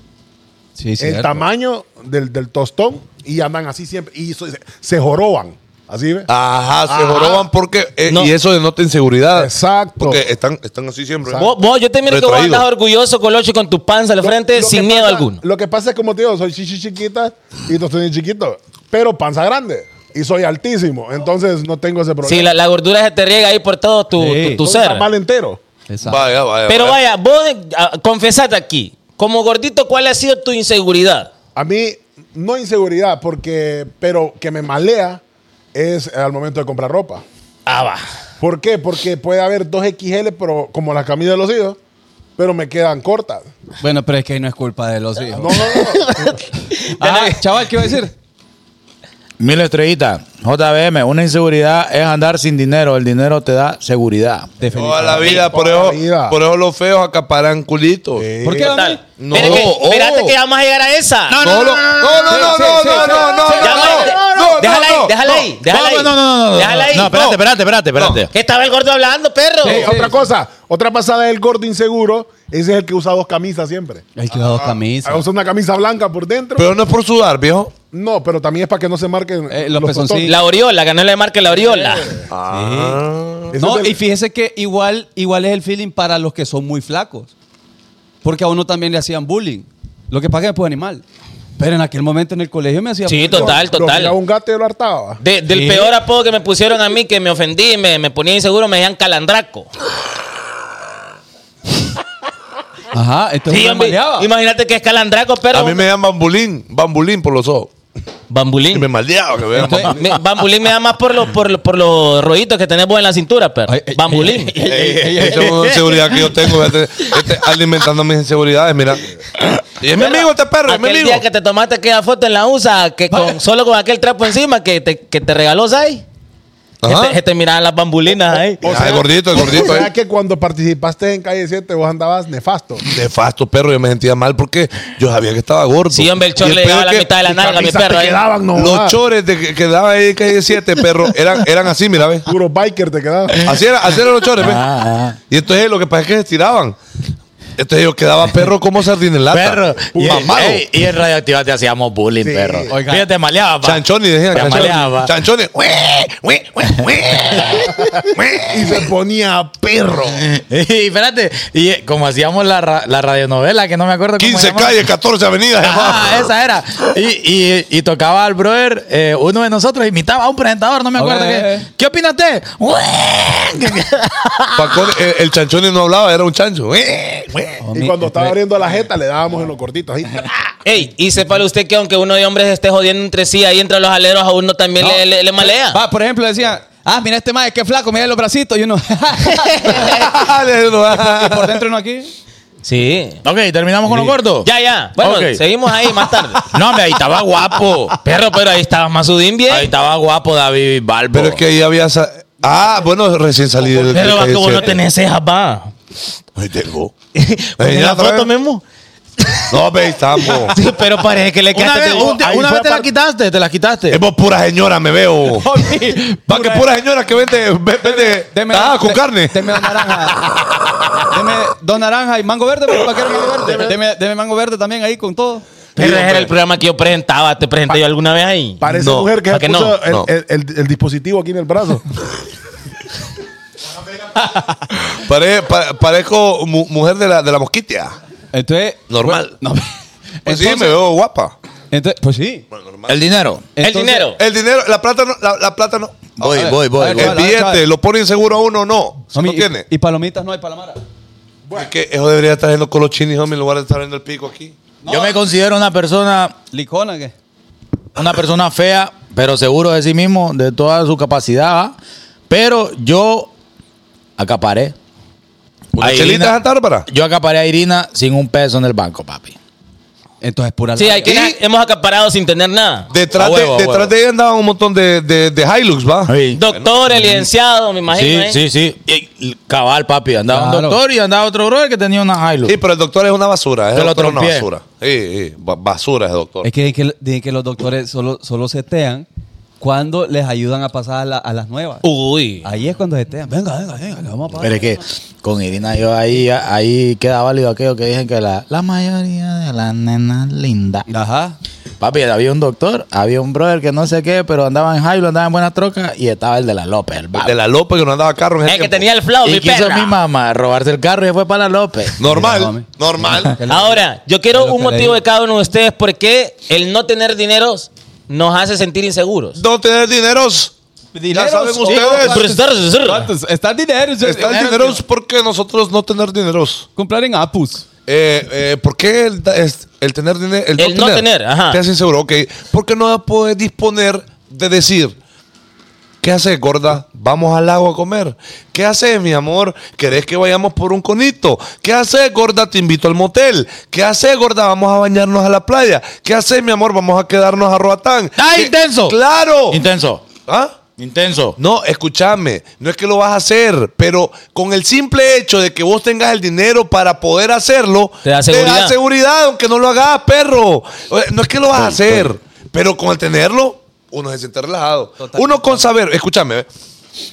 Speaker 6: Sí, sí.
Speaker 8: el tamaño del, del tostón y andan así siempre. Y so- se, se joroban. Así, ¿ves?
Speaker 3: Ajá, se
Speaker 8: Ajá.
Speaker 3: joroban porque. eh,
Speaker 7: No.
Speaker 3: Y eso denota inseguridad.
Speaker 8: Exacto.
Speaker 3: Porque están, están así siempre.
Speaker 7: Vos, vos, yo te miro que vos
Speaker 3: Retraído.
Speaker 7: andas orgulloso, colocho, con tu panza al
Speaker 8: Lo-
Speaker 7: frente
Speaker 8: lo que
Speaker 7: sin miedo
Speaker 8: pasa-
Speaker 7: alguno.
Speaker 8: Lo que pasa es como te digo, soy chichi chiquita y tostones chiquitos, pero panza grande y soy altísimo, entonces no tengo ese problema.
Speaker 7: Sí, la, la gordura se te riega ahí por todo tu,
Speaker 6: Sí.
Speaker 7: tu- tu
Speaker 8: Soy
Speaker 7: ser.
Speaker 8: tamal entero.
Speaker 6: Exacto.
Speaker 3: Vaya, vaya.
Speaker 7: Pero vaya, vos ah, confesate aquí. Como gordito, ¿cuál ha sido tu inseguridad?
Speaker 8: A mí no inseguridad porque pero que me malea es al momento de comprar ropa.
Speaker 7: Ah, va.
Speaker 8: ¿Por qué? Porque puede haber dos XL, pero como las camisas de los hijos, pero me quedan cortas.
Speaker 6: Bueno, pero es que ahí no es culpa de los hijos.
Speaker 8: No, no, no.
Speaker 6: Ah, chaval, ¿qué iba a decir?
Speaker 4: Mil estrellitas. JBM, una inseguridad es andar sin dinero. El dinero te da seguridad.
Speaker 3: Toda la vida, por
Speaker 8: Toda
Speaker 3: eso,
Speaker 8: la vida.
Speaker 3: por eso los feos acaparan culitos.
Speaker 6: ¿Por qué, Daniel?
Speaker 3: No,
Speaker 7: Espérate que,
Speaker 3: oh.
Speaker 7: espérate que vamos a llegar a esa.
Speaker 3: No, no, no, no, no,
Speaker 6: sí,
Speaker 3: no,
Speaker 6: sí,
Speaker 3: no,
Speaker 6: sí,
Speaker 3: no,
Speaker 6: sí,
Speaker 3: no,
Speaker 6: sí.
Speaker 7: Ya,
Speaker 3: no,
Speaker 7: espérate.
Speaker 3: no, no,
Speaker 7: déjala
Speaker 3: no,
Speaker 7: ahí, déjala
Speaker 3: no.
Speaker 7: ahí, déjala
Speaker 4: no,
Speaker 7: ahí.
Speaker 4: no, no, no, no.
Speaker 7: Déjala ahí.
Speaker 4: No, espérate, espérate, espérate, espérate.
Speaker 7: Que estaba el gordo hablando, perro.
Speaker 8: Eh,
Speaker 6: Sí.
Speaker 8: otra cosa, otra pasada del gordo inseguro, ese es el que usa dos camisas siempre.
Speaker 6: El que da
Speaker 3: Ah,
Speaker 6: dos camisas.
Speaker 8: Usa una camisa blanca por dentro.
Speaker 3: Pero no es por sudar, viejo.
Speaker 8: No, pero también es para que no se marquen
Speaker 6: Eh, los
Speaker 8: tostones.
Speaker 6: pezoncillos.
Speaker 7: La oriola, que no le marque la oriola.
Speaker 8: Ese
Speaker 6: No,
Speaker 8: es el-
Speaker 6: y fíjese que igual, igual es el feeling para los que son muy flacos. Porque a uno también le hacían bullying. Lo que pasa es que me pude animal. Pero en aquel momento en el colegio me hacían
Speaker 7: Sí,
Speaker 6: bullying.
Speaker 7: total,
Speaker 8: lo miraba
Speaker 7: total.
Speaker 8: un gato y lo hartaba.
Speaker 3: Ah,
Speaker 7: De- del
Speaker 6: Sí.
Speaker 7: peor apodo que me pusieron a mí, que me ofendí, me, me ponía inseguro, me decían calandraco.
Speaker 6: Ajá, este
Speaker 7: Sí,
Speaker 6: hombre
Speaker 7: hombre,
Speaker 6: maleaba.
Speaker 7: imagínate que es calandraco, pero.
Speaker 3: A mí me dan bambulín, bambulín por los ojos. Y
Speaker 7: Bambulín.
Speaker 3: me maldeaba que me dan bambulín.
Speaker 7: Me- bambulín me da más por los, por, los- por los rollitos que tenés vos en la cintura, pero.
Speaker 6: Ay, ay,
Speaker 7: Bambulín.
Speaker 6: ay, ay,
Speaker 3: Ey, ey, Esta es una inseguridad que yo tengo. Este, este alimentando mis inseguridades, mira. Y es mi amigo este perro, es mi
Speaker 7: aquel
Speaker 3: amigo.
Speaker 7: día que te tomaste aquella foto en la USA, que con, solo con aquel trapo encima que te, que te regaló Sai. Que
Speaker 3: Ajá.
Speaker 7: te, que te miraban las bambulinas ahí.
Speaker 3: Ah, el gordito, el
Speaker 8: O
Speaker 3: gordito. eh.
Speaker 8: sea
Speaker 3: ahí.
Speaker 8: que cuando participaste en Calle 7 vos andabas nefasto.
Speaker 3: Nefasto perro, yo me sentía mal porque yo sabía que estaba gordo.
Speaker 7: Sí, hombre, el chor
Speaker 3: Y
Speaker 7: le daba
Speaker 3: peor
Speaker 7: la
Speaker 3: que
Speaker 7: mitad de la nalga a mi
Speaker 8: Camisas
Speaker 7: perro.
Speaker 8: te
Speaker 7: ahí.
Speaker 8: quedaban, no.
Speaker 3: Los
Speaker 8: jodas.
Speaker 3: chores de que, que daba ahí calle 7, perro, eran, eran así, mira, ¿ves?
Speaker 8: Puro biker te quedaban.
Speaker 3: Así, era, así eran los chores, ¿ves?
Speaker 4: Ah,
Speaker 3: Y entonces lo que pasa es que se estiraban. Entonces yo quedaba perro como sardina en lata.
Speaker 4: Perro. Y,
Speaker 3: Mamado.
Speaker 4: ey, y en radioactiva te hacíamos bullying, perro.
Speaker 6: Oiga.
Speaker 4: Fíjate, maleaba. pa.
Speaker 3: Chanchoni, decían.
Speaker 4: Te
Speaker 3: Chanchoni.
Speaker 4: amaleaba.
Speaker 3: Chanchoni. Ué, ué, ué, ué. Ué.
Speaker 8: Y se ponía perro.
Speaker 4: Y espérate, y eh, como hacíamos la, ra- la radionovela, que no me acuerdo cómo
Speaker 3: 15
Speaker 4: llamaba.
Speaker 3: calles, 14 avenidas.
Speaker 4: Ah,
Speaker 3: hermano.
Speaker 4: esa era. Y, y- y tocaba al brother, eh, uno de nosotros imitaba a un presentador, no me acuerdo.
Speaker 6: Oye.
Speaker 4: qué. ¿Qué opina usted?
Speaker 3: Pacón, el, eh, el chanchoni no hablaba, era un chancho. Ué, ué.
Speaker 8: Y cuando estaba abriendo la jeta, le dábamos en los cortitos. Ahí.
Speaker 7: Ey, y sepa usted que aunque uno de hombres esté jodiendo entre sí, ahí entre los aleros a uno también
Speaker 6: No.
Speaker 7: le, le- le malea.
Speaker 6: Va, por ejemplo, decían, ah, mira este mae, qué flaco, mira los bracitos. Y uno,
Speaker 3: Dale, no,
Speaker 6: y por
Speaker 3: ah.
Speaker 6: dentro uno aquí.
Speaker 7: Sí.
Speaker 4: Ok, terminamos con los gordos.
Speaker 7: Ya, ya. Bueno,
Speaker 4: Ok.
Speaker 7: seguimos ahí más tarde.
Speaker 4: No, hombre, ahí estaba guapo.
Speaker 7: Perro, pero ahí estaba Masudín bien.
Speaker 4: Ahí estaba guapo David Balbo.
Speaker 3: Pero es que ahí había. sa- Ah, bueno, recién salí del.
Speaker 7: Pero va
Speaker 3: del
Speaker 7: que vos no
Speaker 3: siete.
Speaker 7: tenés cejas, va.
Speaker 3: Ay, tengo.
Speaker 7: Pues en
Speaker 3: ya
Speaker 7: la
Speaker 3: otra
Speaker 7: foto,
Speaker 3: vez.
Speaker 7: Memo.
Speaker 3: No, ve, estamos.
Speaker 7: Sí, pero parece que este le
Speaker 4: una
Speaker 7: quedaste.
Speaker 4: vez,
Speaker 7: de-
Speaker 4: un-
Speaker 8: ahí
Speaker 4: una
Speaker 8: fue
Speaker 4: vez te
Speaker 8: par-
Speaker 4: la quitaste, te la quitaste.
Speaker 3: Es vos pura señora, me veo. Va que pura señora que vende. ve- vende
Speaker 6: Deme-
Speaker 3: ah, con
Speaker 6: de-
Speaker 3: carne.
Speaker 6: Deme dos naranjas. deme dos naranjas y mango verde, pero ¿para qué era mango verde? Deme, deme mango verde también ahí con todo.
Speaker 7: Pero ese era el programa que yo presentaba. ¿Te presenté yo alguna vez ahí?
Speaker 8: Parece
Speaker 3: No,
Speaker 8: mujer que
Speaker 7: ¿a
Speaker 8: se
Speaker 7: que
Speaker 8: puso
Speaker 7: no?
Speaker 8: el,
Speaker 3: No.
Speaker 8: el- el- el dispositivo aquí en el brazo.
Speaker 3: Pare- pa- parezco mu- mujer de la, de la mosquitia.
Speaker 6: Entonces.
Speaker 3: Normal.
Speaker 6: No,
Speaker 3: Pues sí,
Speaker 6: entonces-
Speaker 3: me veo guapa.
Speaker 6: entonces- pues sí.
Speaker 4: El dinero.
Speaker 7: El
Speaker 6: Entonces-
Speaker 7: dinero.
Speaker 4: eh,
Speaker 3: El dinero, la plata no. La, la plata no.
Speaker 6: A
Speaker 4: Voy,
Speaker 6: ver,
Speaker 4: voy,
Speaker 6: a
Speaker 4: voy.
Speaker 6: ver,
Speaker 4: voy.
Speaker 3: El
Speaker 6: chaval,
Speaker 3: billete,
Speaker 6: chaval.
Speaker 3: lo ponen seguro a uno o no. Si
Speaker 6: Homie,
Speaker 3: no tiene.
Speaker 6: y, y palomitas no hay para la mara.
Speaker 3: Es que eso debería estar haciendo con los chinis, homie, en lugar de estar viendo el pico aquí.
Speaker 4: Yo me considero una persona
Speaker 6: Licona, ¿qué?
Speaker 4: una persona fea, pero seguro de sí mismo, de toda su capacidad. ¿va? Pero yo acaparé.
Speaker 3: ¿Una
Speaker 4: A
Speaker 3: chelita
Speaker 4: Irina-
Speaker 3: Santa Bárbara?
Speaker 4: Yo acaparé a Irina sin un peso en el banco, papi.
Speaker 6: Entonces pura
Speaker 7: Sí,
Speaker 6: labia.
Speaker 7: hay quienes hemos acaparado sin tener nada.
Speaker 3: Detrás,
Speaker 4: A Ah, huevo, a
Speaker 3: de, detrás
Speaker 4: huevo.
Speaker 3: de ella andaban un montón de, de, de Hilux, ¿va?
Speaker 7: Doctor, licenciado, me
Speaker 4: Sí,
Speaker 7: imagino. ¿eh?
Speaker 4: sí, sí. Y- y Cabal, papi. Andaba un
Speaker 6: Claro.
Speaker 4: doctor y andaba otro brother que tenía una Hilux.
Speaker 3: Sí, pero el doctor es una basura.
Speaker 4: Te
Speaker 3: El
Speaker 4: lo
Speaker 3: doctor es una
Speaker 4: trompié.
Speaker 3: basura. Sí, sí, ba- basura es doctor.
Speaker 6: Es que dicen que, dicen que los doctores solo, solo setean cuando les ayudan a pasar a, la- a las nuevas.
Speaker 7: Uy.
Speaker 4: Ah,
Speaker 6: Ahí es cuando setean. Venga, venga, venga, le vamos a
Speaker 4: Pero
Speaker 6: pagar.
Speaker 4: es que con Irina yo ahí, ahí queda válido aquello que dicen que la, la mayoría de las nenas lindas.
Speaker 6: Ajá.
Speaker 4: Papi, había un doctor, había un brother que no sé qué, pero andaba en Hilux, andaba en buenas trocas y estaba el de la López, el vago.
Speaker 3: de la López que no andaba carro en
Speaker 7: Es
Speaker 3: ese
Speaker 7: que
Speaker 3: tiempo.
Speaker 7: tenía el flow,
Speaker 4: y
Speaker 7: mi
Speaker 4: quiso
Speaker 7: perra.
Speaker 4: mi mamá robarse el carro y fue para la López.
Speaker 6: Mira,
Speaker 3: Normal,
Speaker 6: homie.
Speaker 3: normal.
Speaker 7: Ahora, yo quiero
Speaker 6: Es lo que
Speaker 7: un
Speaker 6: le
Speaker 7: motivo
Speaker 6: digo.
Speaker 7: de cada uno de ustedes porque el no tener dinero nos hace sentir inseguros.
Speaker 3: no tener dineros. Ya saben
Speaker 6: Dineros,
Speaker 3: ustedes.
Speaker 7: Pero estar-
Speaker 6: ¿Cuántos? Está el dinero.
Speaker 3: Está el dineros porque nosotros no tener dineros.
Speaker 6: Comprar en Apus.
Speaker 3: Eh, eh, ¿Por qué el, da- es- el tener dinero?
Speaker 7: El no tener, ajá.
Speaker 3: Te hace inseguro, ok. ¿Por qué no puedes disponer de decir, ¿qué haces, gorda? Vamos al lago a comer. ¿Qué haces, mi amor? ¿Querés que vayamos por un conito? ¿Qué haces, gorda? Te invito al motel. ¿Qué haces, gorda? Vamos a bañarnos a la playa. ¿Qué haces, mi amor? Vamos a quedarnos a Roatán.
Speaker 4: ¡Ah,
Speaker 3: ¿Qué-
Speaker 4: intenso!
Speaker 3: ¡Claro!
Speaker 4: Intenso.
Speaker 3: ¿Ah?
Speaker 4: Intenso.
Speaker 3: No, escúchame, no es que lo vas a hacer, pero con el simple hecho de que vos tengas el dinero para poder hacerlo,
Speaker 7: Te da seguridad.
Speaker 3: seguridad, aunque no lo hagas, perro. O sea, No es que lo vas a hacer, pero con el tenerlo, uno se siente relajado. Uno con saber, escúchame, ¿eh?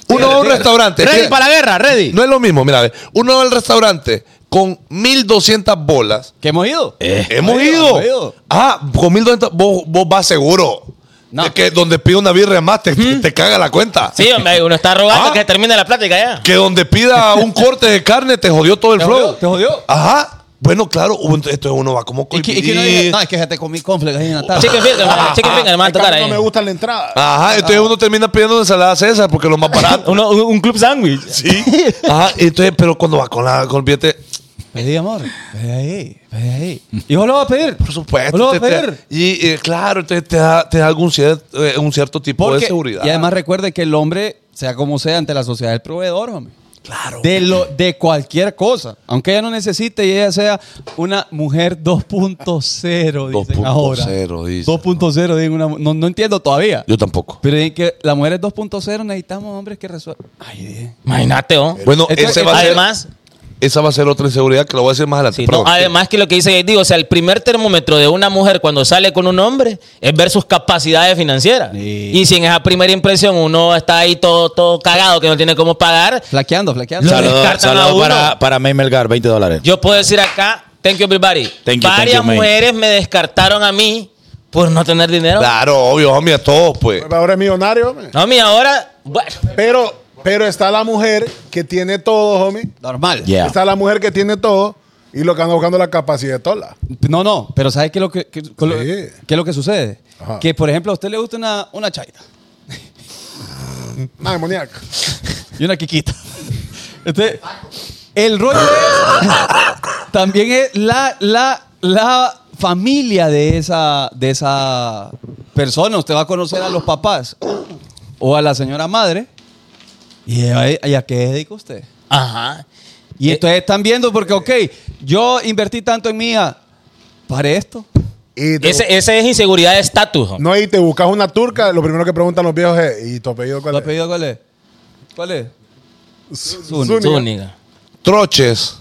Speaker 3: uno va a un restaurante.
Speaker 4: Ready
Speaker 3: mira,
Speaker 4: para la guerra, ready.
Speaker 3: No es lo mismo, mira, ve, uno va al restaurante con 1200 bolas.
Speaker 6: ¿Qué hemos ido?
Speaker 7: Eh.
Speaker 3: Hemos
Speaker 6: ido,
Speaker 3: ido.
Speaker 6: hemos ido.
Speaker 3: Ah, con 1200 vos, vos vas seguro.
Speaker 6: No.
Speaker 3: De que donde pide una birra más te, te caga la cuenta.
Speaker 7: Sí, hombre, uno está rogando
Speaker 3: Ah.
Speaker 7: que termine la plática ya.
Speaker 3: Que donde pida un corte de carne te jodió todo el
Speaker 6: ¿Te
Speaker 3: flow.
Speaker 6: jodió? ¿Te jodió?
Speaker 3: Ajá. Bueno, claro, un- esto uno va como
Speaker 6: Y que, y
Speaker 3: cohibir.
Speaker 6: que uno dice, no, es que ya te comí conflicto ahí en la tarde.
Speaker 7: Chicken finger, man, chicken finger, me van a
Speaker 8: En
Speaker 7: tocar
Speaker 8: cambio, no
Speaker 7: ahí. Ah.
Speaker 8: me gusta la entrada.
Speaker 3: Ajá, entonces uno termina pidiendo ensalada César porque es lo más barato.
Speaker 7: Uno- un club sándwich.
Speaker 3: sí. Ajá, entonces, pero cuando va con la con el billete,
Speaker 6: Pedí amor. Pedí ahí. Pedí ahí. ¿Y vos lo vas a pedir?
Speaker 3: Por supuesto.
Speaker 6: ¿Vos lo vas a
Speaker 3: te- te-
Speaker 6: pedir?
Speaker 3: y eh, claro, entonces te da, te da algún cierto, eh, un cierto tipo de
Speaker 6: Porque-
Speaker 3: seguridad.
Speaker 6: Y además recuerde que el hombre, sea como sea, ante la sociedad del proveedor, hombre.
Speaker 3: Claro.
Speaker 6: De, lo, de cualquier cosa. Aunque ella no necesite y ella sea una mujer 2.0, dicen ahora.
Speaker 3: 2.0 dicen.
Speaker 6: 2.0, dicen una mu- no, no entiendo todavía.
Speaker 3: Yo tampoco.
Speaker 6: Pero dicen que las mujeres 2.0 necesitamos hombres que resuelvan. Ay, Dios.
Speaker 7: Imagínate, ¿oh?
Speaker 3: Bueno,
Speaker 6: Es que-
Speaker 3: ese Pues, va a ser-
Speaker 7: Además,
Speaker 3: esa va a ser otra inseguridad que lo voy a decir más adelante.
Speaker 7: sí,
Speaker 3: Perdón.
Speaker 7: no, además que lo que dice digo, o sea, el primer termómetro de una mujer cuando sale con un hombre es ver sus capacidades financieras.
Speaker 6: Sí.
Speaker 7: Y si en esa primera impresión uno está ahí todo, todo cagado, que no tiene cómo pagar,
Speaker 6: Flaqueando, flaqueando.
Speaker 7: Lo
Speaker 4: Saludos
Speaker 7: descartan
Speaker 4: saludos
Speaker 7: a uno.
Speaker 4: para, para May Melgar, 20 dólares.
Speaker 7: yo puedo decir acá, thank you everybody,
Speaker 4: Thank you, thank
Speaker 7: varias
Speaker 4: you, man.
Speaker 7: mujeres me descartaron a mí por no tener dinero.
Speaker 3: Claro, obvio, homie, a todos, pues.
Speaker 8: Ahora es millonario, homie.
Speaker 7: No, mi ahora, bueno,
Speaker 8: Pero, pero está la mujer que tiene todo, homie.
Speaker 6: Normal.
Speaker 4: Yeah.
Speaker 8: Está la mujer que tiene todo y lo que anda buscando es la capacidad de tola.
Speaker 6: No, no, pero ¿sabes qué es lo que, qué- con lo-
Speaker 8: Sí.
Speaker 6: qué es lo que sucede?
Speaker 8: Ajá.
Speaker 6: Que, por ejemplo, a usted le gusta una, una chaita
Speaker 8: Una demoníaca.
Speaker 6: y una quiquita. Entonces, el rollo es- también es la, la, la familia de esa, de esa persona. Usted va a conocer a los papás o a la señora madre. ¿Y a, y a qué dedica usted?
Speaker 7: ajá. Eh,
Speaker 6: Y entonces están viendo porque, ok, yo invertí tanto en mía para esto.
Speaker 8: Y te-
Speaker 7: Ese, ese es inseguridad de estatus. ¿no?
Speaker 8: no, y te buscas una turca, lo primero que preguntan los viejos es, ¿y tu apellido cuál
Speaker 6: ¿Tu
Speaker 8: es?
Speaker 6: apellido cuál es? ¿Cuál es?
Speaker 8: Zúñiga.
Speaker 7: Zúñiga.
Speaker 3: Troches.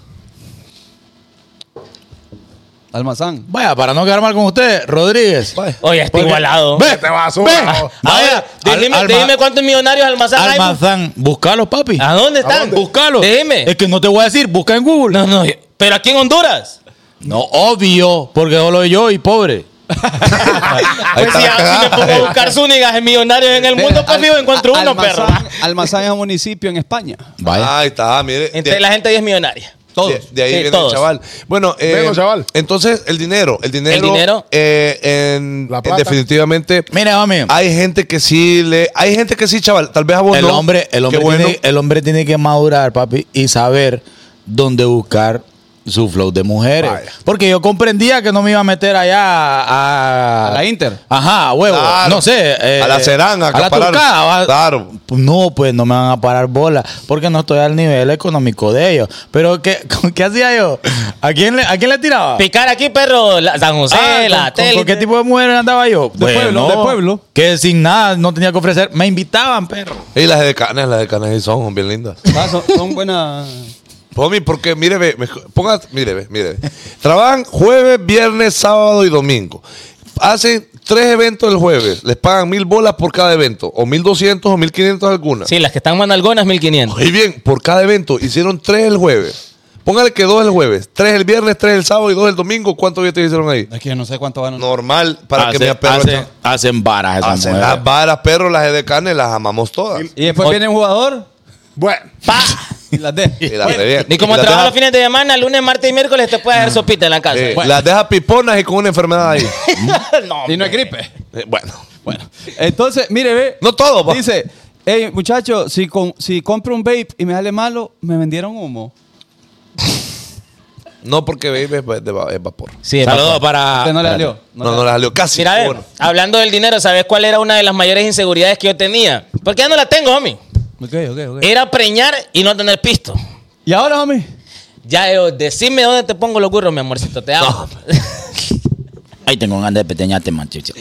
Speaker 6: Almazán.
Speaker 4: Vaya, para no quedar mal con usted, Rodríguez. Vaya.
Speaker 7: Oye, está
Speaker 4: Porque-
Speaker 7: igualado.
Speaker 4: Ve,
Speaker 8: Te vas a
Speaker 4: ve.
Speaker 8: uno.
Speaker 7: Ahora,
Speaker 4: Al-
Speaker 7: dime,
Speaker 4: Alma-
Speaker 7: dime cuántos millonarios almazán hay.
Speaker 4: Almazán, búscalos, papi.
Speaker 7: ¿A dónde están?
Speaker 8: dónde?
Speaker 4: Búscalos.
Speaker 7: Dime.
Speaker 4: Es que no te voy a decir, busca en Google.
Speaker 7: No, no, yo- pero aquí en Honduras.
Speaker 4: No, obvio, porque solo yo y pobre.
Speaker 3: Ahí
Speaker 7: Pues
Speaker 3: está
Speaker 7: si,
Speaker 3: la
Speaker 7: a- si me
Speaker 3: cagada.
Speaker 7: pongo a buscar zúñigas en millonarios en el mundo, pues fijo, encuentro uno, perro.
Speaker 6: Almazán- Almazán es un municipio en España.
Speaker 7: Ah.
Speaker 4: Vaya.
Speaker 3: Ahí está, mire.
Speaker 7: Entre
Speaker 3: De-
Speaker 7: la gente ahí es millonaria. Todos.
Speaker 3: De, de ahí
Speaker 7: Sí,
Speaker 3: viene
Speaker 7: todos.
Speaker 3: el chaval. Bueno, eh,
Speaker 8: Vengo, chaval.
Speaker 3: entonces el dinero, el dinero,
Speaker 7: El dinero.
Speaker 3: eh, en,
Speaker 8: La
Speaker 3: en
Speaker 8: plata.
Speaker 3: definitivamente
Speaker 4: Mira, homie.
Speaker 3: hay gente que sí le, hay gente que sí, chaval, tal vez a vos
Speaker 4: El
Speaker 3: no.
Speaker 4: hombre, el, hombre
Speaker 3: Qué bueno.
Speaker 4: tiene, el hombre tiene que madurar, papi, y saber dónde buscar su flow de mujeres.
Speaker 3: Vaya.
Speaker 4: Porque yo comprendía que no me iba a meter allá a...
Speaker 6: A la Inter.
Speaker 4: Ajá, a huevo.
Speaker 3: Claro.
Speaker 4: No sé. eh,
Speaker 3: A la Serán, a
Speaker 4: A la
Speaker 3: acaparar.
Speaker 4: Turcada, a-
Speaker 3: Claro.
Speaker 4: No, pues no me van a parar bola. Porque no estoy al nivel económico de ellos. Pero ¿qué, qué hacía yo? ¿A quién le, a quién le tiraba?
Speaker 7: Picar aquí, perro, la- San José,
Speaker 4: Ah,
Speaker 7: la
Speaker 4: ¿con- con-
Speaker 7: tele.
Speaker 4: ¿Con qué tipo de mujeres andaba yo? De
Speaker 6: pueblo, de pueblo.
Speaker 4: Que sin nada, no tenía que ofrecer. Me invitaban, perro.
Speaker 3: Y las decanas, las decanas sí son bien lindas.
Speaker 6: Ah, son, son buenas.
Speaker 3: Homie, porque mire, ve, me- ponga, mire, ve, mire. ve. Trabajan jueves, viernes, sábado y domingo. Hacen tres eventos el jueves. Les pagan mil bolas por cada evento. O mil doscientos o mil quinientos alguna.
Speaker 7: Sí, las que están manalgonas, 1500.
Speaker 3: Muy bien, por cada evento hicieron tres el jueves. Póngale que dos el jueves, tres el viernes, tres el sábado y dos el domingo. ¿Cuántos billetes hicieron ahí?
Speaker 6: Es que yo no sé cuánto van a.
Speaker 3: Normal,
Speaker 7: Ah,
Speaker 3: para que
Speaker 4: Hace-
Speaker 3: me aperro.
Speaker 4: hace- Hacen varas esas
Speaker 3: Hacen
Speaker 4: mujeres.
Speaker 3: las varas, perros, las de carne, las amamos todas. Y,
Speaker 6: Y después viene un jugador
Speaker 8: Bueno,
Speaker 6: y las de.
Speaker 3: las revientan.
Speaker 7: Ni como
Speaker 3: Y las
Speaker 7: trabaja
Speaker 3: deja-
Speaker 7: los fines de semana, lunes, martes y miércoles, te puedes hacer sopita en la casa.
Speaker 3: eh,
Speaker 7: Bueno,
Speaker 3: Las deja piponas y con una enfermedad ahí.
Speaker 6: y no es gripe.
Speaker 3: Eh, bueno.
Speaker 6: Bueno. Entonces, mire, ve.
Speaker 3: No todo, va.
Speaker 6: Dice, hey, muchacho, si, con, si compro un vape y me sale malo, me vendieron humo.
Speaker 3: No porque baby es, va- de va- es vapor.
Speaker 7: sí, es
Speaker 4: Saludos
Speaker 7: verdad.
Speaker 4: para.
Speaker 6: Usted no le salió.
Speaker 3: Ah, No, no, la salió casi.
Speaker 7: Mira, a ver,
Speaker 3: bueno.
Speaker 7: hablando del dinero, ¿sabes cuál era una de las mayores inseguridades que yo tenía? Porque ya no la tengo, homie.
Speaker 6: Ok, ok, ok.
Speaker 3: Eh.
Speaker 7: Era preñar y no tener pisto.
Speaker 6: Y ahora, homie.
Speaker 7: Ya, yo, decime dónde te pongo los curros, mi amorcito. Te amo.
Speaker 4: Ahí tengo un grande de peteñate, manchicho.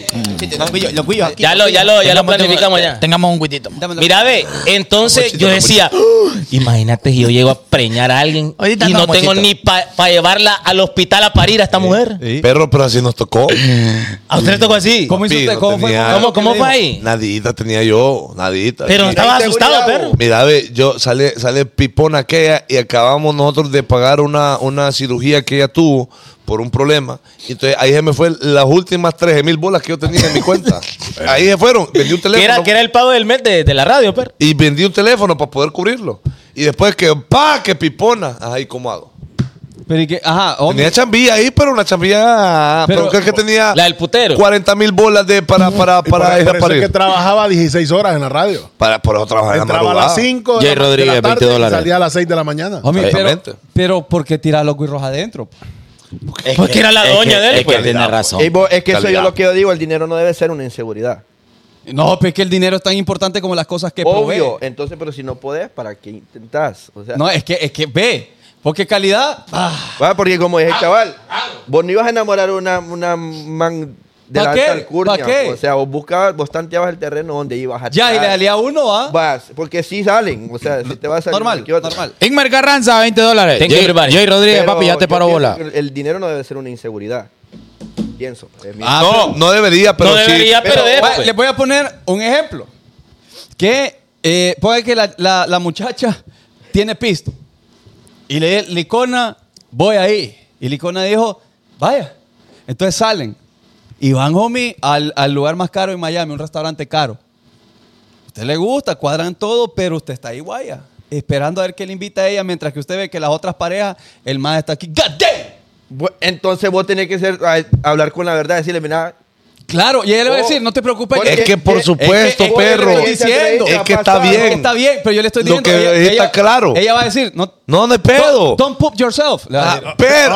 Speaker 7: ya lo, ya lo, ya lo planificamos ya.
Speaker 4: Tengamos un cuitito.
Speaker 7: Mira, ve, entonces yo decía, "Ah, imagínate si yo llego a preñar a alguien
Speaker 4: Ahorita
Speaker 7: y no
Speaker 4: estamos,
Speaker 7: tengo
Speaker 4: chito.
Speaker 7: ni para llevarla al hospital a parir a esta mujer.
Speaker 3: Perro, pero así nos tocó.
Speaker 7: ¿A usted le tocó así?
Speaker 6: ¿Cómo hizo
Speaker 3: Papi,
Speaker 6: usted?
Speaker 3: no
Speaker 6: ¿Cómo fue?
Speaker 3: tenía-
Speaker 7: ¿Cómo, cómo fue ahí?
Speaker 3: Nadita tenía yo, nadita.
Speaker 7: Pero estaba asustado, perro.
Speaker 3: Mira, ve, yo sale, sale pipón aquella y acabamos nosotros de pagar una, una cirugía que ella tuvo por un problema. Entonces ahí se me fue las últimas 13 mil bolas que yo tenía en mi cuenta. ahí se fueron. Vendí un
Speaker 7: Que
Speaker 3: teléfono.
Speaker 7: era, que era el pago del mes de, de la radio, perro.
Speaker 3: Y vendí un teléfono para poder cubrirlo. Y después que, pa, que pipona. Ay, ¿cómo hago?
Speaker 6: Pero y que, ajá, hombre.
Speaker 3: Tenía chambilla ahí, pero una chambilla. ah,
Speaker 6: Pero-
Speaker 3: Pero, creo que tenía.
Speaker 7: La del putero.
Speaker 3: 40 mil bolas de para, para,
Speaker 8: Y por-
Speaker 3: para ir a
Speaker 8: por eso es
Speaker 3: París.
Speaker 8: que trabajaba 16 horas en la radio.
Speaker 3: Para, por eso trabajar en la
Speaker 8: Entraba a
Speaker 3: madrugada.
Speaker 8: las 5
Speaker 4: Jay
Speaker 8: de la, de
Speaker 4: Rodríguez,
Speaker 8: la
Speaker 4: 20
Speaker 8: tarde y
Speaker 4: dólares.
Speaker 8: salía a las 6 de la mañana.
Speaker 6: Homie,
Speaker 3: Exactamente.
Speaker 6: pero, pero ¿por qué tirar los guirros adentro?
Speaker 7: Porque era la doña de él,
Speaker 4: Es que
Speaker 7: pues.
Speaker 4: tiene razón.
Speaker 9: Ey, vos, es que eso yo
Speaker 3: Calidad.
Speaker 9: lo que yo digo, el dinero no debe ser una inseguridad.
Speaker 6: No, pero es que el dinero es tan importante como las cosas que provee.
Speaker 9: Obvio, entonces, pero si no podés, ¿para qué intentás? O sea,
Speaker 6: No, es que, es que ve. Porque calidad. ah,
Speaker 9: va, porque como dije, chaval, vos no ibas a enamorar una, una man de
Speaker 6: ¿Pa
Speaker 9: la
Speaker 6: qué?
Speaker 9: alta alcurnia.
Speaker 6: ¿Pa qué?
Speaker 9: O sea, vos buscabas, vos tanteabas el terreno donde ibas a
Speaker 6: ya, y le
Speaker 9: tirar.
Speaker 6: salía uno, ¿ah?
Speaker 9: Vas, porque sí salen, o sea, si te vas a salir
Speaker 6: Normal,
Speaker 9: cualquier otro.
Speaker 6: normal.
Speaker 4: Ingmar Carranza, 20 dólares.
Speaker 7: Thank you, everybody.
Speaker 4: Jay Rodríguez,
Speaker 9: Pero
Speaker 4: papi, ya te
Speaker 9: yo
Speaker 4: paro
Speaker 9: pienso
Speaker 4: bola.
Speaker 9: que El dinero no debe ser una inseguridad. Pienso. es
Speaker 6: Ah.
Speaker 9: mi-
Speaker 3: No, no debería, Ah, pero
Speaker 7: no
Speaker 3: sí.
Speaker 7: debería, pero, es,
Speaker 6: Va,
Speaker 7: pues.
Speaker 6: Les voy a poner un ejemplo. Que eh, puede que la, la- la muchacha tiene pisto. Y le Licona, voy ahí. Y Licona dijo, vaya. Entonces salen. Y van, homie, al, al lugar más caro en Miami, un restaurante caro. A usted le gusta, cuadran todo, pero usted está ahí, guaya. Esperando a ver qué le invita a ella, mientras que usted ve que las otras parejas, el más está aquí. ¡God damn!
Speaker 9: Bu- Entonces vos tenés que ser, a- hablar con la verdad, decirle, mira,
Speaker 6: Claro, y ella le va a
Speaker 9: Oh,
Speaker 6: decir, no te preocupes.
Speaker 9: porque-
Speaker 3: Es que por
Speaker 9: es-
Speaker 3: supuesto,
Speaker 6: es que-
Speaker 3: perro.
Speaker 6: es que estoy diciendo.
Speaker 3: Es que
Speaker 9: Ha
Speaker 3: está
Speaker 9: pasado.
Speaker 3: bien.
Speaker 6: Está bien, pero yo le estoy
Speaker 3: Lo
Speaker 6: diciendo.
Speaker 3: que está claro.
Speaker 6: Ella va a decir, no,
Speaker 3: No, no hay pedo.
Speaker 6: Don't, don't poop yourself. le va a decir. "Ah,
Speaker 3: Pero.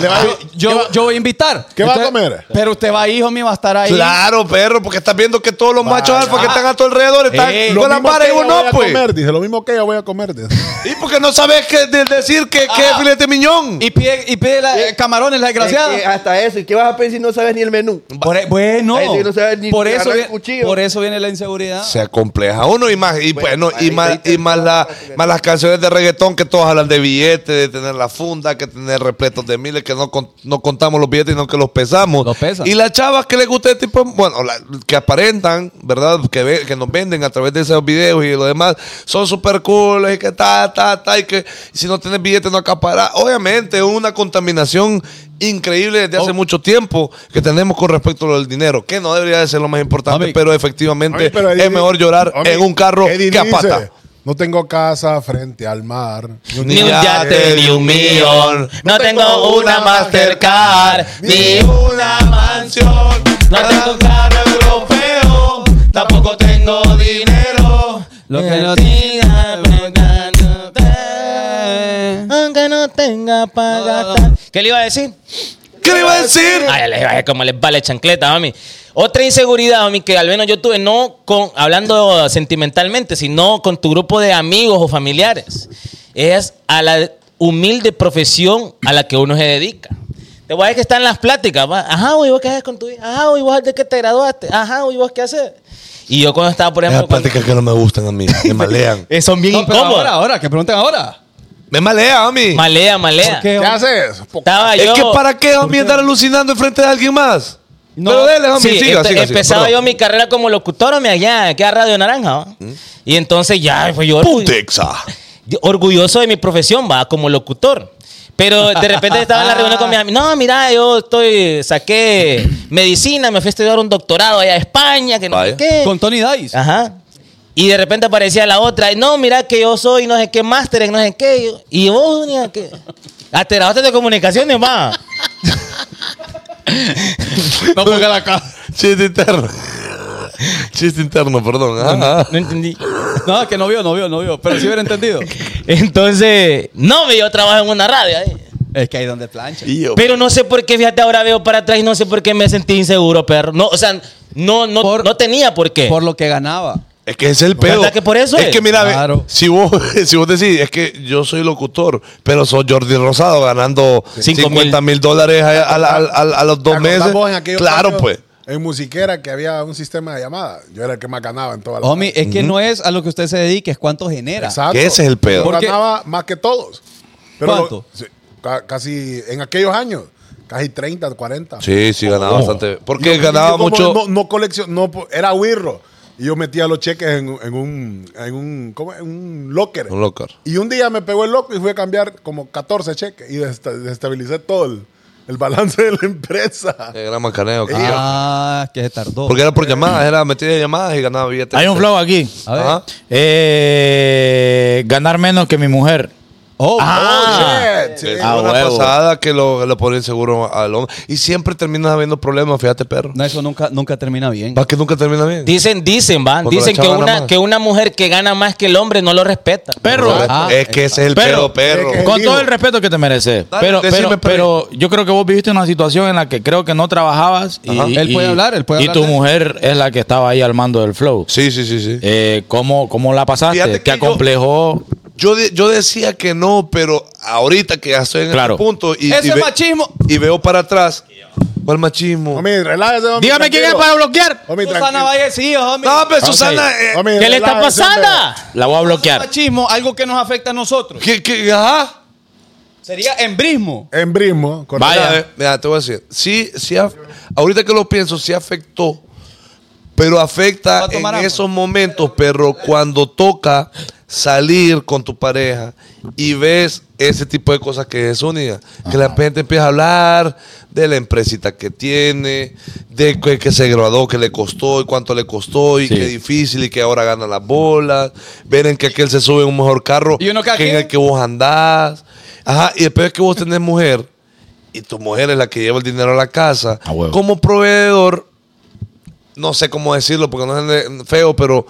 Speaker 8: Le va a-
Speaker 6: yo, yo voy a invitar.
Speaker 8: ¿Qué va a
Speaker 6: Entonces,
Speaker 8: comer?
Speaker 6: Pero usted va, hijo mío, va a estar ahí.
Speaker 3: Claro, perro, porque estás viendo que todos los machos alfa que están a tu alrededor están
Speaker 6: Eh,
Speaker 8: Lo
Speaker 3: con la
Speaker 8: mismo
Speaker 3: vara
Speaker 8: que
Speaker 3: y
Speaker 8: ella
Speaker 3: vos no,
Speaker 8: voy a
Speaker 3: pues.
Speaker 8: comer, dice, lo mismo que ella voy a comer. dice.
Speaker 3: Y porque no sabes qué de- decir que, que
Speaker 6: Ah.
Speaker 3: filete miñón.
Speaker 6: Y pide, y pide la-
Speaker 9: Eh,
Speaker 6: camarones, la desgraciada.
Speaker 9: Es que hasta eso, ¿y qué vas a pedir si no sabes ni el menú?
Speaker 6: Por e- bueno,
Speaker 9: Ahí sí no se ve ni
Speaker 6: por,
Speaker 9: agarrar
Speaker 6: eso
Speaker 9: el
Speaker 6: viene,
Speaker 9: cuchillo.
Speaker 6: por eso viene la inseguridad.
Speaker 3: se acompleja uno y más y
Speaker 9: Bueno,
Speaker 3: bueno, y
Speaker 9: ahí-
Speaker 3: más
Speaker 9: ahí
Speaker 3: y
Speaker 9: te-
Speaker 3: más, la- más las canciones de reggaetón que todos hablan de billetes de tener la funda que tener repletos de miles que no, con- no contamos los billetes sino que los pesamos
Speaker 6: Los pesan.
Speaker 3: y las chavas que les gusta este tipo bueno la- que aparentan verdad que, ve- que nos venden a través de esos videos y lo demás son super cool y que ta ta ta y que si no tienes billetes no acaparás obviamente es una contaminación increíble desde hace
Speaker 6: Oh.
Speaker 3: mucho tiempo que tenemos con respecto al dinero que no debería de ser lo más importante
Speaker 6: Homie.
Speaker 3: pero efectivamente
Speaker 8: Oye, pero Eddie
Speaker 3: es mejor
Speaker 8: dice-
Speaker 3: llorar
Speaker 8: Oye,
Speaker 3: en un carro
Speaker 8: Eddie
Speaker 3: que a
Speaker 8: dice,
Speaker 3: pata.
Speaker 8: No tengo casa frente al mar.
Speaker 7: Ni un yate, ni un millón. No tengo una Mastercard, ni
Speaker 3: una mansión.
Speaker 7: No tengo carro
Speaker 3: europeo. Tampoco tengo dinero.
Speaker 6: Lo que no
Speaker 7: Aunque no tenga para
Speaker 6: gastar.
Speaker 7: ¿Qué le iba a decir?
Speaker 3: ¿Qué le iba a decir?
Speaker 7: Ay, les va- como les vale chancleta, mami. Otra inseguridad, mami, que al menos yo tuve, no con, hablando sentimentalmente, sino con tu grupo de amigos o familiares, es a la humilde profesión a la que uno se dedica. Te voy a decir que están las pláticas. va, Ajá, güey, ¿vos qué haces con tu vida? Ajá, güey, ¿vos de qué te graduaste? Ajá, güey, ¿vos qué haces? Y yo cuando estaba, por
Speaker 3: Esas
Speaker 7: ejemplo... cuando-
Speaker 3: pláticas que no me gustan a mí. Me malean.
Speaker 7: Eh, son bien
Speaker 6: No, pero
Speaker 7: incómodas.
Speaker 6: ahora, ahora, que pregunten ahora.
Speaker 3: me malean a mí.
Speaker 7: Malea, malea.
Speaker 8: ¿Qué
Speaker 6: ¿Qué
Speaker 8: haces?
Speaker 7: Estaba
Speaker 3: es
Speaker 7: yo...
Speaker 3: que para qué, homie, andar alucinando enfrente de alguien más. No, Pero dele, homie,
Speaker 7: Sí,
Speaker 3: siga, siga,
Speaker 7: empe-
Speaker 3: siga,
Speaker 7: empezaba
Speaker 3: perdón. Mm.
Speaker 7: yo mi carrera como locutor, me allá, que a Radio Naranja, ¿va? Y entonces ya, pues yo orgu-
Speaker 3: Texa.
Speaker 7: orgulloso de mi profesión, va, como locutor. Pero de repente estaba en la reunión con mis amigos. No, mira, yo estoy, saqué medicina, me fui a estudiar un doctorado allá a España, que no sé
Speaker 3: Vaya.
Speaker 7: qué.
Speaker 6: Con Tony Dice.
Speaker 7: Ajá. Y de repente aparecía la otra, no, mira que yo soy no sé qué máster en no sé qué. Y yo, Y vos, niña, que. Ateraste de comunicaciones, va.
Speaker 6: No ponga la cara.
Speaker 3: Chiste interno. Chiste interno, perdón. Ajá.
Speaker 7: No entendí.
Speaker 6: No, que no vio, no vio, no vio. Pero sí hubiera entendido.
Speaker 7: Entonces, no, me yo trabajo en una radio. ¿eh? ahí.
Speaker 6: Es que ahí donde plancha.
Speaker 3: Y yo,
Speaker 7: Pero no sé por qué, fíjate, ahora veo para atrás y no sé por qué me sentí inseguro, perro. No, o sea, no, no,
Speaker 6: Por-
Speaker 7: no tenía por qué.
Speaker 6: Por lo que ganaba.
Speaker 3: Es que ese es el pedo.
Speaker 7: ¿Verdad que por eso
Speaker 3: es?
Speaker 7: es?
Speaker 3: que mira, ve,
Speaker 6: Claro.
Speaker 3: si vos si vos decís, es que yo soy locutor, pero soy Jordi Rosado ganando
Speaker 7: Cinco
Speaker 3: 50 mil dólares a, a- a- a- a los dos
Speaker 8: ¿Te acordás
Speaker 3: meses.
Speaker 8: vos en aquellos
Speaker 3: Claro,
Speaker 8: años
Speaker 3: pues.
Speaker 8: En musiquera que había un sistema de llamada. Yo era el que más ganaba en todas las.
Speaker 6: Homie, es que no es a lo que usted se dedique, es cuánto genera.
Speaker 8: Exacto.
Speaker 3: Que ese es el pedo.
Speaker 8: Yo
Speaker 6: Porque-
Speaker 8: ganaba más que todos.
Speaker 6: ¿Cuánto?
Speaker 8: sí, ca- casi en aquellos años, casi 30, 40.
Speaker 3: Sí, sí, ganaba bastante. Porque
Speaker 8: Ah. Yo-
Speaker 3: ganaba
Speaker 8: yo como
Speaker 3: mucho.
Speaker 8: No, no colección, no, po- era wirro. Y yo metía los cheques en, en un, en un, ¿cómo es? En un locker.
Speaker 3: Un locker.
Speaker 8: Y un día me pegó el loco y fui a cambiar como 14 cheques y desta- destabilicé todo el, el balance de la empresa.
Speaker 3: Qué gran macaneo. que Eh, era.
Speaker 6: Ah, que se tardó.
Speaker 3: Porque era por llamadas, era metida de llamadas y ganaba billetes. Ah.
Speaker 4: Hay un flow aquí.
Speaker 6: A ver.
Speaker 3: Ajá.
Speaker 4: Eh, ganar menos que mi mujer.
Speaker 6: Oh,
Speaker 7: Ah,
Speaker 8: Shit, sí.
Speaker 10: Ah,
Speaker 3: una
Speaker 10: huevo.
Speaker 3: pasada que lo, lo ponen seguro al hombre. Y siempre terminas habiendo problemas, fíjate, perro.
Speaker 6: no, eso nunca, nunca termina bien.
Speaker 3: ¿Para que nunca termina bien?
Speaker 7: Dicen, dicen, va.
Speaker 3: Cuando
Speaker 7: Dicen
Speaker 3: la
Speaker 7: que
Speaker 3: chava gana
Speaker 7: una,
Speaker 3: más.
Speaker 7: que una mujer que gana más que el hombre no lo respeta.
Speaker 4: Perro,
Speaker 6: Ah,
Speaker 3: es que ese es el
Speaker 4: Pero-
Speaker 3: pedo, perro.
Speaker 8: Es que-
Speaker 4: con
Speaker 8: digo.
Speaker 4: todo el respeto que te mereces.
Speaker 3: Dale,
Speaker 4: pero,
Speaker 3: decime,
Speaker 4: pero,
Speaker 3: Freddy.
Speaker 4: pero yo creo que vos viviste una situación en la que creo que no trabajabas. Y,
Speaker 6: Ajá. Él
Speaker 4: y-
Speaker 6: puede hablar, él puede
Speaker 4: Y
Speaker 6: hablar
Speaker 4: tu
Speaker 6: de eso.
Speaker 4: mujer es la que estaba ahí al mando del flow.
Speaker 3: Sí, sí, sí, sí.
Speaker 4: Eh, ¿cómo, ¿Cómo la
Speaker 3: Fíjate
Speaker 4: pasaste?
Speaker 3: que
Speaker 4: ¿Te
Speaker 3: yo-
Speaker 4: acomplejó?
Speaker 3: Yo, de- yo decía que no, pero ahorita que ya estoy en
Speaker 4: Claro.
Speaker 3: el punto y,
Speaker 6: Eso
Speaker 3: y
Speaker 6: es
Speaker 3: ve-
Speaker 6: machismo.
Speaker 3: y veo para atrás, ¿cuál machismo?
Speaker 8: Homie, relájese, homie,
Speaker 4: Dígame quién es
Speaker 8: tranquilo.
Speaker 4: para bloquear.
Speaker 8: Homie,
Speaker 6: Susana
Speaker 8: tranquilo.
Speaker 6: Vallecillo, homie.
Speaker 3: No, pero Susana, eh,
Speaker 8: Homie,
Speaker 7: ¿Qué le está
Speaker 8: relájese, hombre.
Speaker 7: pasando?
Speaker 4: La voy a
Speaker 6: Eso es
Speaker 4: bloquear.
Speaker 6: machismo, algo que nos afecta a nosotros.
Speaker 3: ¿qué- qué- ajá?
Speaker 6: Sería embrismo.
Speaker 8: Embrismo. correcto.
Speaker 4: Vaya.
Speaker 3: Mira, eh, mira, te voy a decir, sí, sí, af- ahorita que lo pienso, sí afectó, pero
Speaker 6: Va
Speaker 3: afecta
Speaker 6: a
Speaker 3: en
Speaker 6: tomar agua.
Speaker 3: esos momentos, pero cuando toca salir con tu pareja y ves ese tipo de cosas que es única, que la gente empieza a hablar de la empresita que tiene, de que, que se graduó, que le costó y cuánto le costó y
Speaker 4: Sí.
Speaker 3: qué difícil y que ahora gana las bolas, ver en que aquel se sube en un mejor carro
Speaker 6: ¿Y uno cada
Speaker 3: que en
Speaker 6: quien?
Speaker 3: el que vos andás, ajá, y después que vos tenés mujer y tu mujer es la que lleva el dinero a la casa,
Speaker 4: A huevo.
Speaker 3: como proveedor, no sé cómo decirlo porque no es feo, pero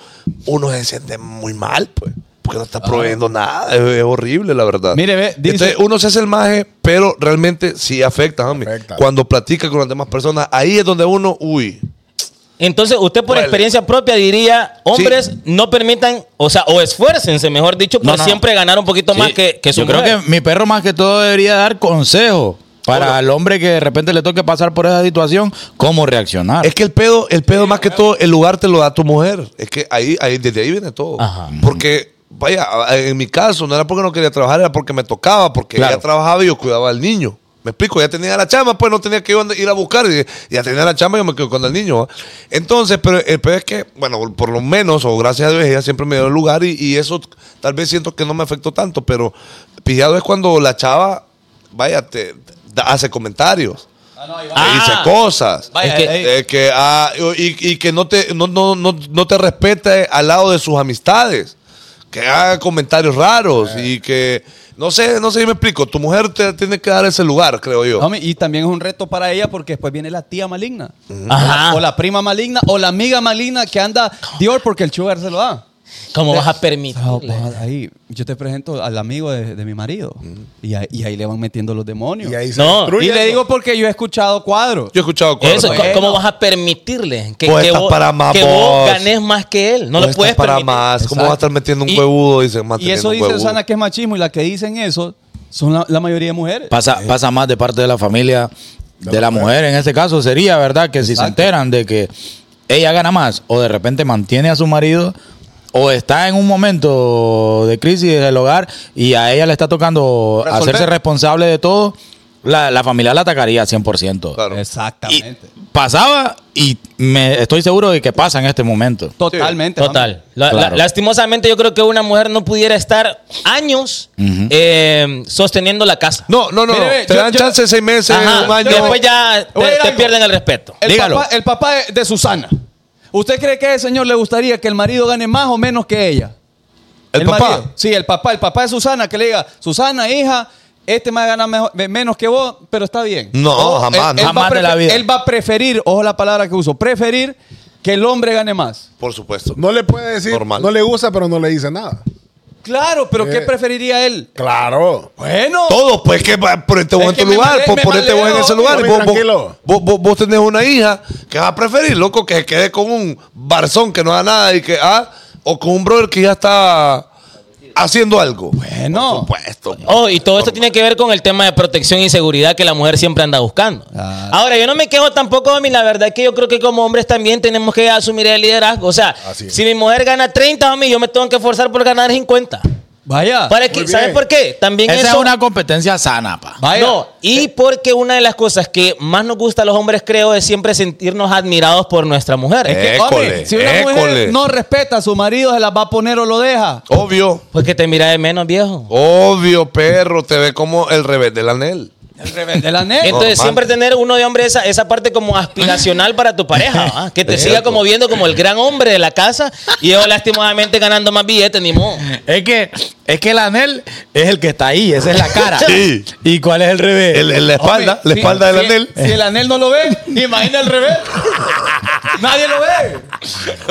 Speaker 3: uno se siente muy mal, pues. Porque no está proveyendo nada, es, es horrible la verdad.
Speaker 6: Mire, ve, dice-
Speaker 3: Entonces, uno se hace el maje, pero realmente sí afecta, homie.
Speaker 8: Afecta.
Speaker 3: Cuando platica con las demás personas, ahí es donde uno, uy,
Speaker 7: Entonces, usted por
Speaker 3: Duele.
Speaker 7: experiencia propia diría, hombres, no permitan, o sea, o esfuércense, mejor dicho, por
Speaker 4: No, no.
Speaker 7: siempre ganar un poquito más
Speaker 4: Sí.
Speaker 7: que, que su
Speaker 4: Yo creo
Speaker 7: mujer.
Speaker 4: que mi perro más que todo debería dar consejo para el hombre que de repente le toque pasar por esa situación, cómo reaccionar.
Speaker 3: Es que el pedo, el pedo más que todo, el lugar te lo da tu mujer. Es que ahí, ahí desde ahí viene todo.
Speaker 7: Ajá.
Speaker 3: Porque, vaya, en mi caso, no era porque no quería trabajar, era porque me tocaba, porque
Speaker 4: Claro.
Speaker 3: ella trabajaba y yo cuidaba al niño. Me explico, ya tenía la chama, pues no tenía que yo and- ir a buscar. y- Ya tenía la chama y yo me quedo con el niño. ¿va? Entonces, pero el pedo es que, bueno, por lo menos, o gracias a Dios, ella siempre me dio el lugar y, y eso tal vez siento que no me afectó tanto, pero pillado es cuando la chava, vaya, te, te hace comentarios, te dice
Speaker 7: Ah.
Speaker 3: cosas.
Speaker 7: Vaya,
Speaker 3: Es que-
Speaker 7: ey.
Speaker 3: eh, que, ah, y, y que no te, no, no, no, no te respete al lado de sus amistades. Que haga comentarios raros y que. No sé, no sé si me explico. Tu mujer te tiene que dar ese lugar, creo yo.
Speaker 6: Homie, y también es un reto para ella porque después viene la tía maligna.
Speaker 7: Ajá.
Speaker 6: O la prima maligna o la amiga maligna que anda Dior porque el sugar se lo da.
Speaker 7: ¿Cómo vas a
Speaker 6: Sao,
Speaker 7: permitirle?
Speaker 6: pa, Ahí, yo te presento al amigo de, de mi marido. Y, ahí, y ahí le van metiendo los demonios.
Speaker 8: Y ahí se
Speaker 7: No,
Speaker 8: destruye
Speaker 6: Y le
Speaker 8: eso.
Speaker 6: digo porque yo he escuchado cuadros.
Speaker 3: Yo he escuchado cosas.
Speaker 7: Eso,
Speaker 6: Bueno.
Speaker 7: ¿Cómo vas a permitirle que,
Speaker 3: Vos
Speaker 7: que
Speaker 3: estás
Speaker 7: vos,
Speaker 3: para más
Speaker 7: que vos
Speaker 3: vos.
Speaker 7: ganes más que él?
Speaker 3: Vos
Speaker 7: No lo
Speaker 3: estás
Speaker 7: puedes
Speaker 3: para
Speaker 7: permitir.
Speaker 3: más.
Speaker 6: Exacto.
Speaker 3: ¿Cómo vas a estar metiendo un
Speaker 6: Y-
Speaker 3: huevudo? Dicen,
Speaker 6: Y
Speaker 3: manteniendo
Speaker 6: eso
Speaker 3: un
Speaker 6: dice
Speaker 3: huevudo.
Speaker 6: Susana que es machismo y la que dicen eso son la, la mayoría de mujeres.
Speaker 4: Pasa, pasa más de parte de la familia de la mujer en este caso sería verdad que si se
Speaker 6: Exacto.
Speaker 4: enteran de que ella gana más o de repente mantiene a su marido o está en un momento de crisis en el hogar y a ella le está tocando
Speaker 3: Resolver.
Speaker 4: hacerse responsable de todo, la, la familia la atacaría 100%.
Speaker 3: Claro.
Speaker 4: Y
Speaker 6: Exactamente.
Speaker 4: pasaba y me estoy seguro de que pasa en este momento.
Speaker 6: Totalmente.
Speaker 7: Total.
Speaker 6: mami.
Speaker 7: La- la-
Speaker 4: Claro.
Speaker 7: lastimosamente, yo creo que una mujer no pudiera estar años eh, sosteniendo la casa.
Speaker 3: No, no, no.
Speaker 6: Mire,
Speaker 3: no.
Speaker 6: ve,
Speaker 3: te
Speaker 6: yo-
Speaker 3: dan
Speaker 6: yo-
Speaker 3: chance de seis meses,
Speaker 7: Ajá.
Speaker 3: un año.
Speaker 7: Después ya
Speaker 6: Voy a
Speaker 7: te,
Speaker 6: ir
Speaker 7: te
Speaker 6: algo.
Speaker 7: pierden el respeto.
Speaker 6: El
Speaker 4: Dígalo.
Speaker 6: papá, el papá de, de Susana. ¿Usted cree que a ese señor le gustaría que el marido gane más o menos que ella?
Speaker 3: El papá.
Speaker 6: marido. Sí, el papá. El papá de Susana que le diga, Susana, hija, este más gana mejo- me- menos que vos, pero está bien.
Speaker 3: No, jamás,
Speaker 6: va a
Speaker 4: jamás de la
Speaker 6: prefer-
Speaker 4: vida.
Speaker 6: Él va a preferir, ojo la palabra que uso, preferir que el hombre gane más.
Speaker 3: Por supuesto.
Speaker 8: No le puede decir,
Speaker 3: Normal.
Speaker 8: no le gusta, pero no le dice nada.
Speaker 6: Claro, pero ¿qué
Speaker 8: Eh.
Speaker 6: preferiría él?
Speaker 8: Claro.
Speaker 6: Bueno.
Speaker 3: Todo, pues que va- ponete vos
Speaker 6: Es
Speaker 3: en
Speaker 6: que
Speaker 3: tu
Speaker 6: me
Speaker 3: lugar,
Speaker 6: male-
Speaker 3: pues,
Speaker 6: me
Speaker 3: ponete vos en
Speaker 6: maleo,
Speaker 3: ese lugar.
Speaker 8: hombre,
Speaker 3: Vos, vos-
Speaker 8: tranquilo.
Speaker 3: vos- vos- vos tenés una hija que vas a preferir, loco, que se quede con un barzón que no da nada y que, ah, o con un brother que ya está haciendo algo.
Speaker 6: Bueno.
Speaker 3: Por supuesto.
Speaker 7: Oh, y todo esto tiene que ver con el tema de protección y seguridad que la mujer siempre anda buscando.
Speaker 6: Ah.
Speaker 7: Ahora, yo no me quejo tampoco de mí. La verdad es que yo creo que como hombres también tenemos que asumir el liderazgo. O sea,
Speaker 8: Así es.
Speaker 7: si mi mujer gana 30 a mí, yo me tengo que esforzar por ganar 50.
Speaker 6: Vaya.
Speaker 7: Para que,
Speaker 8: Ah, Muy
Speaker 7: ¿Sabes
Speaker 8: bien.
Speaker 7: por qué? También
Speaker 4: Esa
Speaker 7: eso...
Speaker 4: es una competencia sana, pa.
Speaker 6: Vaya. Eh,
Speaker 7: No, y porque una de las cosas que más nos gusta a los hombres, creo, es siempre sentirnos admirados por nuestra mujer.
Speaker 6: Es que,
Speaker 3: École,
Speaker 6: hombre, si una
Speaker 3: école.
Speaker 6: mujer no respeta a su marido, se la va a poner o lo deja.
Speaker 3: Obvio,
Speaker 7: Pues que te mira de menos, viejo.
Speaker 3: obvio, perro, te ve como el revés del anel.
Speaker 6: El revés de la neta.
Speaker 7: Entonces, siempre tener uno de hombre esa, esa parte como aspiracional para tu pareja, ¿va? que te siga como viendo como el gran hombre de la casa y yo lastimosamente ganando más billetes, ni modo.
Speaker 6: Oh.
Speaker 4: Es que, es que el anel es el que está ahí, esa es la cara.
Speaker 3: Sí.
Speaker 4: ¿Y cuál es el revés?
Speaker 3: El- el- la espalda,
Speaker 6: Hombre,
Speaker 3: la
Speaker 6: si-
Speaker 3: espalda del
Speaker 6: si-
Speaker 3: anel.
Speaker 6: Si el anel no lo ve, ni imagina el revés. Nadie lo ve.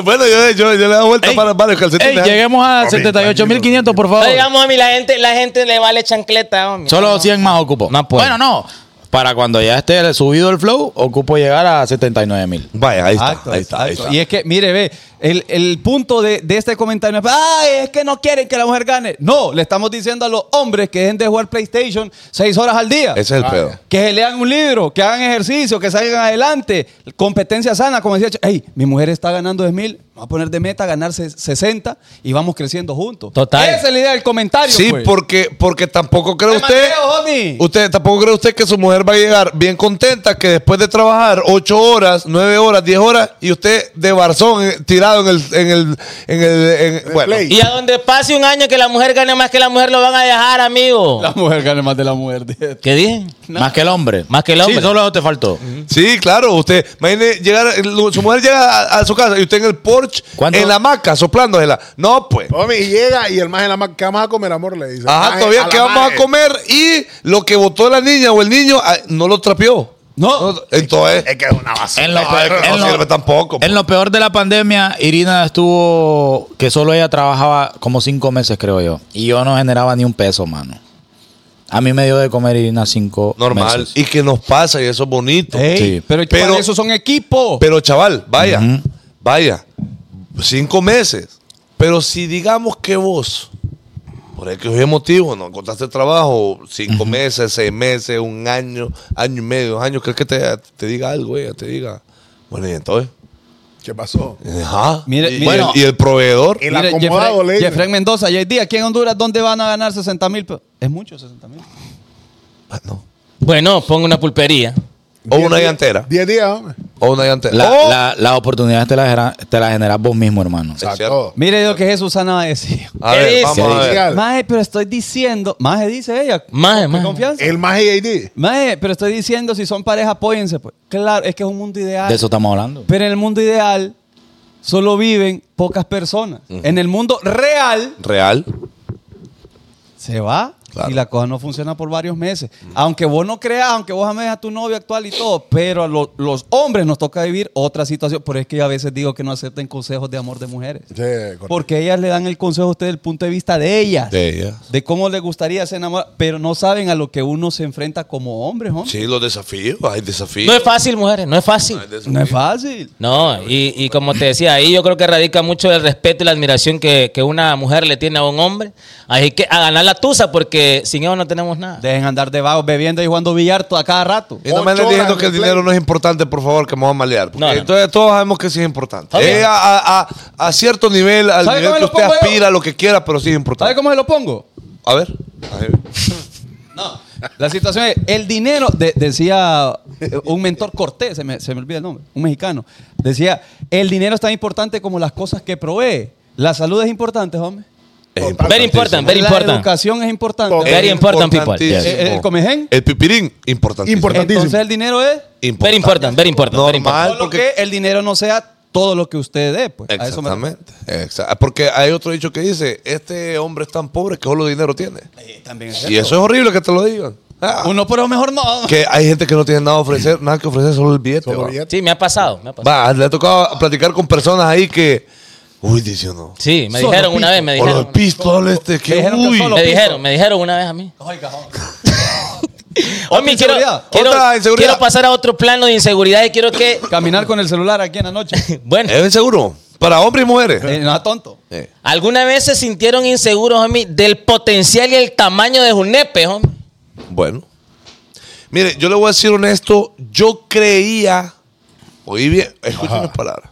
Speaker 3: Bueno, yo, yo, yo le doy vuelta
Speaker 4: Ey,
Speaker 3: para varios
Speaker 4: Ey,
Speaker 3: calcetines. ¿eh?
Speaker 4: lleguemos a 78.500, por favor.
Speaker 7: No, digamos a mí, la gente, la gente le vale chancleta. hombre.
Speaker 4: Solo 100 más ocupo.
Speaker 7: No puedo.
Speaker 4: Bueno, no. Para cuando ya esté subido el flow, ocupo llegar a 79.000. mil.
Speaker 3: Vaya, ahí está.
Speaker 6: Exacto,
Speaker 3: ahí está, ahí
Speaker 6: exacto.
Speaker 3: está.
Speaker 6: Y es que, mire, ve, el, el punto de, de este comentario es, ay, es que no quieren que la mujer gane. No, le estamos diciendo a los hombres que dejen de jugar PlayStation seis horas al día.
Speaker 3: Ese es el pedo.
Speaker 6: Que se lean un libro, que hagan ejercicio, que salgan adelante. Competencia sana, como decía, Ch- hey, mi mujer está ganando 10 mil, va a poner de meta ganarse 60 y vamos creciendo juntos.
Speaker 7: Total.
Speaker 6: Esa es la idea del comentario.
Speaker 3: Sí,
Speaker 6: pues.
Speaker 3: porque, porque tampoco cree
Speaker 6: Te
Speaker 3: usted.
Speaker 6: mateo, homie.
Speaker 3: Usted tampoco cree usted que su mujer va a llegar bien contenta que después de trabajar ocho horas, nueve horas, 10 horas y usted de barzón eh, tirado en el en el en el en- bueno.
Speaker 8: play.
Speaker 7: Y a donde pase un año que la mujer gane más que la mujer, lo van a dejar, amigo.
Speaker 6: La mujer gana más de la mujer. de-
Speaker 7: ¿Qué dije?
Speaker 4: Más que el hombre.
Speaker 7: Más que el hombre.
Speaker 4: Sí, solo eso te faltó.
Speaker 3: Sí, claro, usted imagine llegar su mujer llega a, a su casa y usted en el porche
Speaker 4: ¿Cuánto?
Speaker 3: en la hamaca soplándosela. No, pues.
Speaker 8: Hombre, y llega y el más en la ma- ¿qué vamos a comer, amor? Le dice.
Speaker 3: Ajá,
Speaker 8: Maje,
Speaker 3: todavía
Speaker 8: la
Speaker 3: que vamos
Speaker 8: maje.
Speaker 3: a comer y lo que votó la niña o el niño ah, no lo trapeó.
Speaker 6: No.
Speaker 3: Entonces,
Speaker 8: Es que es una basura.
Speaker 4: En lo,
Speaker 3: Ah,
Speaker 4: peor,
Speaker 3: es que no
Speaker 4: en lo-
Speaker 3: sirve tampoco, pues.
Speaker 4: en lo peor de la pandemia, Irina estuvo que solo ella trabajaba como cinco meses, creo yo. Y yo no generaba ni un peso, mano. A mí me dio de comer Irina cinco
Speaker 3: normal
Speaker 4: meses.
Speaker 3: y que nos pasa y eso es bonito.
Speaker 6: Ey,
Speaker 4: Sí.
Speaker 6: Pero,
Speaker 3: Pero-
Speaker 6: para eso son equipos.
Speaker 3: Pero chaval, vaya, vaya, cinco meses. Pero si digamos que vos, por el que es motivo, no encontraste trabajo, cinco meses, seis meses, un año, año y medio, dos años, ¿crees que te, te diga algo ella? Te diga, bueno, y entonces,
Speaker 8: ¿Qué pasó?
Speaker 3: ajá.
Speaker 6: Mire,
Speaker 3: y,
Speaker 6: mire.
Speaker 3: bueno, y el proveedor,
Speaker 8: El
Speaker 6: Mire,
Speaker 8: acomodado,
Speaker 6: Jeffrey,
Speaker 8: Leila.
Speaker 6: Jeffrey Mendoza, y día aquí en Honduras, ¿dónde van a ganar 60 mil? Es mucho, 60 mil.
Speaker 3: Ah, no.
Speaker 7: Bueno, pongo una pulpería.
Speaker 3: o
Speaker 8: Diez
Speaker 3: una
Speaker 8: días-
Speaker 3: llantera,
Speaker 8: Diez días, hombre.
Speaker 3: o una llantera. Oh,
Speaker 4: La-
Speaker 3: O-
Speaker 4: la- Las oportunidades te las genera- te las generas vos mismo, hermano.
Speaker 3: Es
Speaker 8: Exacto.
Speaker 3: cierto.
Speaker 6: Mire lo que Jesús Ana decía.
Speaker 3: A
Speaker 7: ¿Qué
Speaker 3: ver,
Speaker 7: dice?
Speaker 3: vamos a ver.
Speaker 8: Oficial.
Speaker 6: Maje, pero estoy diciendo. Maje dice ella.
Speaker 7: Maje,
Speaker 6: Con
Speaker 7: maje.
Speaker 6: confianza.
Speaker 8: El más JD.
Speaker 6: Maje, pero estoy diciendo, si son pareja, apóyense. Pues. Claro, es que es un mundo ideal.
Speaker 4: De eso estamos hablando.
Speaker 6: Pero en el mundo ideal solo viven pocas personas. En el mundo real
Speaker 3: Real.
Speaker 6: se va
Speaker 3: Claro.
Speaker 6: y la cosa no funciona por varios meses. Aunque vos no creas, aunque vos ames a tu novio actual y todo, pero a lo- los hombres nos toca vivir otra situación. Por eso es que yo a veces digo que no acepten consejos de amor de mujeres.
Speaker 8: Sí, correcto.
Speaker 6: Porque ellas le dan el consejo a usted desde el punto de vista de ellas.
Speaker 3: De ella.
Speaker 6: De cómo le gustaría se enamorar, pero no saben a lo que uno se enfrenta como hombre, hombre.
Speaker 3: Sí, los desafíos, hay desafíos.
Speaker 7: No es fácil, mujeres, no es fácil.
Speaker 3: Hay desafíos.
Speaker 6: No es fácil.
Speaker 7: No, y, y como te decía, ahí yo creo que radica mucho el respeto y la admiración que, que una mujer le tiene a un hombre. Así que a ganar la tusa, porque sin ellos no tenemos nada.
Speaker 6: Dejen andar de vagos bebiendo y jugando billar to- a cada rato.
Speaker 3: Y no me
Speaker 8: Ocho
Speaker 3: anden diciendo
Speaker 8: horas
Speaker 3: que el
Speaker 8: de
Speaker 3: dinero
Speaker 8: play.
Speaker 3: no es importante, por favor, que me van a malear. porque
Speaker 7: No, no.
Speaker 3: Entonces todos sabemos que sí es importante.
Speaker 7: Ok.
Speaker 3: Eh, a, a- a- a cierto nivel, al
Speaker 6: ¿Sabe cómo
Speaker 3: nivel que
Speaker 6: lo
Speaker 3: usted
Speaker 6: pongo yo?
Speaker 3: aspira, lo que quiera, pero sí es
Speaker 6: ¿Sabe
Speaker 3: importante.
Speaker 6: cómo se lo pongo?
Speaker 3: A ver. A ver.
Speaker 6: No. La situación es, el dinero, de- decía eh, un mentor Cortés, se me, se me olvida el nombre, un mexicano, decía, el dinero es tan importante como las cosas que provee. La salud es importante, hombre.
Speaker 3: Es
Speaker 7: Very important, very
Speaker 6: la
Speaker 7: important.
Speaker 6: educación es importante.
Speaker 8: Todo.
Speaker 7: Very important, people.
Speaker 3: importantísimo.
Speaker 6: Yes. Eh, ¿El- el comején?
Speaker 3: El pipirín, importantísimo. Eh,
Speaker 8: Importante.
Speaker 6: Entonces el dinero es...
Speaker 7: Very important, very important, very
Speaker 3: Normal,
Speaker 6: Solo
Speaker 3: porque...
Speaker 6: que el dinero no sea todo lo que usted dé, pues. A eso me refiero.
Speaker 3: Exactamente. Exa- Porque hay otro dicho que dice, este hombre es tan pobre que solo dinero tiene.
Speaker 6: Eh, también es
Speaker 3: Y
Speaker 6: cierto.
Speaker 3: eso es horrible que te lo digan. Ah,
Speaker 6: Uno, pero mejor no.
Speaker 3: que hay gente que no tiene nada, a ofrecer, nada que ofrecer, solo el billete.
Speaker 8: Solo
Speaker 3: va.
Speaker 8: billete.
Speaker 7: Sí, me ha pasado. Me ha pasado.
Speaker 3: Va, le ha tocado platicar con personas ahí que. Uy, dice uno.
Speaker 7: Sí, me
Speaker 6: Solo
Speaker 7: dijeron
Speaker 6: pisto.
Speaker 7: una vez, me
Speaker 3: O los
Speaker 7: dijeron.
Speaker 3: pistoles este que.
Speaker 6: Me dijeron que
Speaker 3: uy.
Speaker 6: solo-
Speaker 7: Me
Speaker 6: pisto.
Speaker 7: dijeron, me dijeron una vez a mí.
Speaker 6: Oiga, hombre.
Speaker 7: Omi, quiero,
Speaker 6: inseguridad,
Speaker 7: quiero,
Speaker 3: otra inseguridad.
Speaker 7: quiero pasar a otro plano de inseguridad y quiero que.
Speaker 6: Caminar con el celular aquí en la noche.
Speaker 7: Bueno,
Speaker 3: Es seguro. Para hombres y mujeres.
Speaker 6: Eh, no es tonto.
Speaker 3: Eh.
Speaker 7: ¿alguna vez se sintieron inseguros, homie, del potencial y el tamaño de Junepe, homie?
Speaker 3: Bueno. Mire, yo le voy a decir honesto. Yo creía. Oí bien. Escuchen mis palabras.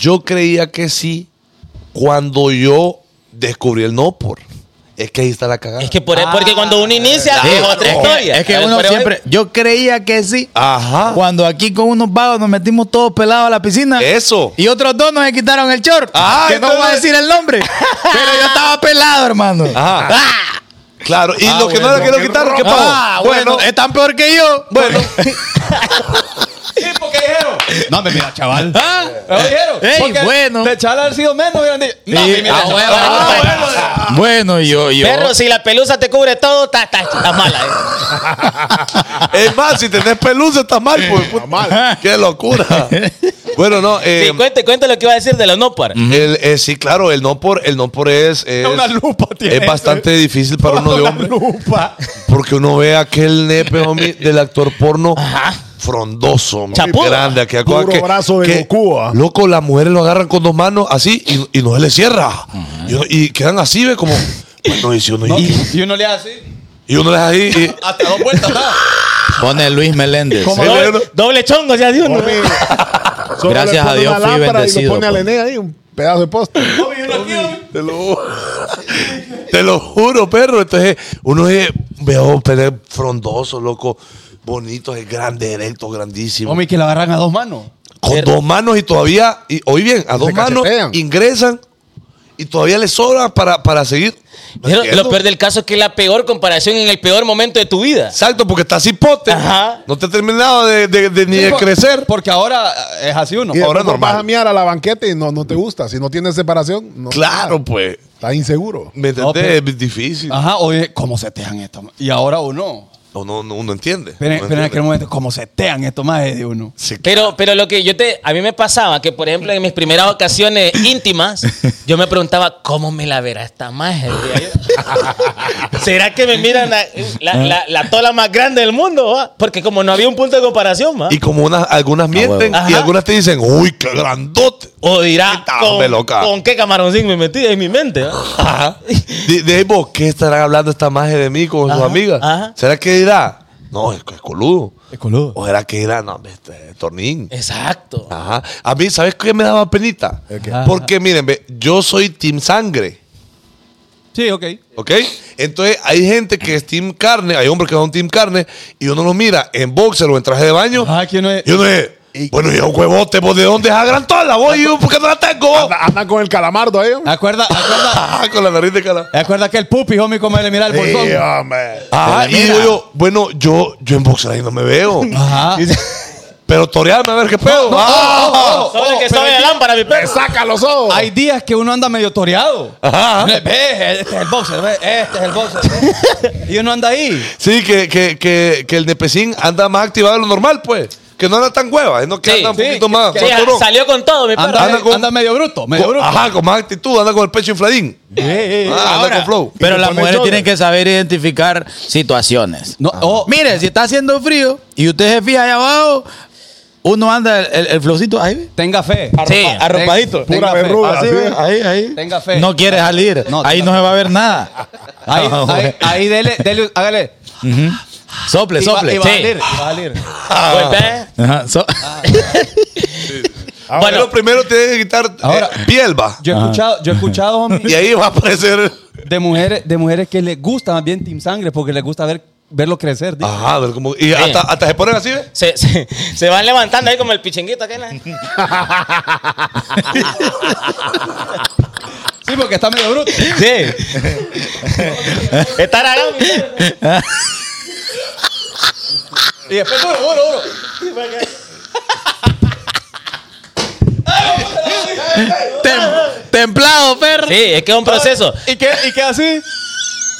Speaker 3: Yo creía que sí. Cuando yo descubrí el no por. Es que ahí está la cagada.
Speaker 7: Es que por, e- porque cuando uno inicia,
Speaker 4: Sí,
Speaker 7: es otra
Speaker 4: Ah, eh, es que-
Speaker 7: historia.
Speaker 4: Es que
Speaker 7: A ver,
Speaker 4: uno
Speaker 7: por e- ahí-
Speaker 4: siempre. Yo creía que sí.
Speaker 3: Ajá.
Speaker 4: Cuando aquí con unos vagos nos metimos todos pelados a la piscina.
Speaker 3: Eso.
Speaker 4: Y otros dos nos quitaron el short.
Speaker 3: Ah,
Speaker 4: que no
Speaker 3: entonces-
Speaker 4: voy a decir el nombre. pero yo estaba pelado, hermano.
Speaker 3: Ajá. Claro, y
Speaker 4: Ah,
Speaker 3: lo que
Speaker 4: bueno.
Speaker 3: no le quiero quitar, ¿qué pasó?
Speaker 4: Ah, bueno, están peor que yo.
Speaker 3: bueno.
Speaker 6: ¿Por qué dijeron? No, me mira, chaval.
Speaker 4: Ah,
Speaker 6: ¿Lo dijeron?
Speaker 4: Ey,
Speaker 6: Porque
Speaker 4: bueno.
Speaker 6: De chaval haber sido menos, hubieran dicho. No,
Speaker 4: Sí,
Speaker 6: me mira,
Speaker 4: ah,
Speaker 6: chaval.
Speaker 7: bueno,
Speaker 6: Ah,
Speaker 7: bueno.
Speaker 6: bueno.
Speaker 4: Bueno, yo, yo.
Speaker 7: Perro, si la pelusa te cubre todo, estás está, está mala. eh.
Speaker 3: Es más, si tenés pelusa, estás mal, pues. puta. Qué locura. Bueno, no. Eh,
Speaker 7: Sí, cuente, cuente lo que iba a decir de la no par.
Speaker 3: el, eh, sí, claro, el no por, el no por es. Es,
Speaker 6: Una lupa tiene
Speaker 3: es bastante difícil para uno de
Speaker 6: Una
Speaker 3: hombre.
Speaker 6: lupa.
Speaker 3: Porque uno ve aquel nepe, homie, del actor porno frondoso, muy
Speaker 7: Chapudo.
Speaker 3: grande, aquella
Speaker 8: Puro
Speaker 3: cosa que,
Speaker 8: brazo de
Speaker 3: que-
Speaker 8: Goku, ah.
Speaker 3: Loco, las mujeres lo agarran con dos manos así y, y no se les cierra. Y uno- y, quedan así, ve, como. bueno, y, si uno, y,
Speaker 6: Y uno le hace así.
Speaker 3: y uno les ahí. y-
Speaker 6: Hasta dos vueltas, ¿verdad?
Speaker 4: Pone Luis Meléndez.
Speaker 8: ¿Cómo?
Speaker 3: Sí,
Speaker 7: Doble,
Speaker 3: bueno.
Speaker 7: doble chongo, ya de uno.
Speaker 8: Homie, solo
Speaker 4: Gracias
Speaker 8: le
Speaker 4: a
Speaker 8: pone
Speaker 4: Dios
Speaker 8: una
Speaker 4: fui
Speaker 8: lámpara Y
Speaker 4: bendecido,
Speaker 8: lo pone a
Speaker 4: pues.
Speaker 8: Lené ahí, un pedazo de poste.
Speaker 3: Te lo, te lo juro, perro. Entonces, uno es, veo peleas frondosos, loco, bonitos, es grande, erecto, grandísimo.
Speaker 6: Homie, que la agarran a dos manos.
Speaker 3: Con dos manos y todavía, y, oí bien, a dos manos
Speaker 8: cachetean.
Speaker 3: ingresan y todavía les sobra para, para seguir. No
Speaker 7: Pero
Speaker 3: entiendo.
Speaker 7: lo peor del caso es que es la peor comparación en el peor momento de tu vida.
Speaker 3: Exacto, porque está cipote.
Speaker 7: Ajá.
Speaker 3: No te ha terminado de, de- de- ni
Speaker 6: Sí,
Speaker 3: de
Speaker 6: por-
Speaker 3: crecer.
Speaker 6: Porque ahora es así uno.
Speaker 8: Y
Speaker 3: Ahora
Speaker 8: después
Speaker 3: normal.
Speaker 8: Vas a miar a la banqueta y no, no te gusta. Si no tienes separación, no.
Speaker 3: Claro, pues.
Speaker 8: Estás inseguro.
Speaker 3: ¿Me
Speaker 6: No,
Speaker 3: entendés?
Speaker 6: pero- Ah.
Speaker 3: es difícil.
Speaker 6: Ajá, oye, ¿cómo setean esto? ma? Y ahora uno.
Speaker 3: No, no, no, uno entiende.
Speaker 6: Pero,
Speaker 3: Uno
Speaker 6: pero en
Speaker 3: entiende.
Speaker 6: aquel momento, ¿cómo setean esto más de uno?
Speaker 7: Pero, pero lo que yo te. A mí me pasaba que, por ejemplo, en mis primeras ocasiones íntimas, yo me preguntaba, ¿cómo me la verá esta magia? decía yo. ¿Será que me miran la, la, la- la tola más grande del mundo? va? Porque como no había un punto de comparación, va.
Speaker 3: Y como unas, algunas mienten
Speaker 7: huevo.
Speaker 3: y
Speaker 7: Ajá.
Speaker 3: algunas te dicen, uy, qué grandote.
Speaker 7: O dirá,
Speaker 3: Qué
Speaker 7: ¿con,
Speaker 3: hombre, loca.
Speaker 7: con qué camaroncín me metí en mi mente? ah? va.
Speaker 3: Ajá. De, de vos, ¿qué estarán hablando esta magia de mí con sus
Speaker 7: Ajá,
Speaker 3: amigas?
Speaker 7: ajá.
Speaker 3: ¿Será que dirá? No, es, es coludo.
Speaker 6: Es coludo.
Speaker 3: ¿O será que dirá? No, hombre, este es tornín.
Speaker 7: Exacto.
Speaker 3: Ajá. A mí, ¿sabes qué me daba penita? Porque, miren, ve, yo soy team sangre,
Speaker 6: Sí, ok.
Speaker 3: ¿ok? Entonces, hay gente que es team carne, hay hombres que son team carne, y uno los mira en boxer o en traje de baño,
Speaker 6: Ajá, Ah, que uno es.
Speaker 3: y uno es, bueno, yo huevote, ¿vos de dónde es a gran tola? ¿Vos y yo, por qué no la tengo? vos?"
Speaker 8: Anda- Andan con el calamardo ahí. homie.
Speaker 6: Acuerda, acuerda.
Speaker 3: Ajá, con la nariz de cara.
Speaker 6: acuerda que el pupi, homie, como le mira el bolsón.
Speaker 8: Sí, hombre.
Speaker 3: Ajá, y digo yo, bueno, yo, yo en boxer ahí no me veo.
Speaker 6: Ajá.
Speaker 3: Pero torearme a ver qué pedo. Ah,
Speaker 7: Solo que soy la lámpara, mi perro.
Speaker 8: Saca los ojos.
Speaker 6: oh, Hay días que uno anda medio toreado.
Speaker 3: Ajá.
Speaker 6: Uno es, "Ve, Este es el boxer, ve, este es el boxer. ve". y uno anda ahí.
Speaker 3: Sí, que, que, que, que el nepecín anda más activado de lo normal, pues. Que no anda tan hueva, no que
Speaker 7: Sí,
Speaker 3: anda un
Speaker 7: sí,
Speaker 3: poquito más.
Speaker 7: Sí, ah,
Speaker 3: más turón.
Speaker 7: salió con todo, mi perro.
Speaker 6: Anda, Ah,
Speaker 3: Anda con-
Speaker 6: anda medio bruto, medio
Speaker 3: Con-
Speaker 6: bruto.
Speaker 3: Ajá, con más actitud, anda con el pecho infladín.
Speaker 6: Eh, eh,
Speaker 3: Ah, anda
Speaker 4: Ahora,
Speaker 3: con flow.
Speaker 4: Pero
Speaker 8: Y
Speaker 4: las
Speaker 8: ponen
Speaker 4: mujeres
Speaker 8: shoulder.
Speaker 4: tienen que saber identificar situaciones.
Speaker 6: No,
Speaker 3: Ah.
Speaker 6: oh,
Speaker 4: Mire, si está haciendo frío y usted se fija allá abajo, uno anda el, el, el flowcito ahí, ve,
Speaker 6: Tenga fe.
Speaker 7: Sí.
Speaker 4: arropadito.
Speaker 8: Pura
Speaker 6: Tenga fe.
Speaker 8: verruga.
Speaker 4: Así,
Speaker 8: sí.
Speaker 4: ve, ahí, ahí.
Speaker 6: Tenga fe.
Speaker 4: No quiere salir.
Speaker 6: No,
Speaker 4: ahí
Speaker 6: tenga
Speaker 4: no se va a ver nada.
Speaker 6: Ahí,
Speaker 4: Ah,
Speaker 6: ahí,
Speaker 4: bueno.
Speaker 6: ahí dele, dele, hágale.
Speaker 4: Sople,
Speaker 6: Y va-
Speaker 4: sople.
Speaker 6: y Ah. va a
Speaker 4: Sí.
Speaker 6: salir, y va a salir.
Speaker 3: Ah.
Speaker 7: Golpea.
Speaker 4: Ajá, so-
Speaker 3: Ahora, lo primero tiene que quitar
Speaker 6: Ahora-
Speaker 3: eh, piel, va.
Speaker 6: Yo he escuchado, yo he escuchado, homie,
Speaker 3: Y ahí va a aparecer.
Speaker 6: de mujeres, de mujeres que les gusta más bien Team Sangre porque les gusta ver, verlo crecer. digo.
Speaker 3: Ajá, a ver cómo- y hasta, hasta se ponen así, ¿ve?
Speaker 7: Se, se, se van levantando ahí como el pichinguito aquel. ¿eh?
Speaker 6: Sí, porque está medio bruto.
Speaker 7: Sí. Está raro.
Speaker 6: Y después duro, duro, duro.
Speaker 4: Tem- templado, perro.
Speaker 7: Sí, es que es un proceso.
Speaker 6: ¿Y qué, y qué así?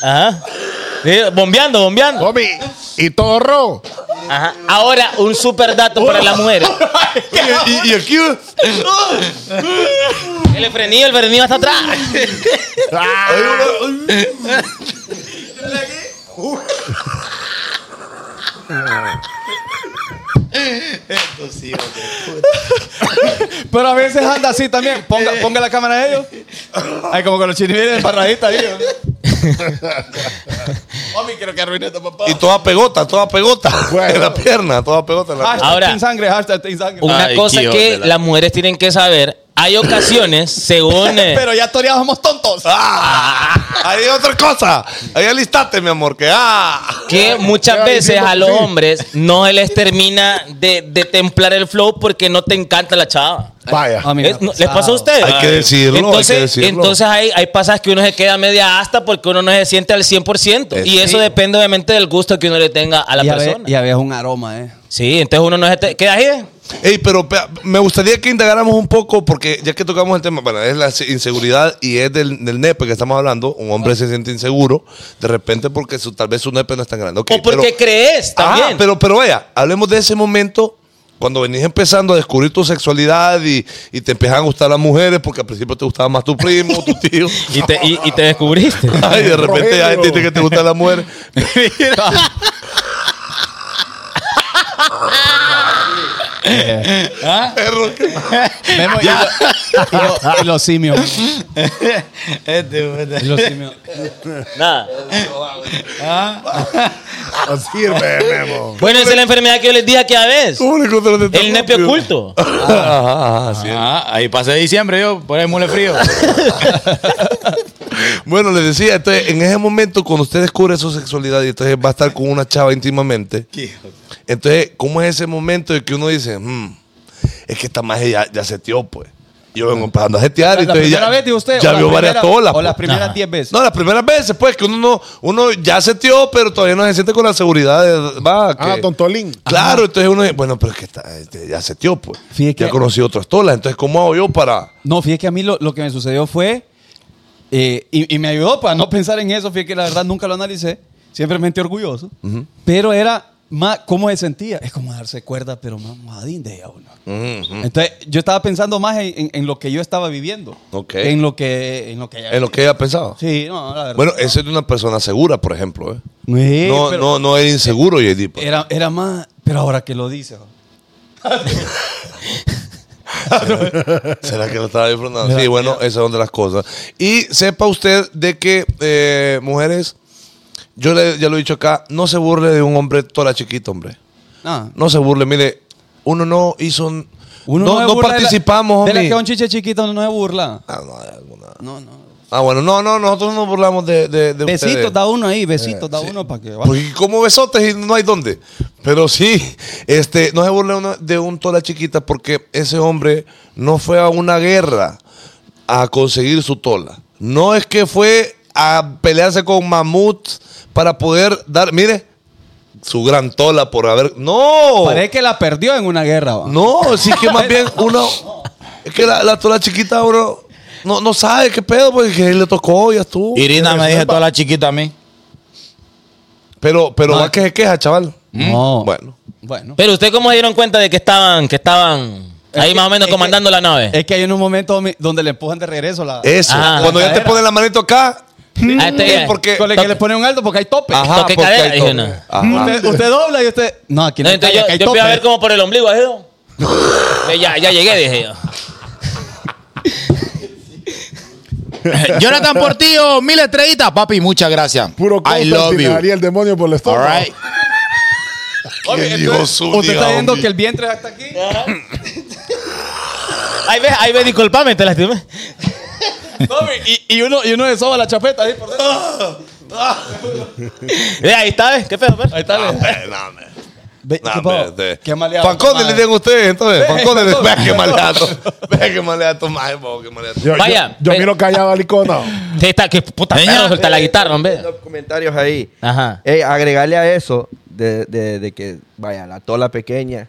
Speaker 7: Ajá. Sí, bombeando, bombeando.
Speaker 8: Homie, y todo rojo.
Speaker 7: Ajá. Ahora, un super dato para las mujeres.
Speaker 3: Y, y- y aquí.
Speaker 7: El frenillo, el frenillo hasta atrás.
Speaker 6: Pero a veces anda así también. Ponga, ponga la cámara de ellos. Ahí como con los chiniviles embarraditas, digo. Homie, quiero que arruine esto, papá.
Speaker 3: Y toda pegota, toda pegota.
Speaker 8: Bueno.
Speaker 3: En la pierna, toda pegota. En la
Speaker 6: Hashtag
Speaker 7: Ahora-
Speaker 6: Team Sangre, hashtag Team Sangre.
Speaker 7: Una
Speaker 4: Ay,
Speaker 7: cosa
Speaker 4: tío,
Speaker 7: que
Speaker 4: de la-
Speaker 7: las mujeres tienen que saber. Hay ocasiones, según. eh,
Speaker 6: Pero ya toreados somos tontos.
Speaker 3: ¡Ah! Ahí hay otra cosa. Ahí alistate, mi amor, que ah.
Speaker 7: Que muchas
Speaker 8: Ya,
Speaker 7: veces
Speaker 8: diciendo
Speaker 7: a los
Speaker 8: sí.
Speaker 7: hombres no se les termina de, de templar el flow porque no te encanta la chava.
Speaker 8: Vaya.
Speaker 6: A mí me ha
Speaker 7: Es- no- ¿Les
Speaker 6: pasado.
Speaker 7: pasa a ustedes?
Speaker 3: Hay que
Speaker 7: Ay.
Speaker 3: decirlo, hay que
Speaker 7: entonces,
Speaker 3: decirlo.
Speaker 7: Entonces hay, hay pasas que uno se queda media hasta porque uno no se siente al 100%. Y eso depende obviamente del gusto que uno le tenga a la
Speaker 6: Y a, veces,
Speaker 7: persona.
Speaker 6: y a veces un aroma, ¿eh?
Speaker 7: Sí, entonces uno no se te- queda ahí.
Speaker 3: Ey, pero pe- me gustaría que indagáramos un poco, porque ya que tocamos el tema, bueno, es la inseguridad y es del, del nepe que estamos hablando. Un
Speaker 7: Ah.
Speaker 3: hombre se siente inseguro de repente porque su- tal vez su nepe no es tan grande. Ok,
Speaker 7: o porque
Speaker 3: pero-
Speaker 7: crees también.
Speaker 3: Ajá, Ah, pero, pero vaya, hablemos de ese momento cuando venís empezando a descubrir tu sexualidad y, y te empiezan a gustar las mujeres porque al principio te gustaba más tu primo, tu tío.
Speaker 7: y, te, y- y te descubriste.
Speaker 3: Ay, de repente ya
Speaker 8: Rogelio.
Speaker 3: entendiste que te gustan las mujeres. Perro.
Speaker 6: Memo, y, lo- y lo- y los simios.
Speaker 4: Este,
Speaker 6: y los simios.
Speaker 7: Nada.
Speaker 8: No sirve, Memo.
Speaker 7: Bueno, esa es la enfermedad que yo les dije aquí a veces.
Speaker 3: ¿Cómo le encontraste tan
Speaker 7: El nepe
Speaker 3: rápido?
Speaker 7: oculto.
Speaker 3: Ah, Ajá, ajá, ah, sí.
Speaker 4: Ajá, Ah, ahí pasé diciembre yo, por el mule frío.
Speaker 3: Bueno, les decía, entonces, en ese momento, cuando usted descubre su sexualidad y entonces va a estar con una chava íntimamente, entonces, ¿cómo es ese momento de que uno dice, "Mm, es que esta magia ya, ya seteó, pues? Y Yo vengo empezando a setear y
Speaker 6: ¿La
Speaker 3: entonces
Speaker 6: primera
Speaker 3: ya,
Speaker 6: vez, dijo usted?
Speaker 3: ya
Speaker 6: o la
Speaker 3: vio varias
Speaker 6: primera-
Speaker 3: tolas.
Speaker 6: O las
Speaker 3: pues.
Speaker 6: primeras 10 veces.
Speaker 3: No, las primeras veces, pues, que uno, no- uno ya seteó, pero todavía no se siente con la seguridad de, va,
Speaker 8: Ah,
Speaker 3: que-
Speaker 8: tontolín.
Speaker 3: Claro, entonces uno dice, bueno, pero es que está, este, ya seteó, pues.
Speaker 6: Fíjate
Speaker 3: ya
Speaker 6: que-
Speaker 3: conocí otras tolas, entonces, ¿cómo hago yo para...?
Speaker 6: No, fíjate que a mí lo, lo que me sucedió fue. eh, y, y me ayudó para no pensar en eso. Fíjate que la verdad nunca lo analicé. Siempre me sentí orgulloso. Pero era más cómo se sentía. Es como darse cuerda, pero más madín de ella, uno. Entonces, yo estaba pensando más en, en- en lo que yo estaba viviendo.
Speaker 3: Ok.
Speaker 6: En lo que. En lo que, ella-
Speaker 3: En lo que ella pensaba.
Speaker 6: Sí, no, la verdad.
Speaker 3: Bueno, eso es de una persona segura, por ejemplo, ¿eh?
Speaker 6: Sí,
Speaker 3: no,
Speaker 6: pero
Speaker 3: no, no era inseguro, JD. pues.
Speaker 6: Era, era más. Pero ahora que lo dice.
Speaker 3: ¿Será que lo estaba disfrutando? Sí, bueno, esas son de las cosas. Y sepa usted de que, eh, mujeres, yo le- ya lo he dicho acá, no se burle de un hombre toda chiquita, hombre.
Speaker 6: No.
Speaker 3: No se burle, mire, uno no hizo... un-
Speaker 6: Ah, Uno
Speaker 3: no,
Speaker 6: se
Speaker 3: no
Speaker 6: burla de la-
Speaker 3: participamos,
Speaker 6: De la,
Speaker 3: homie.
Speaker 6: que un chiche chiquito no es burla.
Speaker 3: Ah, no, hay alguna-
Speaker 6: No, no.
Speaker 3: Ah, bueno, no, no, nosotros no nos burlamos de, de, de ustedes.
Speaker 6: Besitos da uno ahí, besitos da uno para que.
Speaker 3: Porque como besotes Pues, y no hay dónde. Pero sí, este, no se burle uno de un tola chiquita porque ese hombre no fue a una guerra a conseguir su tola. No es que fue a pelearse con mamut para poder dar, mire, su gran tola por haber... No.
Speaker 6: Parece que la perdió en una guerra. va.
Speaker 3: No, sí que más bien uno... Es que la, la tola chiquita uno no, no sabe qué pedo porque le tocó, ya estuvo.
Speaker 4: Irina me dije toda la chiquita a mí.
Speaker 3: Pero, pero
Speaker 6: No.
Speaker 3: va que se queja, chaval.
Speaker 6: No.
Speaker 3: Bueno.
Speaker 6: Bueno.
Speaker 7: Pero usted cómo se dieron cuenta de que estaban, que estaban
Speaker 6: Es
Speaker 7: ahí
Speaker 6: que-
Speaker 7: más o menos
Speaker 6: es
Speaker 7: comandando la
Speaker 3: Eh.
Speaker 7: nave.
Speaker 6: Es que hay un momento mi- donde le empujan de regreso la.
Speaker 3: Eso.
Speaker 7: Ah,
Speaker 3: Cuando ya te
Speaker 6: cadera.
Speaker 3: ponen la manito acá.
Speaker 7: Ah, este
Speaker 3: es
Speaker 7: ya.
Speaker 3: porque.
Speaker 6: Con el que le ponen un alto porque hay tope.
Speaker 3: Ajá,
Speaker 7: toque
Speaker 3: porque
Speaker 7: cadera,
Speaker 3: hay
Speaker 7: dije,
Speaker 3: todo.
Speaker 7: no.
Speaker 3: Ajá.
Speaker 6: Usted, usted dobla y usted. No, aquí no
Speaker 7: No, entonces
Speaker 6: calla,
Speaker 7: yo,
Speaker 6: que hay
Speaker 7: yo fui a
Speaker 6: tope.
Speaker 7: ver como por el ombligo, ¿eh? Eh, ya, ya llegué, dije yo.
Speaker 4: Jonathan Portillo, mil estrellitas. Papi, muchas gracias.
Speaker 8: Puro
Speaker 4: I love you.
Speaker 8: y el demonio por el
Speaker 4: All
Speaker 8: estómago.
Speaker 4: right.
Speaker 3: Qué Dios
Speaker 6: Usted
Speaker 3: uniga,
Speaker 6: está viendo
Speaker 3: hombre.
Speaker 6: que el vientre es hasta aquí.
Speaker 7: Ahí ves, ahí ves, disculpame, te lastimé.
Speaker 6: Tome, y, y uno, y uno le soba la chapeta ahí por dentro.
Speaker 7: Ve, ahí está, ¿ves? Qué feo, ¿ves?
Speaker 6: Ahí está. le-
Speaker 3: Eh, no, hombre.
Speaker 6: Ve,
Speaker 3: No,
Speaker 6: qué
Speaker 3: hombre,
Speaker 6: pavo.
Speaker 3: este-
Speaker 6: Qué maleado.
Speaker 3: Fanconi le
Speaker 6: madre.
Speaker 3: dieron ustedes, entonces. Fanconi le
Speaker 6: Fanconi.
Speaker 3: Vea qué maleato. Vea qué maleato más, po, qué maleato.
Speaker 8: Yo,
Speaker 7: Vaya,
Speaker 8: Yo,
Speaker 7: ve-
Speaker 8: yo miro callado al icono.
Speaker 7: Sí, está, qué puta perro, suelta la guitarra, hombre.
Speaker 9: Los comentarios ahí.
Speaker 7: Ajá.
Speaker 9: Ey, agregarle a eso de, de- de que vaya la tola pequeña.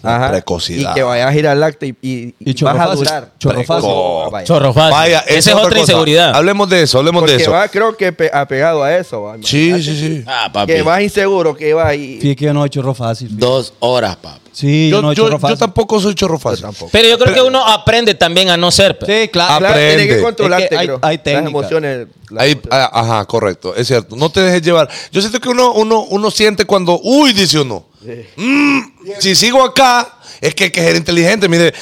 Speaker 9: Ajá.
Speaker 3: precocidad.
Speaker 9: Y que vaya a girar lacto y, y, y
Speaker 6: Y chorro
Speaker 9: vas a
Speaker 6: fácil,
Speaker 9: durar.
Speaker 6: chorro fácil.
Speaker 9: Precoz. Vaya.
Speaker 7: Chorro fácil.
Speaker 3: Vaya,
Speaker 7: Esa es otra
Speaker 3: cosa.
Speaker 7: inseguridad.
Speaker 3: Hablemos de eso, hablemos
Speaker 9: Porque
Speaker 3: de eso.
Speaker 9: va, creo que pe- apegado a eso. va,
Speaker 3: Sí,
Speaker 9: imagínate.
Speaker 3: sí, sí.
Speaker 4: Ah, papi.
Speaker 9: Que vas inseguro, que vas y.
Speaker 6: Fíjate que yo no he chorro fácil. fíjate.
Speaker 4: Dos horas, papi.
Speaker 6: Sí, yo,
Speaker 3: Yo,
Speaker 6: no he
Speaker 3: yo-
Speaker 6: chorro
Speaker 3: yo
Speaker 6: fácil.
Speaker 3: tampoco soy chorro fácil.
Speaker 7: Pero yo creo que uno aprende también a no ser. pe.
Speaker 6: Sí, claro.
Speaker 9: Claro, tienes
Speaker 3: Aprende.
Speaker 9: que controlarte,
Speaker 6: Es que hay-
Speaker 9: creo.
Speaker 6: hay
Speaker 9: Las
Speaker 6: técnicas.
Speaker 9: emociones. las
Speaker 3: Ahí,
Speaker 9: emociones.
Speaker 3: ah, ajá, correcto, es cierto. No te dejes llevar. Yo siento que uno, uno, uno siente cuando, uy, dice uno, "Mm, si sigo acá, es que hay que ser inteligente. Mire,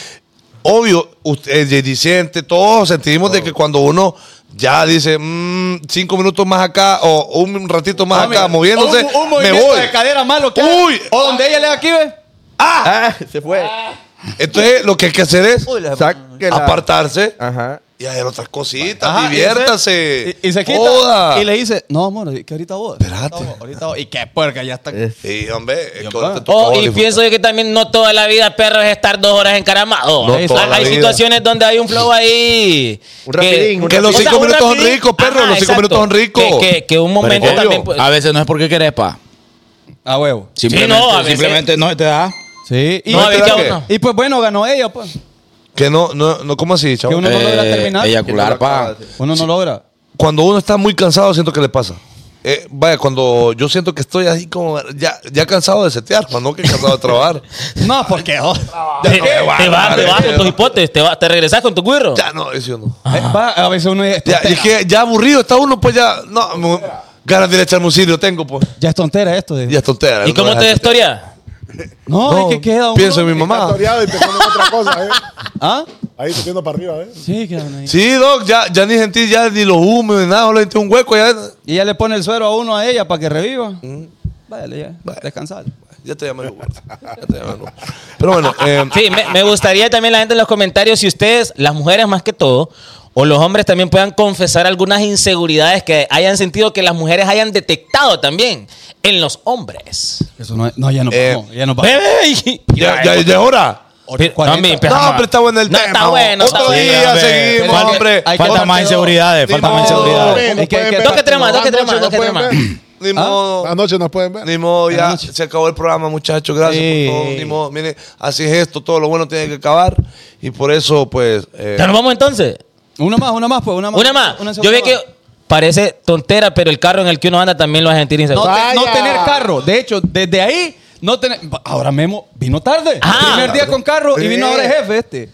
Speaker 3: obvio, usted, JD siente, todos sentimos de que cuando uno ya dice, "Mm, cinco minutos más acá o un ratito más
Speaker 6: Tome,
Speaker 3: acá moviéndose,
Speaker 6: un- un
Speaker 3: me
Speaker 6: movimiento
Speaker 3: voy.
Speaker 6: de cadera malo que
Speaker 3: Uy.
Speaker 6: haga. O donde ella le da aquí, ve.
Speaker 3: ¡Ah!
Speaker 9: Ah, se fue.
Speaker 3: Entonces, lo que hay que hacer es
Speaker 9: Saque la-
Speaker 3: apartarse
Speaker 9: Ajá.
Speaker 3: y hacer otras cositas.
Speaker 6: Ah. Ajá, y
Speaker 3: diviértase.
Speaker 6: se- Y, y se quita.
Speaker 3: Joda.
Speaker 6: Y le dice, no, amor, que ahorita vos.
Speaker 3: Espérate. Eh.
Speaker 6: No, ahorita vos. Y qué puerca, ya está.
Speaker 3: Sí, hombre, es que
Speaker 6: Yo,
Speaker 3: ahorita
Speaker 6: pa.
Speaker 3: tú
Speaker 7: Oh,
Speaker 3: acabas de
Speaker 7: y
Speaker 3: disfrutar.
Speaker 7: pienso yo que también no toda la vida, perro, es estar dos horas encaramado.
Speaker 3: No
Speaker 7: Hay-
Speaker 3: toda la
Speaker 7: hay
Speaker 3: vida.
Speaker 7: situaciones donde hay un flow ahí.
Speaker 9: Un rapidín, un
Speaker 3: Que los
Speaker 7: o sea,
Speaker 3: cinco
Speaker 7: un
Speaker 3: minutos son
Speaker 7: rapidín.
Speaker 3: ricos, perro, los cinco
Speaker 7: exacto.
Speaker 3: minutos son ricos.
Speaker 7: Que, que- que un momento
Speaker 4: Pero,
Speaker 7: también.
Speaker 3: obvio,
Speaker 7: pues,
Speaker 4: A veces no es porque querés, pa.
Speaker 6: A huevo.
Speaker 4: Simplemente,
Speaker 7: no, a veces-
Speaker 4: simplemente no te da.
Speaker 6: Sí. Y,
Speaker 7: No, a ver,
Speaker 3: ¿verdad
Speaker 7: ¿qué
Speaker 3: que-
Speaker 7: onda?
Speaker 6: y pues bueno, ganó ella, pues.
Speaker 3: Que no, no, no, ¿cómo así,
Speaker 6: Que
Speaker 3: chavo?
Speaker 6: uno no logra terminar.
Speaker 4: eh, Eyacular, pa.
Speaker 7: Ah,
Speaker 6: Uno no logra.
Speaker 3: Cuando uno está muy cansado, siento que le pasa. Eh, vaya, cuando yo siento que estoy así como ya, ya cansado de setear, cuando que cansado de trabajar.
Speaker 6: No, porque. oh,
Speaker 7: Te,
Speaker 3: Ya no me
Speaker 7: Ah. Eh,
Speaker 3: va,
Speaker 7: te vas, te
Speaker 3: madre.
Speaker 7: vas con tus hipotes, te, vas- te regresas con tu cuirro.
Speaker 3: Ya no, eso yo no.
Speaker 6: eh, va, a veces uno es
Speaker 3: Ya,
Speaker 6: tontera.
Speaker 3: y es que ya aburrido está uno, pues ya. No, me- ganas de ir a echarme un cirio tengo, pues.
Speaker 6: Ya es tontera esto. de-
Speaker 3: Ya es tontera.
Speaker 7: ¿Y
Speaker 3: no
Speaker 7: cómo
Speaker 3: deja
Speaker 7: te
Speaker 3: de setear.
Speaker 7: destoreas?
Speaker 6: No,
Speaker 3: No,
Speaker 6: es que queda uno.
Speaker 3: Pienso en mi
Speaker 8: Está
Speaker 3: mamá.
Speaker 8: toreado y pensando en otra cosa, ¿eh?
Speaker 6: ¿Ah?
Speaker 8: Ahí subiendo para arriba, ¿eh?
Speaker 6: Sí, queda uno ahí.
Speaker 3: Sí, Doc, ya, ya ni sentí ya ni los húmedos ni nada, solo sentí un hueco, ya,
Speaker 6: Y ya le pone el suero a uno a ella para que reviva.
Speaker 3: Mm.
Speaker 6: Vale, ya. Descansar.
Speaker 3: ya te llamé Huberto. Ya te llamé Huberto. Pero bueno, eh,
Speaker 7: Sí, me, me gustaría también la gente en los comentarios si ustedes, las mujeres más que todo, o los hombres también puedan confesar algunas inseguridades que hayan sentido que las mujeres hayan detectado también en los hombres.
Speaker 6: Eso no es. No, ya no.
Speaker 3: Eh,
Speaker 6: no, ya no pasa.
Speaker 7: Bebé.
Speaker 3: ya, ya, ya es hora. No, pero está bueno el
Speaker 7: No,
Speaker 3: tema.
Speaker 7: está bueno, está
Speaker 3: Otro
Speaker 7: bueno.
Speaker 3: día
Speaker 4: hombre.
Speaker 3: seguimos,
Speaker 4: Falta-
Speaker 3: hombre.
Speaker 6: hay que
Speaker 4: Falta
Speaker 6: cortarte
Speaker 4: más inseguridades,
Speaker 8: Ni
Speaker 4: falta más
Speaker 8: modo,
Speaker 4: inseguridades.
Speaker 8: no
Speaker 6: Es que-
Speaker 8: pueden
Speaker 6: que-
Speaker 8: ver
Speaker 7: dos que
Speaker 8: hasta
Speaker 7: tres más, dos que tres
Speaker 8: anoche
Speaker 7: más, Ah.
Speaker 8: no
Speaker 7: dos que
Speaker 8: pueden
Speaker 7: tres
Speaker 8: ver.
Speaker 3: Ni modo.
Speaker 8: Anoche nos pueden ver.
Speaker 3: Ni modo, ya
Speaker 6: Anoche.
Speaker 3: se acabó el programa, muchachos. Gracias
Speaker 6: Sí.
Speaker 3: por todo. Ni modo, mire, así es esto, todo lo bueno tiene que acabar. Y por eso, pues. eh,
Speaker 7: ¿Ya nos vamos entonces?
Speaker 6: Uno más, una más, pues. Una más.
Speaker 7: Una más. Yo
Speaker 6: segunda
Speaker 7: vi que
Speaker 6: más.
Speaker 7: parece tontera, pero el carro en el que uno anda también lo hace sentir
Speaker 6: No,
Speaker 7: inseguro.
Speaker 6: te- no
Speaker 8: Vaya.
Speaker 6: tener carro. De hecho, desde ahí, no tener. Ahora Memo vino tarde.
Speaker 7: Ajá.
Speaker 6: Primer día con carro y vino ahora el jefe este.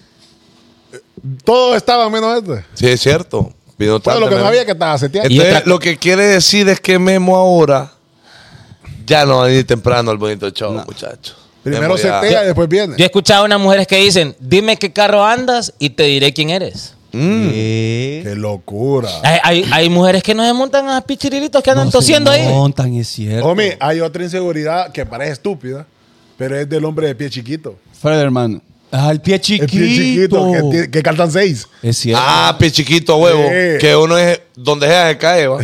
Speaker 8: Todos estaban menos este.
Speaker 3: Sí, es cierto. Vino
Speaker 8: Todo
Speaker 3: tarde,
Speaker 8: lo que no
Speaker 3: Memo.
Speaker 8: había que estaba seteando.
Speaker 7: Y
Speaker 3: Entonces,
Speaker 7: otra-
Speaker 3: lo que quiere decir es que Memo ahora ya no va a ir temprano al bonito show, muchachos.
Speaker 8: Primero
Speaker 3: Memo ya-
Speaker 8: setea y después viene.
Speaker 7: Yo he escuchado a unas mujeres que dicen, dime qué carro andas y te diré quién eres.
Speaker 8: ¡Qué locura!
Speaker 7: Hay, hay- hay mujeres que no se montan a pichirilitos que andan tosiendo ahí.
Speaker 6: Montan, es cierto.
Speaker 8: Homie, hay otra inseguridad que parece estúpida, pero es del hombre de pie chiquito.
Speaker 6: Fred, hermano. Ah, el pie chiquito.
Speaker 8: El pie chiquito, que, ti- que cantan seis.
Speaker 6: Es cierto.
Speaker 3: Ah, pie chiquito, huevo.
Speaker 8: Sí.
Speaker 3: Que uno es donde sea se cae, va.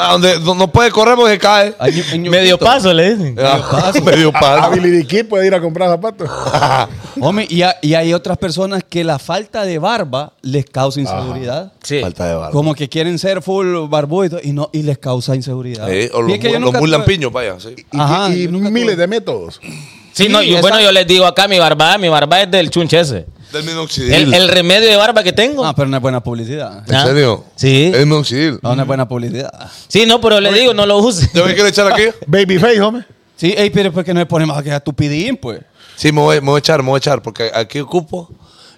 Speaker 3: Ah, donde no no puede correr porque se cae.
Speaker 6: Ay, ñu- ay, ñuquito.
Speaker 7: Medio paso, le dicen.
Speaker 3: Ah, Medio
Speaker 8: A
Speaker 3: paso.
Speaker 8: Biliriquí puede ir a comprar zapatos.
Speaker 6: Hombre, y, ha- y hay otras personas que la falta de barba les causa inseguridad.
Speaker 7: Sí.
Speaker 3: Falta de barba.
Speaker 6: Como que quieren ser full barbudo y no y les causa inseguridad.
Speaker 3: Sí, o
Speaker 6: Y
Speaker 3: los,
Speaker 6: es que yo
Speaker 3: mu- los
Speaker 6: nunca
Speaker 3: muy
Speaker 6: tuve-
Speaker 3: lampiños, vaya. sí.
Speaker 8: Y,
Speaker 6: Ajá,
Speaker 8: y
Speaker 6: yo nunca
Speaker 8: miles
Speaker 6: tuve.
Speaker 8: de métodos.
Speaker 7: Sí, no,
Speaker 6: Sí,
Speaker 7: yo-
Speaker 6: esa-
Speaker 7: bueno, yo les digo acá mi barba, mi barba es del chunche ese.
Speaker 3: Del minoxidil.
Speaker 7: El, el remedio de barba que tengo.
Speaker 6: Ah, pero no es buena publicidad.
Speaker 3: ¿En
Speaker 7: Ah.
Speaker 3: serio?
Speaker 7: Sí. Ah.
Speaker 3: El minoxidil.
Speaker 6: No, no es buena publicidad.
Speaker 7: Sí, no, pero le digo, no lo use.
Speaker 3: ¿Yo me quiero echar aquí?
Speaker 8: Babyface, homie.
Speaker 6: Sí, ey, pero ¿por qué no le ponemos aquí a tu pidín, pues?
Speaker 3: Sí, me voy, me voy a echar, me voy a echar. Porque aquí ocupo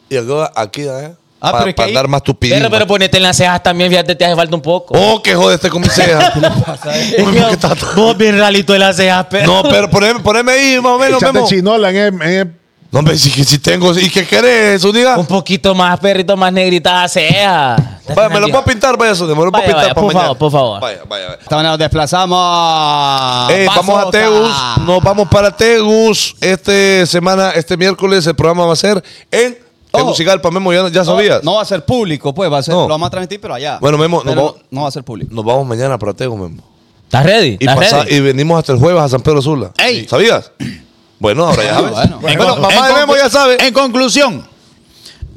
Speaker 3: y aquí, aquí ¿eh?
Speaker 6: Ah, pero
Speaker 3: para
Speaker 6: es que ahí-
Speaker 3: andar más tupido.
Speaker 7: Pero, pero ponete en las cejas también, fíjate, te hace falta un poco.
Speaker 3: Oh, que jode este con mis cejas. Oh,
Speaker 7: Es que vos bien ralito de las cejas, pero.
Speaker 3: No, pero poneme, poneme ahí más o menos,
Speaker 8: Echate
Speaker 3: Memo.
Speaker 8: chinola en el- en el
Speaker 3: No, hombre, si, si tengo... ¿Y qué querés, Zúñiga?
Speaker 7: Un poquito más perrito, más negrita las cejas.
Speaker 3: Vaya, me lo voy a pintar, vaya, Zúñiga. Me lo voy a
Speaker 7: Vaya,
Speaker 3: pintar para
Speaker 7: vaya, por
Speaker 3: mañana.
Speaker 7: favor, por favor. Ah,
Speaker 3: Vaya, vaya, vaya.
Speaker 6: Entonces nos desplazamos.
Speaker 3: Eh, vamos a
Speaker 6: Pasos
Speaker 3: Tegus, nos vamos para Tegus. Este semana, este miércoles, el programa va a ser en
Speaker 6: Ojo.
Speaker 3: Tegucigalpa, Memo, ya, ya
Speaker 6: No,
Speaker 3: sabías.
Speaker 6: No va a ser público, pues. Va a ser,
Speaker 3: No.
Speaker 6: Lo vamos a transmitir, pero allá.
Speaker 3: Bueno, Memo, nos
Speaker 6: Pero
Speaker 3: vamos-
Speaker 6: no, no va a ser público.
Speaker 3: Nos vamos mañana para Tegus, Memo.
Speaker 7: ¿Estás ready?
Speaker 3: Y,
Speaker 7: ¿Estás
Speaker 3: pasa-
Speaker 7: ready?
Speaker 3: y venimos hasta el jueves a San Pedro Sula.
Speaker 4: Ey.
Speaker 3: ¿Sabías? Bueno, ahora ya
Speaker 6: Ah,
Speaker 3: sabes.
Speaker 6: bueno.
Speaker 3: Bueno,
Speaker 4: En
Speaker 3: mamá de
Speaker 4: conclu-
Speaker 3: Memo ya sabe.
Speaker 4: En conclusión,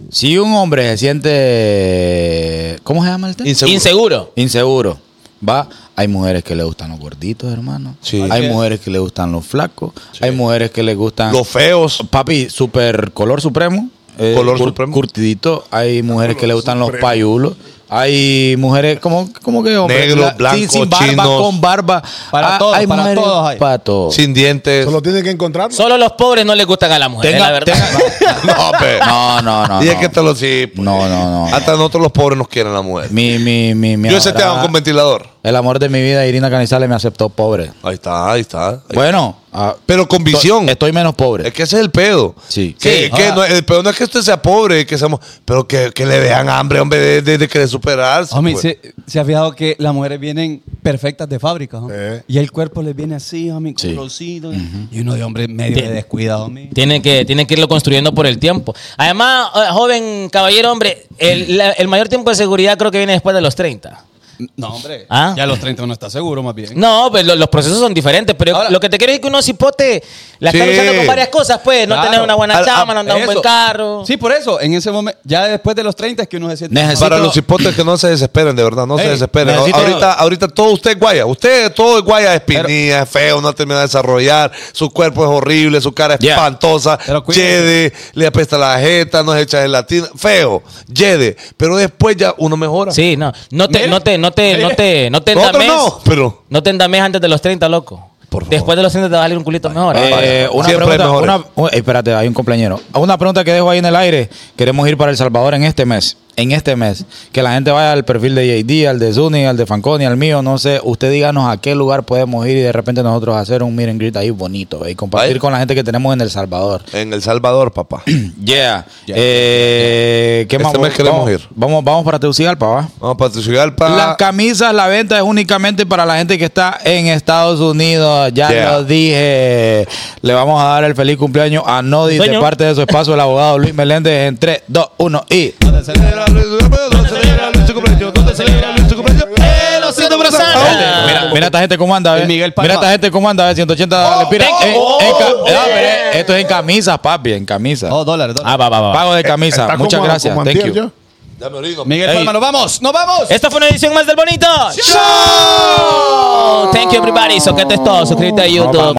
Speaker 4: si un hombre se siente. ¿Cómo se llama este? el tema?
Speaker 3: Inseguro.
Speaker 7: Inseguro.
Speaker 4: Inseguro. Va, hay mujeres que le gustan los gorditos, hermano.
Speaker 3: Sí.
Speaker 4: Hay
Speaker 6: Ok.
Speaker 4: mujeres que le gustan los flacos. Hay mujeres que le gustan.
Speaker 3: Los feos.
Speaker 4: Papi, super color supremo. eh,
Speaker 3: Color supremo.
Speaker 4: Curtidito. Hay mujeres que le gustan los payulos. Hay mujeres como, como que hombre,
Speaker 3: Negros,
Speaker 4: la- sin-
Speaker 3: blancos,
Speaker 4: sin barba,
Speaker 3: chinos.
Speaker 4: con barba.
Speaker 6: Para
Speaker 4: Ah,
Speaker 6: todos, para todos hay.
Speaker 4: Para todos.
Speaker 3: Sin dientes.
Speaker 8: Solo tiene que encontrarlo.
Speaker 7: Solo los pobres no les gustan a la mujer,
Speaker 4: Tenga-
Speaker 7: la verdad.
Speaker 3: no, pe.
Speaker 4: Eh, No, no, no.
Speaker 3: y es
Speaker 4: no.
Speaker 3: que te lo sí. pues.
Speaker 4: No, no, no.
Speaker 3: Hasta nosotros los pobres nos quieren la mujer.
Speaker 4: Mi, mi, mi, mi
Speaker 3: Yo ese te
Speaker 4: adorada-
Speaker 3: hago con ventilador.
Speaker 4: El amor de mi vida, Irina Canizales, me aceptó pobre.
Speaker 3: Ahí está, ahí está. Ahí está.
Speaker 4: Bueno, ah,
Speaker 3: Pero con
Speaker 4: estoy-
Speaker 3: visión.
Speaker 4: Estoy menos pobre. Eh,
Speaker 3: Es que ese es el pedo.
Speaker 4: Sí.
Speaker 3: Que,
Speaker 7: Sí,
Speaker 3: que
Speaker 6: ahora-
Speaker 3: no- el pedo no es que usted sea pobre, que seamos, pero que, que le vean hambre, hombre, de, de, de querer superarse.
Speaker 6: Homie,
Speaker 3: pues.
Speaker 6: ¿se, se ha fijado que las mujeres vienen perfectas de fábrica, homie?
Speaker 8: Eh.
Speaker 6: Y el cuerpo les viene así, homie, con
Speaker 4: Sí.
Speaker 6: rosito. Y uno de hombre medio
Speaker 7: Bien.
Speaker 6: de descuidado, homie.
Speaker 7: Tiene que, tiene que irlo construyendo por el tiempo. Además, eh, joven caballero, hombre, el, la- el mayor tiempo de seguridad creo que viene después de los 30.
Speaker 6: No, hombre.
Speaker 7: Ah.
Speaker 6: Ya a los 30 uno está seguro, más bien.
Speaker 7: No, pues lo- los procesos son diferentes, pero
Speaker 6: Ahora-
Speaker 7: lo que te quiero decir es que uno cipote la está
Speaker 3: Sí.
Speaker 7: luchando con varias cosas, pues. No
Speaker 6: Claro.
Speaker 7: tener una buena
Speaker 3: Al-
Speaker 7: chama,
Speaker 3: a-
Speaker 7: no andar un
Speaker 6: Eso.
Speaker 7: buen carro.
Speaker 6: Sí, por eso, en ese momento, ya después de los 30 es que uno se siente...
Speaker 4: Necesito-
Speaker 3: Para los hipotes que no se desesperen, de verdad, no
Speaker 6: Ey,
Speaker 3: se desesperen.
Speaker 4: necesito-
Speaker 3: Ahorita, ahorita todo usted es guaya. Usted todo es guaya, es pinilla, es feo, no termina de desarrollar. Su cuerpo es horrible, su cara es
Speaker 4: Yeah.
Speaker 3: espantosa.
Speaker 6: Pero cuídate.
Speaker 3: Yede, le apesta la jeta, no se echa gelatina. Feo, yede. Pero después ya uno mejora.
Speaker 7: Sí, no. No te,
Speaker 6: Mire.
Speaker 7: no te, no te, no te, no te
Speaker 3: Nosotros
Speaker 7: endames.
Speaker 3: no, pero-
Speaker 7: No te endames antes de los 30, loco.
Speaker 3: Por favor.
Speaker 7: Después de los 30 te va a salir un culito mejor.
Speaker 4: Eh,
Speaker 3: vaya.
Speaker 4: una
Speaker 3: Siempre
Speaker 4: pregunta,
Speaker 3: hay
Speaker 4: una-
Speaker 3: mejores.
Speaker 4: oh, espérate, hay un compañero. Una pregunta que dejo ahí en el aire. Queremos ir para El Salvador en este mes. En este mes. Que la gente vaya al perfil de JD, al de Zuni, al de Fanconi, al mío, no sé. Usted díganos a qué lugar podemos ir y de repente nosotros hacer un meet and greet ahí bonito ve, y compartir
Speaker 3: Vaya.
Speaker 4: con la gente que tenemos en El Salvador.
Speaker 3: En El Salvador, papá.
Speaker 4: Yeah. Eh, ¿Qué
Speaker 3: Este
Speaker 4: más?
Speaker 3: mes queremos
Speaker 4: vamos,
Speaker 3: ir.
Speaker 4: Vamos, vamos para Tegucigalpa, ¿va?
Speaker 3: Vamos para Tegucigalpa.
Speaker 4: Las camisas, la venta es únicamente para la gente que está en Estados Unidos. Ya
Speaker 3: Yeah.
Speaker 4: lo dije. Le vamos a dar el feliz cumpleaños a Nodi de
Speaker 7: Señor.
Speaker 4: parte de su espacio, el abogado Luis Meléndez, en 3, 2, 1 y.
Speaker 3: celebra Luis su cumpleaños? ¿Dónde celebra Luis su cumpleaños? ¿Dónde celebra Luis su cumpleaños? ¡Eh, lo siento,
Speaker 7: Ah.
Speaker 4: Mira, mira esta gente cómo anda, ¿ves?
Speaker 6: El Miguel Palma.
Speaker 4: Mira esta gente cómo anda, ¿ves? 180 dólares. Mira, eh,
Speaker 7: thank you.
Speaker 4: en- en ca-
Speaker 7: Oh,
Speaker 4: no, pero es- esto es en camisas, papi, en camisas.
Speaker 6: Oh, dólares,
Speaker 7: Ah,
Speaker 6: dólares.
Speaker 7: va, va, va.
Speaker 4: Pago de camisa.
Speaker 8: Está
Speaker 4: Muchas
Speaker 8: como-
Speaker 4: gracias.
Speaker 8: como
Speaker 4: Thank
Speaker 8: antier
Speaker 4: you.
Speaker 8: yo.
Speaker 3: Dame orino.
Speaker 6: Miguel Palma, ¡nos vamos! ¡Nos vamos!
Speaker 7: Esta fue una edición más del Bonito. Show. Thank you everybody. So que esto es todo. Suscríbete a YouTube.